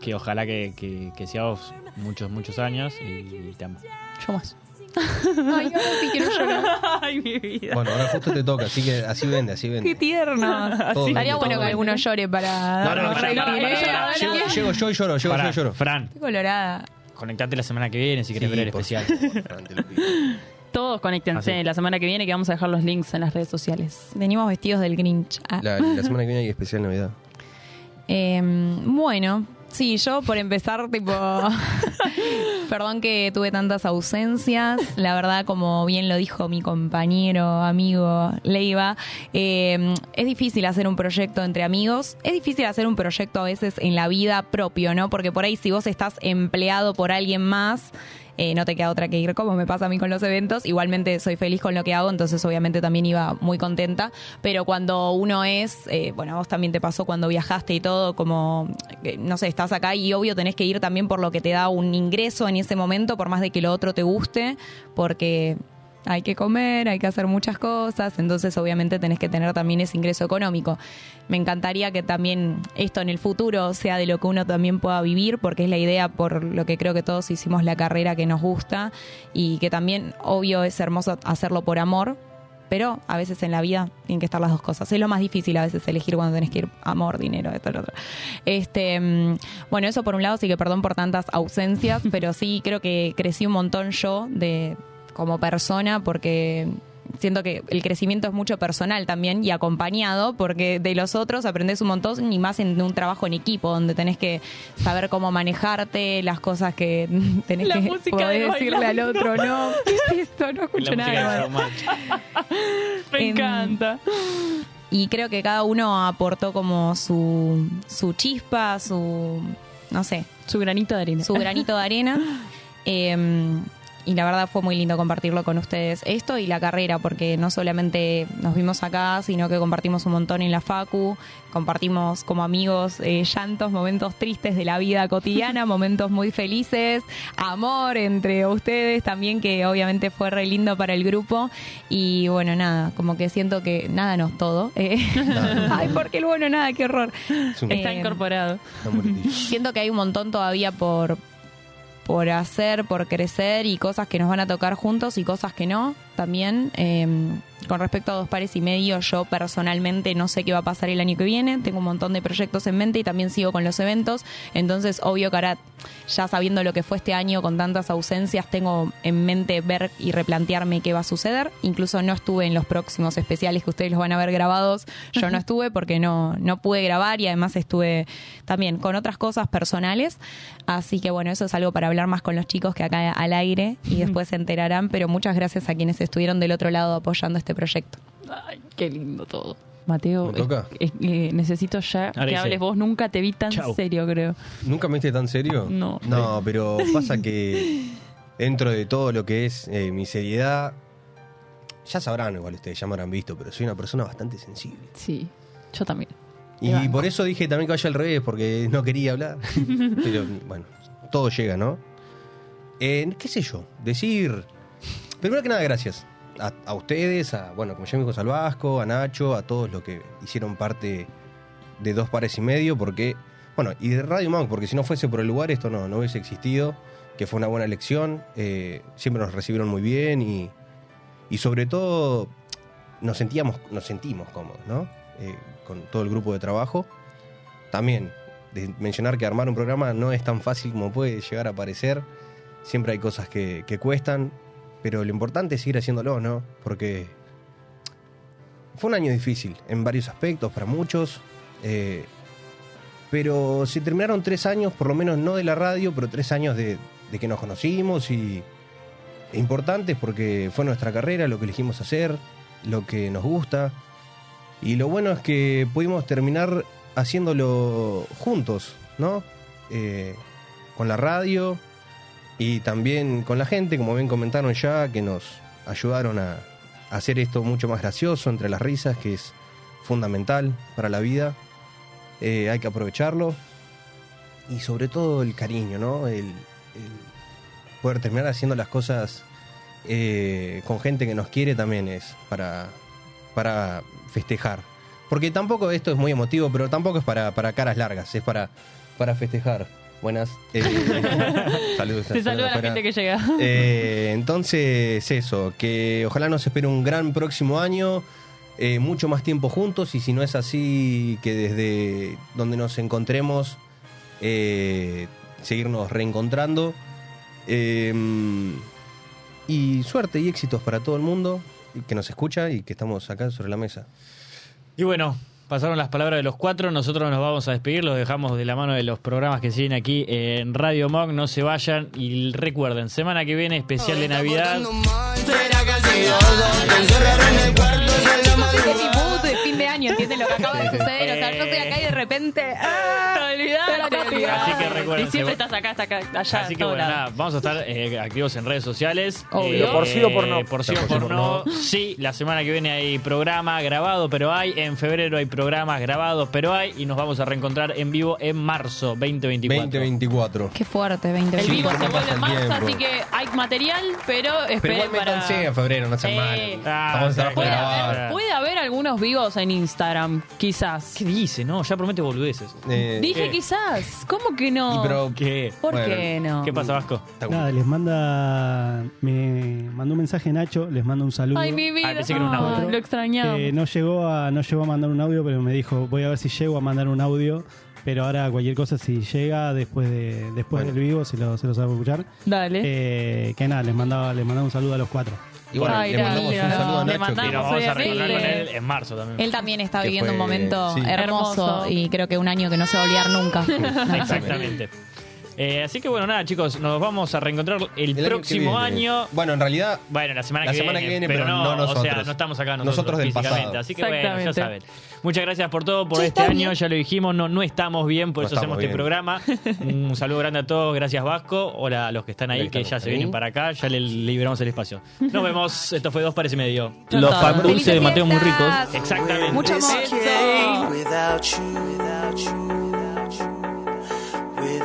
Que ojalá que, que, que seamos muchos, muchos años y te amo.
Yo más. Ay, ahora sí quiero llorar. Ay, mi vida.
Bueno, ahora justo te toca, así que así vende, así vende.
Qué tierno.
Todo
Estaría bueno
bien, todo
que
bien.
alguno llore para
No, no,
darnos
ya,
reír.
ya,
¿eh?
ya,
Ahora
Llego, llego yo y lloro, llego yo
Pará,
y lloro.
Fran,
Estoy colorada.
conectate la semana que viene si querés ver el especial.
Todos
Ah,
conéctense la semana que viene que vamos a dejar los links en las redes sociales.
Venimos vestidos del Grinch. Ah.
La, la semana que viene hay especial Navidad.
Eh, bueno, sí, yo por empezar, tipo, perdón que tuve tantas ausencias. La verdad, como bien lo dijo mi compañero, amigo Leiva, eh, es difícil hacer un proyecto entre amigos. Es difícil hacer un proyecto a veces en la vida propio, ¿no? Porque por ahí si vos estás empleado por alguien más... eh, no te queda otra que ir como me pasa a mí con los eventos. Igualmente soy feliz con lo que hago, entonces obviamente también iba muy contenta. Pero cuando uno es, eh, bueno, a vos también te pasó cuando viajaste y todo, como, eh, no sé, estás acá y obvio tenés que ir también por lo que te da un ingreso en ese momento, por más de que lo otro te guste, porque hay que comer, hay que hacer muchas cosas, entonces obviamente tenés que tener también ese ingreso económico. Me encantaría que también esto en el futuro sea de lo que uno también pueda vivir, porque es la idea por lo que creo que todos hicimos la carrera que nos gusta y que también, obvio, es hermoso hacerlo por amor, pero a veces en la vida tienen que estar las dos cosas. Es lo más difícil a veces elegir cuando tenés que ir amor, dinero, esto, lo otro. Este, mm, bueno, eso por un lado, sí que perdón por tantas ausencias, pero sí creo que crecí un montón yo de como persona porque siento que el crecimiento es mucho personal también y acompañado porque de los otros aprendes un montón y más en un trabajo en equipo donde tenés que saber cómo manejarte las cosas que tenés
La
que
música
poder
de
Eh, decirle
bailando.
al otro no ¿qué es esto? no escucho
música
nada
de
bueno.
Me encanta.
Em, Y creo que cada uno aportó como su, su chispa, su, no sé.
Su granito de arena.
Su granito de arena. Eh, y la verdad fue muy lindo compartirlo con ustedes esto y la carrera, porque no solamente nos vimos acá, sino que compartimos un montón en la Facu, compartimos como amigos eh, llantos, momentos tristes de la vida cotidiana, momentos muy felices, amor entre ustedes también, que obviamente fue re lindo para el grupo. Y bueno, nada, como que siento que nada no es todo. eh. Ay, porque el bueno nada, qué horror.
un- Eh, Está
incorporado. Siento que hay un montón todavía por, por hacer, por crecer y cosas que nos van a tocar juntos y cosas que no también. Eh, con respecto a dos pares y medio, yo personalmente no sé qué va a pasar el año que viene. Tengo un montón de proyectos en mente y también sigo con los eventos. Entonces, obvio que ahora, ya sabiendo lo que fue este año con tantas ausencias, tengo en mente ver y replantearme qué va a suceder. Incluso no estuve en los próximos especiales que ustedes los van a ver grabados. Yo no estuve porque no, no pude grabar y además estuve también con otras cosas personales. Así que bueno, eso es algo para hablar más con los chicos que acá al aire y después se enterarán. Pero muchas gracias a quienes estuvieron del otro lado apoyando este proyecto.
Ay, qué lindo todo. Mateo,
¿Me toca?
es- eh, necesito ya
Ahora
que
dice,
hables vos. Nunca te vi tan
"Chau".
serio, creo.
¿Nunca me viste tan serio?
No.
No, pero pasa que dentro de todo lo que es eh, mi seriedad, ya sabrán igual ustedes, ya me habrán visto, pero soy una persona bastante sensible.
Sí, yo también.
Y por eso dije también que vaya al revés, porque no quería hablar. pero bueno, todo llega, ¿no? Eh, ¿Qué sé yo? Decir, primero que nada, gracias. A, a ustedes, a, bueno, como ya me dijo Salvasco, a Nacho, a todos los que hicieron parte de dos pares y medio, porque, bueno, y de Radio Monk, porque si no fuese por el lugar esto no, no hubiese existido, que fue una buena elección, eh, siempre nos recibieron muy bien y, y sobre todo nos sentíamos, nos sentimos cómodos, ¿no? Eh, con todo el grupo de trabajo. También, de mencionar que armar un programa no es tan fácil como puede llegar a parecer, siempre hay cosas que, que cuestan, pero lo importante es seguir haciéndolo, ¿no? Porque fue un año difícil en varios aspectos para muchos. eh, pero se terminaron tres años, por lo menos no de la radio, pero tres años de, de que nos conocimos y e importantes porque fue nuestra carrera, lo que elegimos hacer, lo que nos gusta. Y lo bueno es que pudimos terminar haciéndolo juntos, ¿no? Eh, con la radio y también con la gente, como bien comentaron ya, que nos ayudaron a a hacer esto mucho más gracioso entre las risas, que es fundamental para la vida. Eh, hay que aprovecharlo. Y sobre todo el cariño, ¿no? El, el poder terminar haciendo las cosas eh, con gente que nos quiere también es para, para festejar. Porque tampoco esto es muy emotivo, pero tampoco es para, para caras largas, es para, para festejar. Buenas. eh, saludos.
Te saluda la
afuera.
gente que llega.
Eh, entonces, eso, que ojalá nos espere un gran próximo año, eh, mucho más tiempo juntos y si no es así, que desde donde nos encontremos, eh, seguirnos reencontrando. Eh, y suerte y éxitos para todo el mundo que nos escucha y que estamos acá sobre la mesa.
Y bueno, pasaron las palabras de los cuatro. Nosotros nos vamos a despedir. Los dejamos de la mano de los programas que siguen aquí en Radio Monk. No se vayan. Y recuerden, semana que viene, especial de Navidad.
Este es mi mood de fin de año, ¿entienden lo que acaba de suceder? O sea, yo estoy acá y de repente. ¡Ah!
Te olvidaste,
Te olvidaste.
Así que recuerden,
Y siempre
se-
estás acá, hasta acá, allá.
Así que
todo
bueno,
lado.
nada, vamos a estar eh, activos en redes sociales.
Obvio.
Eh,
Por sí o por no.
Por sí o por no. Sí, la semana que viene hay programa grabado, pero hay. En febrero hay programas grabados, pero hay. Y nos vamos a reencontrar en vivo en marzo 2024.
2024.
Qué fuerte, 20
El vivo se
¿Cómo
vuelve
pasa
en
el
marzo,
tiempo?
así que hay material, pero
Pero
esperen
igual
para...
métanse a febrero, no sean
Eh,
malos.
Ah,
Vamos a estar
puede
grabar.
haber-
Puede haber algunos vivos en Instagram, quizás.
¿Qué dice? No, ya promete boludeces.
Eh,
Dije quizás. ¿Cómo que no?
¿Qué?
¿Por qué no?
¿Qué pasa, Vasco?
Nada, les manda. Me mandó un mensaje Nacho, les manda un saludo.
Ay, mi vida.
Ah, pensé que era un audio.
Ah, Lo extrañaba.
Eh, no llegó a no llegó a mandar un audio, pero me dijo, voy a ver si llego a mandar un audio. Pero ahora cualquier cosa, si llega después de después del vivo, se lo, se los hago escuchar.
Dale.
Eh, que nada, les mandaba, les mandaba un saludo a los cuatro.
Y bueno, Ay, le gracias. mandamos un saludo a Le Nacho, que- mandamos,
Y nos vamos a reencontrar con
obviamente.
él en marzo también.
Él también está
Que
viviendo un
fue-
momento
sí.
hermoso,
Hermoso.
y creo que un año que no se va a olvidar nunca.
Exactamente. Eh, así que bueno, nada, chicos, nos vamos a reencontrar el,
El año
próximo
que viene.
año.
Bueno, en realidad.
Bueno, la semana,
la
que,
semana
viene,
que viene, pero no
O sea,
nosotros.
no estamos acá nosotros.
Nosotros del
físicamente.
pasado.
Así que bueno, ya
Exactamente.
saben. Muchas gracias por todo, por este año. Ya lo dijimos, no, no estamos bien, por
No
eso hacemos
estamos
este programa. Un saludo grande a todos, gracias Vasco. Hola a los que están ahí, que ya se vienen para acá, ya le liberamos el espacio. Nos vemos, esto fue Dos Pares y Medio.
Los pan
pan
dulce de Mateo muy ricos.
Exactamente.
Mucho amor.
Eso.
Without you, without you, without you,